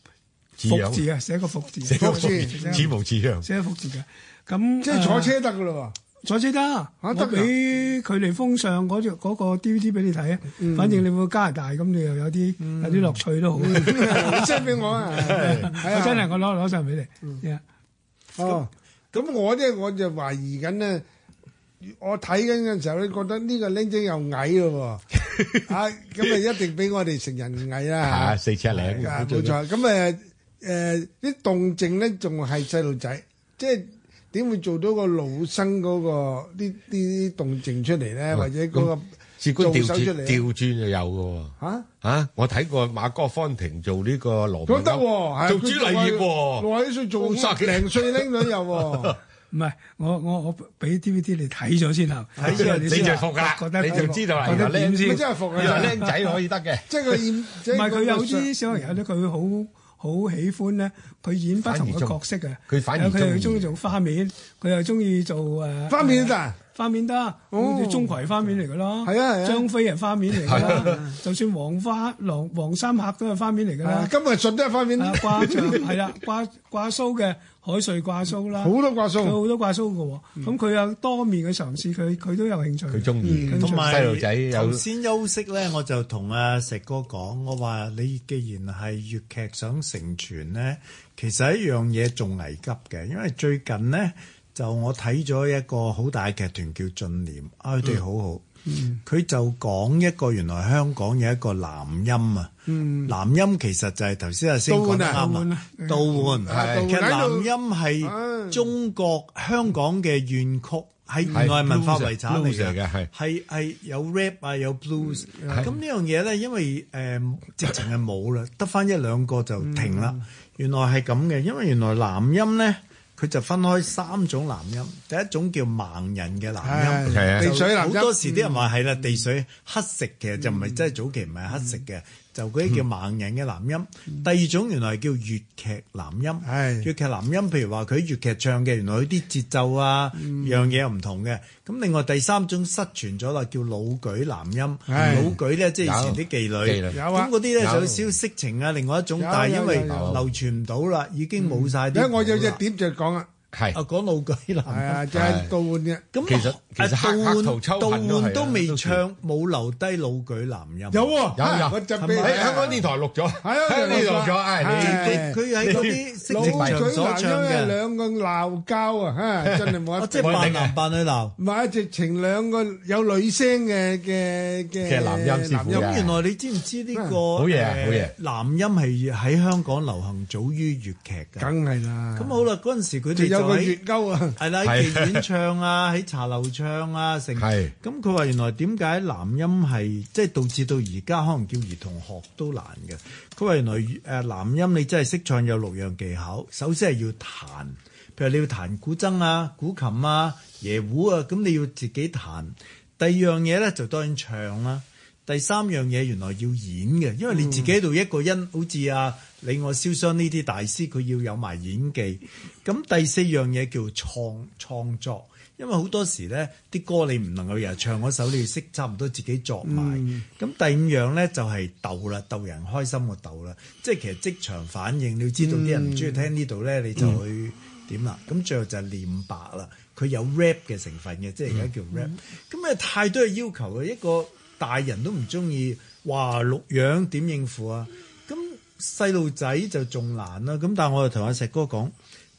Speaker 5: 似
Speaker 4: 福
Speaker 5: 樣
Speaker 4: 字啊，寫個福字，
Speaker 5: 寫個
Speaker 3: 福 字
Speaker 4: 寫個
Speaker 5: 似模似樣。
Speaker 4: 寫福字嘅。咁
Speaker 3: 即係坐
Speaker 4: 呃
Speaker 3: 車得噶咯
Speaker 4: 坐車得，
Speaker 5: 啊
Speaker 4: 我
Speaker 3: 得㗎
Speaker 4: 俾佢哋封上嗰條嗰個 DVD 俾你睇啊。
Speaker 5: 嗯
Speaker 4: 反正你會加拿大咁，你又有啲有啲樂趣都好。
Speaker 3: 喎，你 send 俾我啊！係
Speaker 4: 我
Speaker 3: 啊
Speaker 4: 真係我攞攞上俾
Speaker 5: 嗯
Speaker 4: 你。Yeah，
Speaker 3: 哦，咁我咧我就懷疑緊咧，我睇緊嘅時候咧，覺得呢個僆仔又矮咯喎，啊咁啊一定比我哋成人矮啦
Speaker 5: 啊，
Speaker 3: 嚇
Speaker 5: 四尺零，
Speaker 3: 啊冇錯。咁誒誒啲動靜咧仲係細路仔，即係點會做到個老生嗰個呢啲動靜出嚟咧，或者嗰個
Speaker 5: 士官調
Speaker 3: 做手出嚟
Speaker 5: 轉
Speaker 3: 啊
Speaker 5: 調轉就有嘅喎。
Speaker 3: 嚇？
Speaker 5: 啊！我睇過馬哥方婷做呢個羅
Speaker 3: 咁
Speaker 5: 賓
Speaker 3: 得喎，
Speaker 5: 歐
Speaker 3: 係
Speaker 5: 做朱麗葉
Speaker 3: 佢
Speaker 5: 喎，
Speaker 3: 六十幾歲做
Speaker 5: 五十
Speaker 3: 十
Speaker 5: 幾
Speaker 3: 零歲拎女又喎，
Speaker 4: 唔係我我我俾 DVD 你睇咗先後，
Speaker 6: 睇咗
Speaker 4: 之後
Speaker 5: 你
Speaker 4: 先
Speaker 5: 就
Speaker 4: 話
Speaker 5: 服㗎啦
Speaker 4: 覺得，
Speaker 5: 你就知道啦。
Speaker 4: 覺
Speaker 5: 原
Speaker 4: 得
Speaker 5: 來
Speaker 4: 點
Speaker 5: 僆
Speaker 4: 先
Speaker 3: 咪？真係服
Speaker 5: 原來
Speaker 3: 嘅，
Speaker 5: 僆仔可以得嘅，
Speaker 3: 即係佢染，即
Speaker 4: 唔
Speaker 3: 係
Speaker 4: 係佢有啲小朋友咧，佢好好喜歡咧，佢演不同嘅角色嘅。
Speaker 5: 佢反而
Speaker 4: 有
Speaker 5: 鍾
Speaker 4: 佢又中意
Speaker 5: 意
Speaker 4: 做花面，佢又中意做誒
Speaker 3: 花面都得啊，
Speaker 4: 花面得，好似鍾馗花面嚟噶啦，
Speaker 3: 係啊係啊
Speaker 4: 張飛係花面嚟噶啦，就算黃花黃黃三客都係花面嚟噶
Speaker 3: 啊
Speaker 4: 啦，
Speaker 3: 今日順德花面
Speaker 4: 啊掛像係啦，掛掛須嘅海瑞掛須啦，
Speaker 3: 好多嗯掛
Speaker 4: 佢
Speaker 3: 數，
Speaker 4: 好多掛須嘅喎，咁佢有多面嘅嘗試，佢佢都有興趣。
Speaker 5: 佢中意
Speaker 4: 嗯
Speaker 6: 同埋
Speaker 5: 細路仔有
Speaker 6: 頭先休息咧，我就同阿石哥講，我話你既然係粵劇想成傳咧，其實一樣嘢仲危急嘅，因為最近咧就我睇咗一個好大嘅劇團叫進念，啊佢哋好好，佢、就講一個原來香港有一個南音啊，南音其實就係頭先阿星講得
Speaker 3: 杜
Speaker 6: 啱啊，杜煥，
Speaker 3: 係
Speaker 6: 其
Speaker 3: 杜
Speaker 6: 實
Speaker 3: 煥喺
Speaker 6: 南
Speaker 3: 度
Speaker 6: 音係
Speaker 3: 唉
Speaker 6: 中國香港嘅怨曲。喺原來係文化遺產嚟
Speaker 5: blues 嚟嘅係
Speaker 6: 係係有 rap 啊，有 blues。咁呢樣嘢咧，因為誒、直情係冇啦，得翻一兩個就停啦。原來係咁嘅，因為原來男音咧，佢就分開三種男音。第一種叫盲人嘅男音，
Speaker 5: 係啊
Speaker 3: 地
Speaker 6: 就
Speaker 3: 水
Speaker 6: 好
Speaker 3: 南音
Speaker 6: 多時啲人話係啦，地水乞食其實就唔係真係早期唔係乞食嘅，就嗰啲叫盲人嘅男音。第二種原來係叫粵劇男音。
Speaker 3: 係
Speaker 6: 粵劇男音，譬如話佢粵劇唱嘅，原來佢啲節奏啊，樣嘢又唔同嘅。咁另外第三種失傳咗啦，叫老舉男音。
Speaker 3: 係
Speaker 6: 老舉咧，即係以前啲妓
Speaker 5: 有
Speaker 6: 女
Speaker 5: 妓。女
Speaker 3: 有啊
Speaker 6: 咁嗰啲咧就
Speaker 5: 有
Speaker 6: 有少少色情啊，另外一種，
Speaker 3: 有
Speaker 6: 但係因為
Speaker 3: 有有有
Speaker 6: 流傳唔到啦，已經冇晒啲
Speaker 3: 因為
Speaker 6: 譜啦。
Speaker 3: 我有隻碟就講啦，
Speaker 5: 係
Speaker 6: 啊，講老舉男
Speaker 3: 係
Speaker 6: 音。
Speaker 3: 啊，就係杜煥嘅，
Speaker 6: 咁
Speaker 5: 其實其實黑黑桃秋
Speaker 6: 杜
Speaker 5: 恨都係啊
Speaker 6: 煥都未
Speaker 5: 都算
Speaker 6: 唱，冇留低老舉男音。
Speaker 3: 有喎，
Speaker 5: 有
Speaker 3: 啊
Speaker 5: 有
Speaker 3: 我就俾
Speaker 5: 喺香港電台錄咗，
Speaker 3: 啊
Speaker 5: 香港電台錄咗，唉，
Speaker 6: 佢佢喺嗰 啲色
Speaker 3: 老
Speaker 6: 情場
Speaker 3: 嘴
Speaker 6: 所
Speaker 3: 男
Speaker 6: 唱
Speaker 3: 因為
Speaker 6: 嘅，
Speaker 3: 兩個鬧交啊，嚇真係冇
Speaker 6: 哦
Speaker 3: 得
Speaker 6: 即係
Speaker 5: 我
Speaker 6: 扮
Speaker 5: 明啊
Speaker 6: 男 扮女鬧。
Speaker 3: 唔係直情兩個有女聲嘅嘅嘅
Speaker 5: 嘅男音師傅
Speaker 6: 咁
Speaker 5: 嘅
Speaker 6: 原來你知唔知呢個
Speaker 5: 好嘢啊
Speaker 6: 誒
Speaker 5: 好嘢
Speaker 6: 男音係喺香港流行早於粵劇㗎。
Speaker 3: 梗係啦。
Speaker 6: 咁好啦，嗰陣時佢
Speaker 3: 仲
Speaker 6: 哋就
Speaker 3: 有個
Speaker 6: 喺
Speaker 3: 月勾啊，
Speaker 6: 係啦，喺
Speaker 5: 係
Speaker 6: 妓院唱啊，喺茶樓 唱啊，成
Speaker 5: 係
Speaker 6: 咁佢話原來點解男音係即係導致到而家可能叫兒童學都難嘅。佢話原來誒呃男音你真係識唱有六樣技巧，首先係要彈，譬如你要彈古箏啊、古琴啊、椰胡啊，咁你要自己彈。第二樣嘢咧就當然唱啦。第三樣嘢原來要演嘅，因為你自己喺度一個人，好似啊你我蕭湘呢啲大師，佢要有埋演技。咁第四樣嘢叫創創作，因為好多時咧啲歌你唔能夠日日唱嗰首，你要識差唔多自己作埋。咁、第五樣咧就係鬥啦，鬥人開心個鬥啦，即係其實即場反應，你要知道啲人唔中意聽呢度咧，你就去。點啦？咁最後就係念白啦，佢有 rap 嘅成分嘅，即係而家叫 rap。咁啊、太多嘅要求嘅，一個大人都唔中意，哇六樣點應付啊？咁細路仔就仲難啦。咁但係我就同阿石哥講，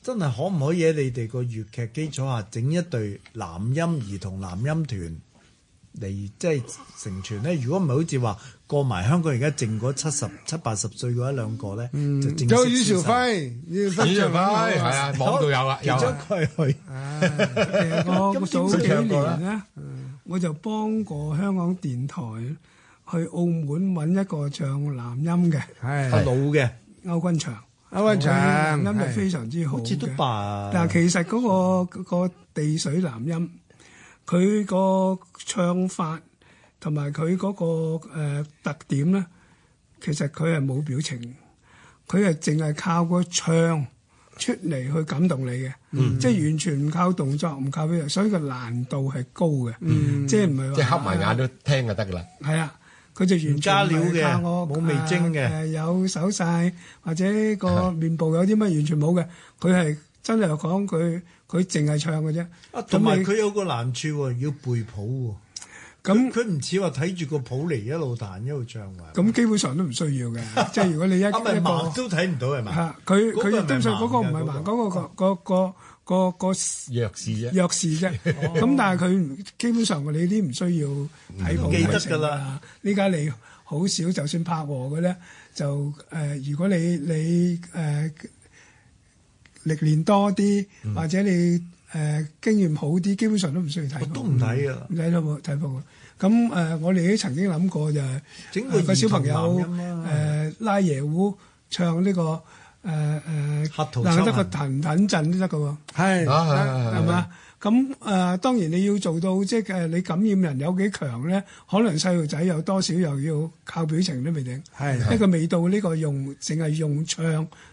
Speaker 6: 真係可唔可以喺你哋個粵劇基礎下整一隊男音兒童男音團？嚟即係成全咧，如果唔係好似話過埋香港而家剩嗰七十七八十歲嗰一兩個咧，
Speaker 4: 嗯
Speaker 6: 就正式
Speaker 3: 有阮
Speaker 6: 消
Speaker 3: 兆輝，阮
Speaker 5: 阮
Speaker 6: 失
Speaker 5: 兆
Speaker 3: 兆輝
Speaker 5: 輝係啊，網度有啊，
Speaker 6: 其
Speaker 5: 有
Speaker 6: 中
Speaker 5: 啊
Speaker 6: 一個係佢。
Speaker 4: 我早幾
Speaker 5: 佢唱過啦
Speaker 4: 年咧，
Speaker 3: 嗯
Speaker 4: 我就幫過香港電台去澳門揾一個唱男音嘅
Speaker 6: 阿
Speaker 3: 係
Speaker 6: 老嘅，
Speaker 4: 歐君祥，
Speaker 3: 歐君祥
Speaker 4: 佢音係
Speaker 3: 係
Speaker 4: 非常之好
Speaker 6: 好似都
Speaker 4: 嘅
Speaker 6: 扮
Speaker 4: 但係其實嗰、個嗰個地水南音，佢個唱法同埋佢嗰個、呃、特點咧，其實佢係冇表情，佢係淨係靠個唱出嚟去感動你嘅，即係完全唔靠動作，唔靠表情，所以個難度係高嘅，即係唔係話啊
Speaker 5: 即係黑埋眼都聽就得㗎啦。
Speaker 4: 係啊，佢就完全
Speaker 6: 加料
Speaker 4: 唔係
Speaker 6: 嘅
Speaker 4: 靠我
Speaker 6: 冇味精嘅嗯
Speaker 4: 啊誒有手勢或者個面部有啲乜完全冇嘅，佢係真係講佢佢淨係唱嘅啫。
Speaker 6: 啊，同
Speaker 4: 咁
Speaker 6: 埋
Speaker 4: 你
Speaker 6: 佢有個難處喎，要背譜喎。咁
Speaker 4: 咁
Speaker 6: 佢唔似話睇住個譜嚟一路彈一路唱喎。
Speaker 4: 咁基本上都唔需要 嘅，即係如果你一一
Speaker 6: 啊，咪盲
Speaker 4: 個
Speaker 6: 都睇唔到係嘛
Speaker 4: 嚇？佢
Speaker 6: 嗰個係咪
Speaker 4: 佢基本上嗰個唔係盲，
Speaker 6: 盲
Speaker 4: 嗰
Speaker 6: 㗎
Speaker 4: 個個個個個
Speaker 5: 弱視啫，
Speaker 4: 弱視啫。
Speaker 6: 哦
Speaker 4: 咁但係佢基本上你啲唔需要睇譜
Speaker 6: 記得
Speaker 4: 睇成啊
Speaker 6: 㗎啦。
Speaker 4: 呢家你好少，就算拍和嘅咧，就誒、呃如果你你誒、呃、歷練多啲，
Speaker 6: 嗯
Speaker 4: 或者你誒、呃、經驗好啲，基本上都唔需要睇
Speaker 6: 我
Speaker 4: 譜。
Speaker 6: 都唔睇啊
Speaker 4: 唔睇
Speaker 6: 㗎啦
Speaker 4: 到冇睇譜。咁誒、呃我哋都曾經諗過就係、
Speaker 6: 整個
Speaker 4: 呃小朋友誒、
Speaker 6: 兒童男啊音啦
Speaker 4: 呃拉椰胡唱呢、個誒誒，
Speaker 6: 黑桃
Speaker 4: 但係
Speaker 6: 秋
Speaker 4: 得個
Speaker 6: 恨
Speaker 4: 騰騰震都得㗎喎。
Speaker 3: 係
Speaker 4: à,
Speaker 5: 啊係係係
Speaker 4: 係嘛？咁誒、呃、當然你要做到即係誒你感染人有幾強咧，可能細路仔有多少又要靠表情都未定。
Speaker 3: 係
Speaker 4: 一個味道呢個用淨係用唱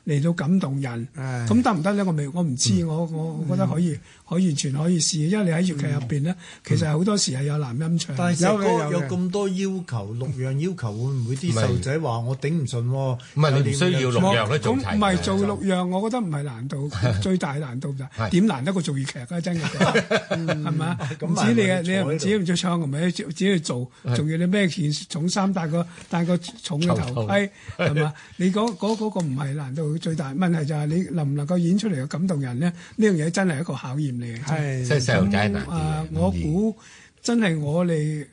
Speaker 4: 嚟到感動人，
Speaker 3: 係嗯
Speaker 4: 咁得唔得咧？我未我唔知，我我我覺得可以，可以完全可以試，因為你喺粵劇入邊咧，其實好多時係有男音唱。
Speaker 6: 但係石
Speaker 3: 嗯有
Speaker 6: 哥
Speaker 3: 嘅
Speaker 6: 有
Speaker 3: 有嘅
Speaker 6: 咁多要求，六樣要求會唔會
Speaker 5: 唔
Speaker 6: 啲
Speaker 5: 係
Speaker 6: 細路仔話我頂唔順喎？
Speaker 5: 唔係
Speaker 6: 有
Speaker 5: 你唔
Speaker 6: 啲
Speaker 5: 需要
Speaker 6: 咁
Speaker 5: 六
Speaker 6: 樣
Speaker 5: 樣都做齊
Speaker 4: 咁
Speaker 5: 嘅
Speaker 4: 唔係做六樣，我覺得唔係難度，最大難度就
Speaker 5: 係
Speaker 4: 係點難得過做粵劇啊！真嘅，係嘛？
Speaker 6: 咁
Speaker 4: 唔止你
Speaker 6: 咪
Speaker 4: 啊，
Speaker 6: 咪
Speaker 4: 你又
Speaker 6: 坐喺
Speaker 4: 唔
Speaker 6: 度
Speaker 4: 止唔做唱，唔係只只去做，仲要你孭件重衫，戴個戴個重嘅
Speaker 5: 頭
Speaker 4: 頭盔，係嘛？你嗰嗰嗰個唔係難度最大，問題就係你能唔能夠演出嚟嘅感動人咧？呢樣嘢真係一個考驗嚟嘅。真係
Speaker 5: 即係細路仔係難
Speaker 4: 咁啊
Speaker 5: 啲！嘅
Speaker 4: 我估真係我哋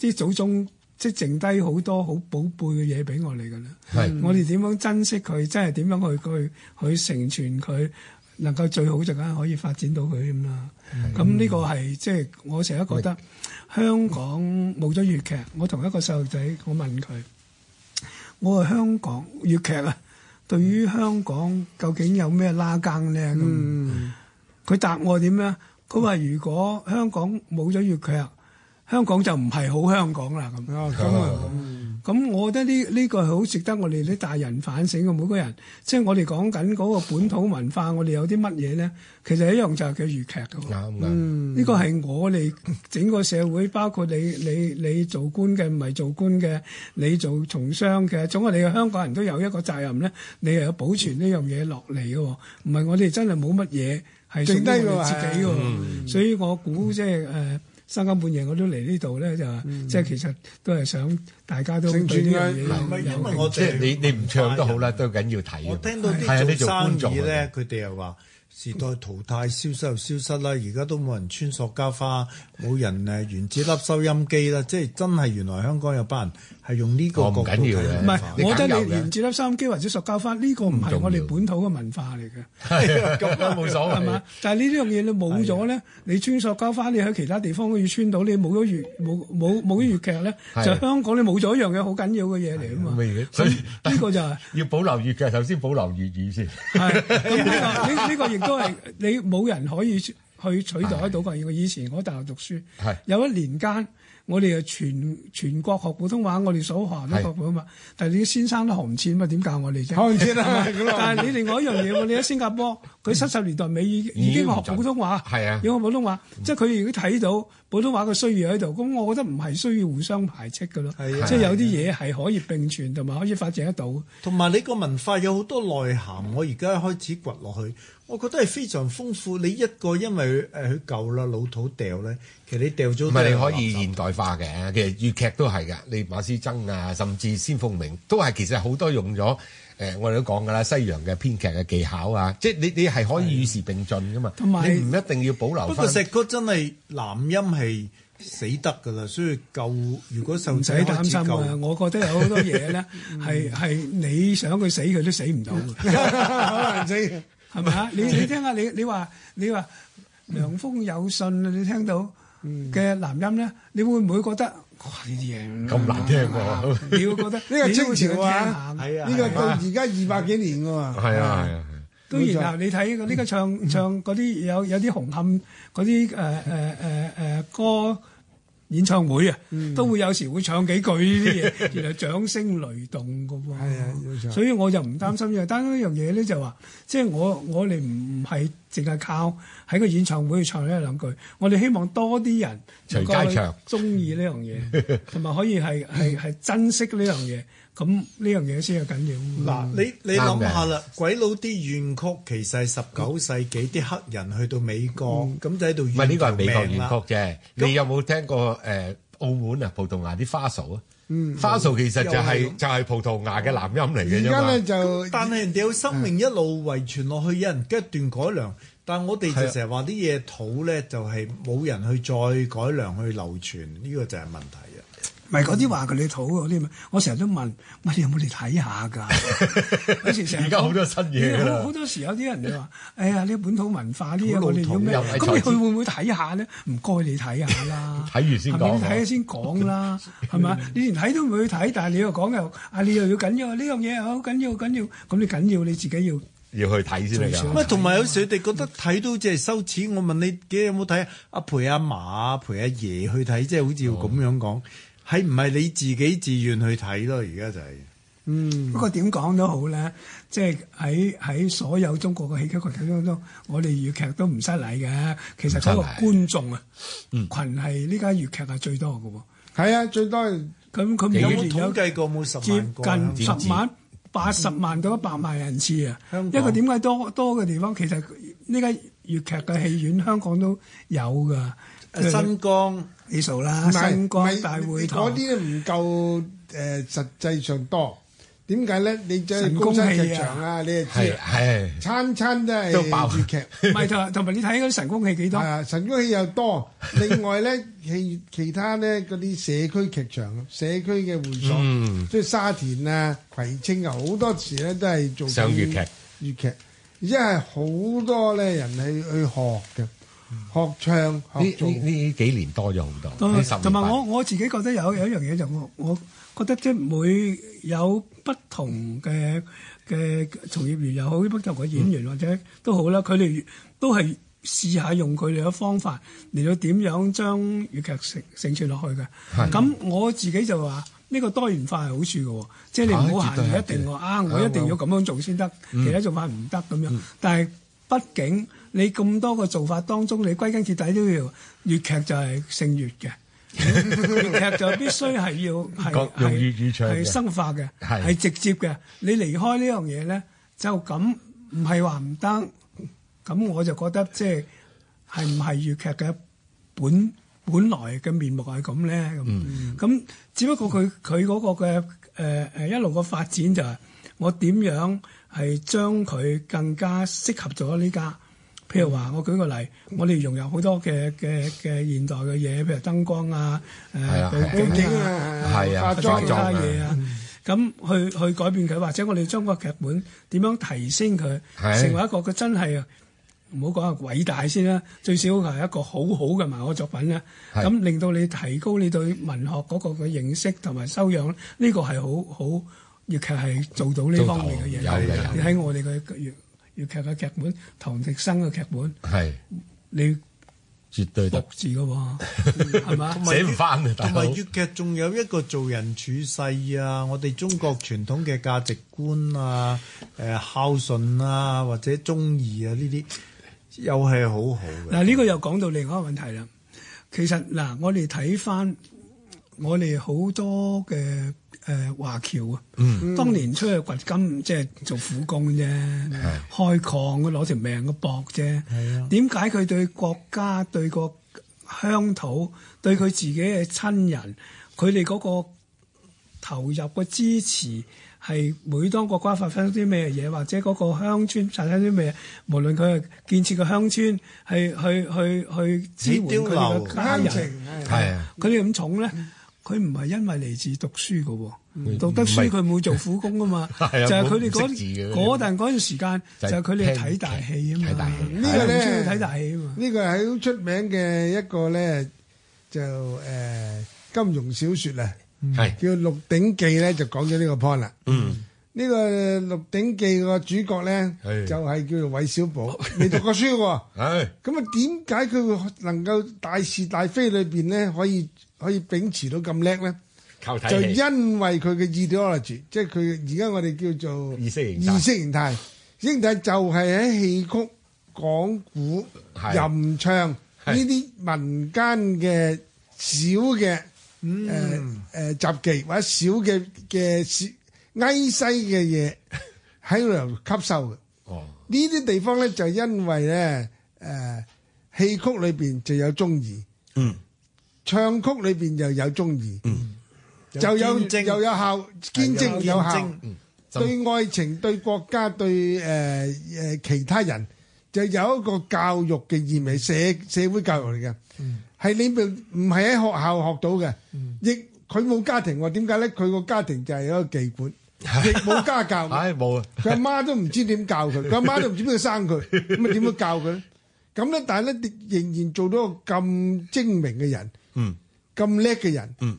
Speaker 4: 啲祖宗即係剩低好多好寶貝嘅嘢俾我哋㗎啦。
Speaker 5: 係
Speaker 4: 我哋點樣珍惜佢，真係點樣去去去成全佢，能夠最好就梗係可以發展到佢咁啦。咁呢個係即係我成日覺得香港冇咗粵劇，我同一個細路仔，我問佢：我話香港粵劇啊，對於香港究竟有咩拉更咧？咁佢答我點咧？佢話如果香港冇咗粵劇，香港就唔係好香港啦咁。
Speaker 3: 哦咁啊，
Speaker 4: 咁我覺得呢呢個係好值得我哋啲大人反省嘅，每個人即係我哋講緊嗰個本土文化，我哋有啲乜嘢咧？其實一樣就係叫粵劇嘅喎。
Speaker 5: 啱啱
Speaker 4: 呢個係我哋整個社會，包括你你你做官嘅，唔係做官嘅，你做從商嘅，總係你嘅香港人都有一個責任咧，你係有保存呢樣嘢落嚟嘅喎，唔係我哋真係冇乜嘢係屬
Speaker 3: 剩低
Speaker 4: 於
Speaker 3: 㗎
Speaker 4: 我
Speaker 3: 喎
Speaker 4: 哋自己嘅嗯喎，所以我估即係誒三更半夜我都嚟呢度咧，就話即係其實都係想大家都對
Speaker 3: 成全
Speaker 4: 呢樣
Speaker 3: 佢
Speaker 6: 唔係
Speaker 4: 嘢有
Speaker 6: 因為我
Speaker 5: 即係你你唔唱都好啦，都緊要
Speaker 6: 我
Speaker 5: 睇嘅。
Speaker 6: 聽到
Speaker 5: 係啊
Speaker 6: 啲
Speaker 5: 你
Speaker 6: 做
Speaker 5: 做觀眾
Speaker 6: 生意
Speaker 5: 啊
Speaker 6: 咧，佢哋又話時代淘汰，消失又消失啦，而家都冇人穿塑膠花，冇人誒原子粒收音機啦，即係真係原來香港有班人係用呢個
Speaker 5: 哦
Speaker 6: 角
Speaker 5: 唔
Speaker 6: 度
Speaker 5: 緊要嘅
Speaker 6: 睇
Speaker 4: 唔
Speaker 6: 文
Speaker 4: 係
Speaker 6: 化，
Speaker 5: 你
Speaker 4: 我覺得
Speaker 5: 梗有
Speaker 4: 你
Speaker 5: 嘅
Speaker 4: 原子粒收音機或者塑膠花呢個唔係我哋本土嘅文化嚟嘅。
Speaker 5: 咁都冇所
Speaker 4: 係嘛
Speaker 5: 謂。？
Speaker 4: 但係呢樣嘢你冇咗
Speaker 5: 啊
Speaker 4: 咧，你穿塑膠花，你喺其他地方可以穿到，你冇咗粵冇冇冇咗粵劇咧，
Speaker 5: 係
Speaker 4: 就香港你冇咗一樣嘢好緊要嘅嘢嚟啊嘛。
Speaker 5: 咪
Speaker 4: 咁
Speaker 5: 所以
Speaker 4: 呢個就係
Speaker 5: 要保留粵劇，首先保留粵語先。
Speaker 4: 係咁呢個呢呢個亦都係你冇人可以去取代得到嘅。我以前我喺大學讀書
Speaker 5: 係，
Speaker 4: 有一年間我哋係全全國學普通話，我哋所學都學普通話，但係你啲先生都學唔切嘛，點教我哋啫？
Speaker 3: 看先啦，咁
Speaker 4: 但
Speaker 3: 咯
Speaker 4: 係你另外一樣嘢喎，你喺新加坡，佢七十年代尾已已經學普通話，
Speaker 5: 係啊
Speaker 4: 要學普通話，即係佢哋已經睇到普通話嘅需要喺度。咁我覺得唔係需要互相排斥嘅咯，
Speaker 6: 係啊
Speaker 4: 即係有啲嘢係可以並存同埋可以發展得到。
Speaker 6: 同埋你個文化有好多內涵，我而家開始掘落去，我覺得係非常豐富。你一個因為誒佢舊啦，老土掉咧，其實你掉咗
Speaker 5: 唔
Speaker 6: 都
Speaker 5: 係
Speaker 6: 係
Speaker 5: 你可以
Speaker 6: 垃圾
Speaker 5: 現代化嘅，其實粵劇都係㗎，你馬師曾啊，甚至仙鳳鳴都係其實好多用咗誒、呃我哋都講㗎啦，西洋嘅編劇嘅技巧啊，即係你你係可以與時並進㗎嘛，
Speaker 4: 同埋
Speaker 5: 你唔一定要保留
Speaker 6: 不
Speaker 5: 翻
Speaker 6: 過。石哥真係男音係死得㗎啦，所以舊如果受
Speaker 4: 唔使擔心啊！我覺得有好多嘢 咧，係係你想佢死佢都死唔到嘅。
Speaker 3: 好難死。
Speaker 4: 係咪啊？你你聽下，你你話你話涼風有信，你聽到嘅男音咧，你會唔會覺得哇呢啲嘢
Speaker 5: 咁難聽喎
Speaker 4: 啊你會覺得呢
Speaker 3: 個清朝啊
Speaker 6: 係啊
Speaker 3: 呢個到而家二百幾年㗎喎，
Speaker 5: 係啊係啊，
Speaker 4: 都然後你睇呢個
Speaker 5: 嗯
Speaker 4: 唱唱嗰啲有有啲紅磡嗰啲誒呃誒誒誒歌演唱會啊，
Speaker 5: 嗯
Speaker 4: 都會有時會唱幾句呢啲 嘢，原來掌聲雷動㗎喎。
Speaker 3: 係啊要唱
Speaker 4: 所以我就唔擔心嘅。擔心一樣嘢咧就話，即係我我哋唔係淨係靠喺個演唱會去唱一兩句，我哋希望多啲人
Speaker 5: 隨街
Speaker 4: 能夠
Speaker 5: 唱
Speaker 4: 中意呢樣嘢，同埋可以係係係珍惜呢樣嘢。咁呢樣嘢先係緊要。
Speaker 6: 嗱，你你諗下啦，鬼佬啲怨曲其實係十九世紀啲黑人去到美國，
Speaker 4: 嗯
Speaker 6: 咁就喺度
Speaker 5: 唔係呢
Speaker 6: 怨
Speaker 5: 個係
Speaker 6: 條
Speaker 5: 美國
Speaker 6: 命啦。
Speaker 5: 粵曲啫。你有冇聽過誒、呃澳門啊葡萄牙啲花嫂啊？花嫂其實就係、
Speaker 6: 又係咁
Speaker 5: 就係葡萄牙嘅男音嚟
Speaker 3: 而
Speaker 5: 嘅啫
Speaker 3: 家咧
Speaker 5: 嘛。
Speaker 3: 就
Speaker 6: 但係人哋有生命一路遺傳落去，有人一段改良。但我哋就成日話啲嘢土咧，就係冇人去再改良去流傳，呢個就係問題啊！
Speaker 4: 唔係嗰啲話佢哋土嗰啲嘛，我成日都問，喂你有冇嚟睇下 㗎？有時成日
Speaker 5: 而家好
Speaker 4: 講
Speaker 5: 多新嘢㗎啦
Speaker 4: 好好多時有啲人就話，哎呀，呢本土文化啲嘢
Speaker 6: 土老
Speaker 4: 我哋要
Speaker 6: 土
Speaker 4: 咩？
Speaker 5: 又
Speaker 4: 咁
Speaker 5: 係
Speaker 4: 你
Speaker 5: 財
Speaker 4: 去
Speaker 5: 資，
Speaker 4: 會唔會睇下咧？唔該你睇下啦
Speaker 5: 睇完先講
Speaker 4: 係咪你睇下先講 啦，係咪？你連睇都唔會去睇，但係你又講又啊，你又要緊要呢樣嘢好緊要緊要，咁你緊要你自己要
Speaker 5: 要去睇先得
Speaker 6: 喂，
Speaker 5: 㗎。
Speaker 6: 啊同埋有時佢哋覺得睇到即係羞恥，我問你幾有冇睇阿陪阿嫲、阿陪阿爺去睇，即係好似要咁樣講，係唔係你自己自願去睇咯？而家就係、
Speaker 4: 不過點講都好咧，即係喺喺所有中國嘅戲劇群體當中，我哋粵劇都唔失禮嘅。其實嗰個
Speaker 5: 唔失禮
Speaker 4: 觀眾啊，群係呢家粵劇係最多嘅
Speaker 3: 係啊，最多
Speaker 4: 喎。咁佢每
Speaker 6: 有
Speaker 4: 年
Speaker 6: 冇
Speaker 4: 有
Speaker 6: 統計過冇十
Speaker 4: 接
Speaker 6: 萬個啊？
Speaker 4: 近十萬、八十萬到一百萬人次啊！
Speaker 6: 香港
Speaker 4: 一個點解多多嘅地方，其實呢家粵劇嘅戲院香港都有㗎。
Speaker 6: 新光
Speaker 4: 你數
Speaker 3: 唔
Speaker 4: 啦，
Speaker 3: 係
Speaker 4: 新
Speaker 3: 唔
Speaker 4: 光
Speaker 3: 係
Speaker 4: 大會
Speaker 3: 嗰
Speaker 4: 堂。
Speaker 3: 啲都唔夠誒實際上多。點解咧？你走去
Speaker 4: 神
Speaker 3: 高
Speaker 4: 功戲啊
Speaker 3: 山劇場啊，你就知
Speaker 5: 係
Speaker 3: 啦
Speaker 5: 係
Speaker 3: 餐餐都係
Speaker 5: 都爆
Speaker 3: 粵劇。
Speaker 4: 唔係同埋同埋你睇嗰啲神功戲幾多？
Speaker 3: 啊，神功戲又 多，另外咧，其其他咧嗰啲社區劇場、社區嘅會所，
Speaker 5: 嗯
Speaker 3: 即係沙田啊、葵青啊，好多時咧都係做
Speaker 5: 上粵劇。
Speaker 3: 粵劇而家係好多咧人去去學嘅，
Speaker 5: 嗯
Speaker 3: 學唱、學
Speaker 5: 呢
Speaker 3: 做。
Speaker 5: 呢呢幾年多咗好多，呢十年
Speaker 4: 同埋
Speaker 5: 八
Speaker 4: 我
Speaker 5: 年
Speaker 4: 我自己覺得有有一樣嘢就我我覺得即係每有不同嘅嘅從業員又好，不同嘅演員或者都好啦，佢哋都係試下用佢哋嘅方法嚟到點樣將粵劇承承傳落去嘅。咁我自己就話。呢個多元化係好處嘅喎，即係你唔
Speaker 5: 啊
Speaker 4: 好
Speaker 5: 絕對
Speaker 4: 限
Speaker 5: 係嗯
Speaker 4: 一定話啊，我一定要咁樣做先得，其他做法唔得咁樣。但係畢竟你咁多個做法當中，你歸根結底都要粵劇就係姓粵嘅。粵劇就必須係要係
Speaker 5: 講用粵語唱嘅
Speaker 4: 係生化嘅，
Speaker 5: 係
Speaker 4: 係直接嘅。你離開呢樣嘢咧，就咁唔係話唔得。咁我就覺得即係係唔係粵劇嘅本本來嘅面目係咁咧？咁
Speaker 5: 嗯
Speaker 4: 咁、只不過佢佢嗰個嘅誒誒一路嘅發展就係、我點樣係將佢更加適合咗呢家。譬如
Speaker 5: 嗯
Speaker 4: 話，我舉個例，我哋融入好多嘅嘅嘅現代嘅嘢，譬如燈光啊、誒、
Speaker 5: 係啊係啊
Speaker 4: 背
Speaker 3: 景
Speaker 4: 景啊。
Speaker 3: 啊，
Speaker 5: 係啊
Speaker 3: 化
Speaker 4: 或者
Speaker 5: 化
Speaker 4: 其
Speaker 3: 妝
Speaker 5: 妝
Speaker 4: 他
Speaker 3: 啊
Speaker 5: 啊
Speaker 4: 嘢啊，咁去去改變佢，或者我哋將個劇本點樣提升佢，
Speaker 5: 係
Speaker 4: 成為一個佢真係唔好講話偉大先啦，最少係一個好好嘅文學作品啦。
Speaker 5: 係
Speaker 4: 咁令到你提高你對文學嗰個嘅認識同埋修養，呢個係好好粵劇係做到呢方面嘅嘢
Speaker 5: 做到有嘅有嘅。
Speaker 4: 你睇我哋嘅粵粵劇嘅劇本，唐迪生嘅劇本，
Speaker 5: 係
Speaker 4: 你
Speaker 5: 絕
Speaker 4: 讀
Speaker 5: 對得，
Speaker 4: 字嘅喎，係嘛？
Speaker 5: 寫唔翻啊，大
Speaker 6: 同
Speaker 5: 佬
Speaker 6: 埋。粵劇仲有一個做人處世啊，我哋中國傳統嘅價值觀啊，誒、孝順啊，或者忠義啊呢啲，又係好好嘅。
Speaker 4: 嗱，呢個又講到另外一個問題啦。其實嗱，我哋睇翻我哋好多嘅誒、呃、華僑啊，
Speaker 3: 嗯
Speaker 4: 當年出去掘金，即係做苦工啫，開礦攞條命嘅搏啫。
Speaker 3: 啊
Speaker 4: 點解佢對國家、對個鄉土、對佢自己嘅親人，佢哋嗰個投入嘅支持係每當國家發生啲咩嘢，或者嗰個鄉村發生啲咩，無論佢係建設個鄉村，係去去去支援佢哋嘅家
Speaker 3: 鄉
Speaker 4: 人，
Speaker 3: 情係
Speaker 5: 係啊，
Speaker 4: 佢哋咁重咧，佢唔係因為嚟自讀書嘅喎。讀得書佢冇做苦工啊嘛，就
Speaker 5: 係啊
Speaker 4: 係佢哋
Speaker 5: 冇識字嘅
Speaker 4: 嗰嗰陣嗰陣時間，就
Speaker 5: 就係
Speaker 4: 係佢哋睇大戲啊嘛，
Speaker 5: 睇大戲
Speaker 4: 呢
Speaker 3: 呢個咧
Speaker 4: 睇大戲啊 嘛，
Speaker 3: 呢個係好出名嘅一個咧，就誒、金庸小説啊，
Speaker 5: 係
Speaker 3: 叫《鹿鼎記》咧，就講咗呢個 point 啦。嗯，呢個《鹿鼎記》個主角咧，
Speaker 5: 係
Speaker 3: 就係叫做韋小寶，未讀過書喎。
Speaker 5: 唉，
Speaker 3: 咁啊，點解佢會能夠大是大非裏邊咧，可以可以秉持到咁叻咧？
Speaker 5: 靠
Speaker 3: 就
Speaker 5: 睇戲，
Speaker 3: 因為佢嘅 ideology，即係佢而家我哋叫做
Speaker 5: 意識形態
Speaker 3: 意識形態，意識形態就係喺戲曲、講古、
Speaker 5: 係
Speaker 3: 吟唱呢
Speaker 5: 係
Speaker 3: 啲民間嘅小嘅
Speaker 5: 嗯
Speaker 3: 誒誒雜技或者小嘅嘅小埃西嘅 嘢喺度吸收嘅。
Speaker 5: 哦，
Speaker 3: 呢啲地方咧就因為咧誒戲曲裏邊就有中意，
Speaker 5: 嗯，
Speaker 3: 唱曲裏邊又有中意，嗯，就有
Speaker 6: 兼精
Speaker 3: 又有效兼
Speaker 6: 係有
Speaker 3: 精有效
Speaker 6: 兼，
Speaker 3: 對愛情、對國家、對誒誒其他人，就有一個教育嘅意味，社社會教育嚟嘅，係你唔唔係喺學校學到嘅，亦佢冇家庭喎，點解咧？佢個家庭就係一個妓館，亦冇家教。
Speaker 5: 唉冇啊，
Speaker 3: 佢阿媽都唔知點教佢，佢阿媽都唔知邊個 生佢，咁啊點樣教佢咧？咁咧，但係咧仍然做到一個咁精明嘅人，
Speaker 5: 嗯，
Speaker 3: 咁叻嘅人，
Speaker 5: 嗯，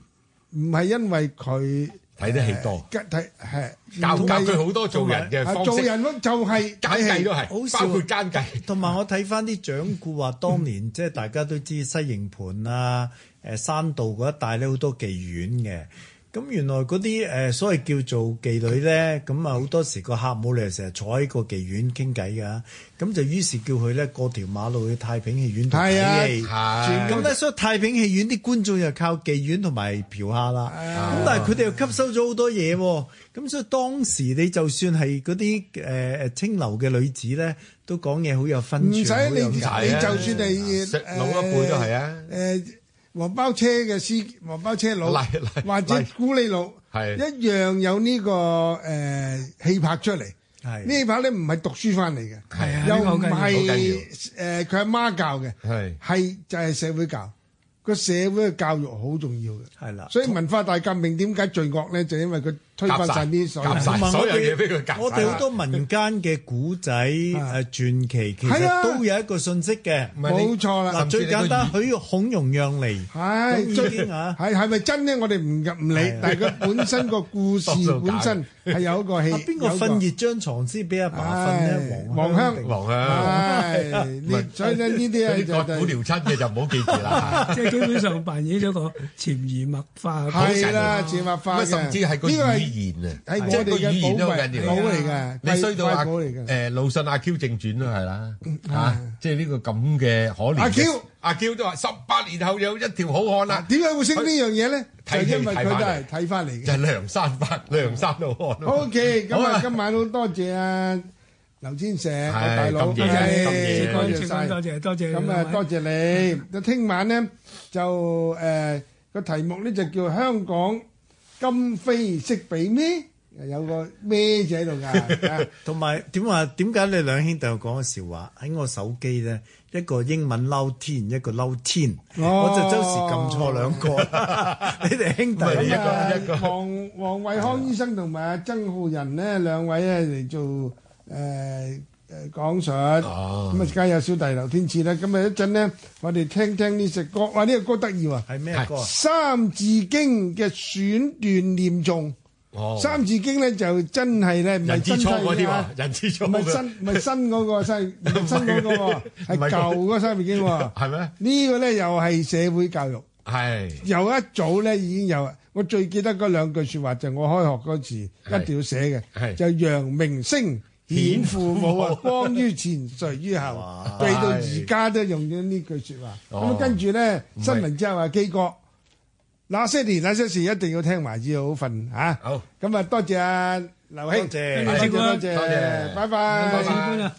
Speaker 3: 唔係因為佢
Speaker 5: 睇得戲多，
Speaker 3: 嘅睇係
Speaker 5: 教
Speaker 3: 同
Speaker 5: 教
Speaker 3: 埋
Speaker 5: 佢好多做人嘅
Speaker 3: 啊
Speaker 5: 方
Speaker 3: 做
Speaker 5: 式，
Speaker 3: 人咯，就係睇
Speaker 5: 奸計
Speaker 3: 戲
Speaker 5: 都
Speaker 6: 好
Speaker 5: 係，
Speaker 6: 笑
Speaker 5: 包括奸計。
Speaker 6: 同埋我睇翻啲掌故話，當
Speaker 5: 嗯
Speaker 6: 年即係大家都知西營盤啊、誒山道嗰一帶咧好多妓院嘅。咁原來嗰啲誒所謂叫做妓女咧，咁啊好多時個客冇理由成日坐喺個妓院傾偈㗎，咁就於是叫佢咧過條馬路去太平戲院度睇戲。
Speaker 5: 係啊係
Speaker 6: 咁咧，所以太平戲院啲觀眾又靠妓院同埋嫖客啦。
Speaker 3: 啊
Speaker 6: 咁但係佢哋又吸收咗好多嘢喎。咁所以當時你就算係嗰啲呃誒誒清流嘅女子咧，都講嘢好有分寸，
Speaker 3: 唔使你
Speaker 6: 好有
Speaker 3: 你就
Speaker 5: 解
Speaker 3: 算
Speaker 5: 啊
Speaker 3: 係
Speaker 5: 食老一輩都係啊
Speaker 3: 誒黃包車嘅司黃包 車佬，
Speaker 5: 嚟嚟
Speaker 3: 或者
Speaker 5: 嚟
Speaker 3: 古利佬，
Speaker 5: 係
Speaker 3: 一樣有呢個誒氣魄出嚟。
Speaker 6: 係
Speaker 3: 呢氣魄咧唔係讀書翻嚟嘅，
Speaker 4: 係啊，
Speaker 3: 又
Speaker 4: 呢個好
Speaker 3: 唔
Speaker 4: 緊要
Speaker 5: 好緊
Speaker 3: 係誒
Speaker 5: 要
Speaker 3: 佢阿媽教嘅，
Speaker 5: 係
Speaker 3: 係就係社會教。個社會嘅教育好重要嘅，
Speaker 6: 係啦
Speaker 3: 所以文化大革命點解罪惡咧？就因為佢推翻
Speaker 5: 夾晒
Speaker 3: 晒呢啲所有
Speaker 5: 夾晒
Speaker 6: 同埋我哋
Speaker 5: 所有嘢俾佢夾晒
Speaker 6: 我哋好多民間嘅古仔誒傳奇，其
Speaker 3: 啊係啊
Speaker 6: 實都有一個信息嘅。
Speaker 5: 唔係你
Speaker 3: 冇錯啦
Speaker 6: 嗱，最簡單，佢要孔融讓梨。
Speaker 3: 係
Speaker 6: 咁
Speaker 3: 最
Speaker 6: 已經啊
Speaker 3: 係係咪真咧？我哋唔入唔理，但係佢本身個故事
Speaker 5: 多數假
Speaker 3: 本身係有一個戲
Speaker 6: 啊，，邊個
Speaker 3: 有一個
Speaker 6: 瞓熱張床先俾阿爸瞓
Speaker 3: 唉
Speaker 6: 咧？
Speaker 3: 黃香
Speaker 6: 定
Speaker 5: 黃香，
Speaker 3: 唉
Speaker 5: 係
Speaker 3: 呢所以咧呢啲
Speaker 5: 嗰
Speaker 3: 咧
Speaker 5: 啲割
Speaker 3: 就
Speaker 5: 股
Speaker 3: 就
Speaker 5: 療親嘅就唔好記住 啦。
Speaker 4: 即係基本上扮演咗個潛移默化嘅角色。
Speaker 3: 係啦，字幕化
Speaker 5: 咁啊
Speaker 3: 嘅，
Speaker 5: 甚至係個語
Speaker 3: 呢個係
Speaker 5: 言啊，
Speaker 3: 係
Speaker 5: 即
Speaker 3: 我
Speaker 5: 係個
Speaker 3: 哋
Speaker 5: 語言
Speaker 3: 嘅寶
Speaker 5: 都好
Speaker 3: 貴
Speaker 5: 緊
Speaker 3: 寶
Speaker 5: 要
Speaker 3: 嚟嘅，
Speaker 5: 你衰到
Speaker 3: 貴
Speaker 5: 阿
Speaker 3: 寶嚟嘅。
Speaker 5: 誒魯迅阿 Q 正傳都係啦，嚇，即係呢個咁嘅可憐嘅。
Speaker 3: 阿 Q
Speaker 5: 阿 Q 都話十八年後有一條好漢啦
Speaker 3: 嗱，，點解會升呢樣嘢咧？就
Speaker 5: 睇戲
Speaker 3: 因為佢
Speaker 5: 睇
Speaker 3: 都
Speaker 5: 返嚟
Speaker 3: 係睇翻嚟嘅
Speaker 5: 就。係梁山伯、梁山好漢。
Speaker 3: O K，咁
Speaker 5: 好
Speaker 3: 啊，
Speaker 5: 啊
Speaker 3: 今晚好多謝啊劉千石，我大佬，
Speaker 5: 咁夜
Speaker 3: 係
Speaker 5: 咁夜
Speaker 3: 多
Speaker 4: 多
Speaker 3: 謝晒
Speaker 4: 謝，多謝多謝。
Speaker 3: 咁啊，多謝你。咁聽晚咧就誒個題目咧就叫香港今非昔比咩？有個咩字喺度㗎？啊
Speaker 6: 同埋點話？點解你兩兄弟講個笑話？喺我手機咧，一個英文嬲天，一個嬲天，
Speaker 3: 哦
Speaker 6: 我就周時撳錯兩個。 你哋兄弟
Speaker 5: 咪
Speaker 3: 咁
Speaker 5: 一個
Speaker 3: 啊
Speaker 5: 一個
Speaker 3: 黃黃惠康醫生同埋阿曾浩仁呢兩位咧嚟做誒誒講述，咁啊
Speaker 5: 哦
Speaker 3: 梗係有小弟劉天賜啦。咁啊一陣呢，我哋聽聽呢隻歌，哇！呢個歌得意喎，
Speaker 6: 係咩歌
Speaker 3: 《
Speaker 6: 啊？
Speaker 3: 三字經》嘅選段念誦，
Speaker 5: 哦
Speaker 3: 《三字經》咧就真係咧唔係
Speaker 5: 人之
Speaker 3: 真
Speaker 5: 初
Speaker 3: 係
Speaker 5: 嗰啲
Speaker 3: 啊
Speaker 5: 喎，人之初
Speaker 3: 唔係
Speaker 5: 嘅
Speaker 3: 新唔係新嗰 個西，唔係新嗰個喎，係
Speaker 5: 唔係嗰
Speaker 3: 舊嗰《三字經》喎。
Speaker 5: 係咩？
Speaker 3: 呢個咧又係社會教育。
Speaker 5: 係
Speaker 3: 有一早咧已經有，我最記得嗰兩句説話就係我開學嗰時
Speaker 5: 係
Speaker 3: 一定要寫嘅，
Speaker 5: 係
Speaker 3: 就揚明星顯父母啊
Speaker 5: 顯，
Speaker 3: 光於前垂於後，
Speaker 6: 哇
Speaker 3: 對到而家都用咗呢句説話。咁啊
Speaker 5: 哦
Speaker 3: 跟住咧
Speaker 5: 唔係
Speaker 3: 新聞之後啊，基哥那些年那些事一定要聽埋至好瞓嚇。
Speaker 5: 好。
Speaker 3: 咁啊多謝啊劉兄，
Speaker 6: 多謝
Speaker 3: 多謝多謝，
Speaker 5: 多謝
Speaker 3: 拜
Speaker 4: 謝官啊。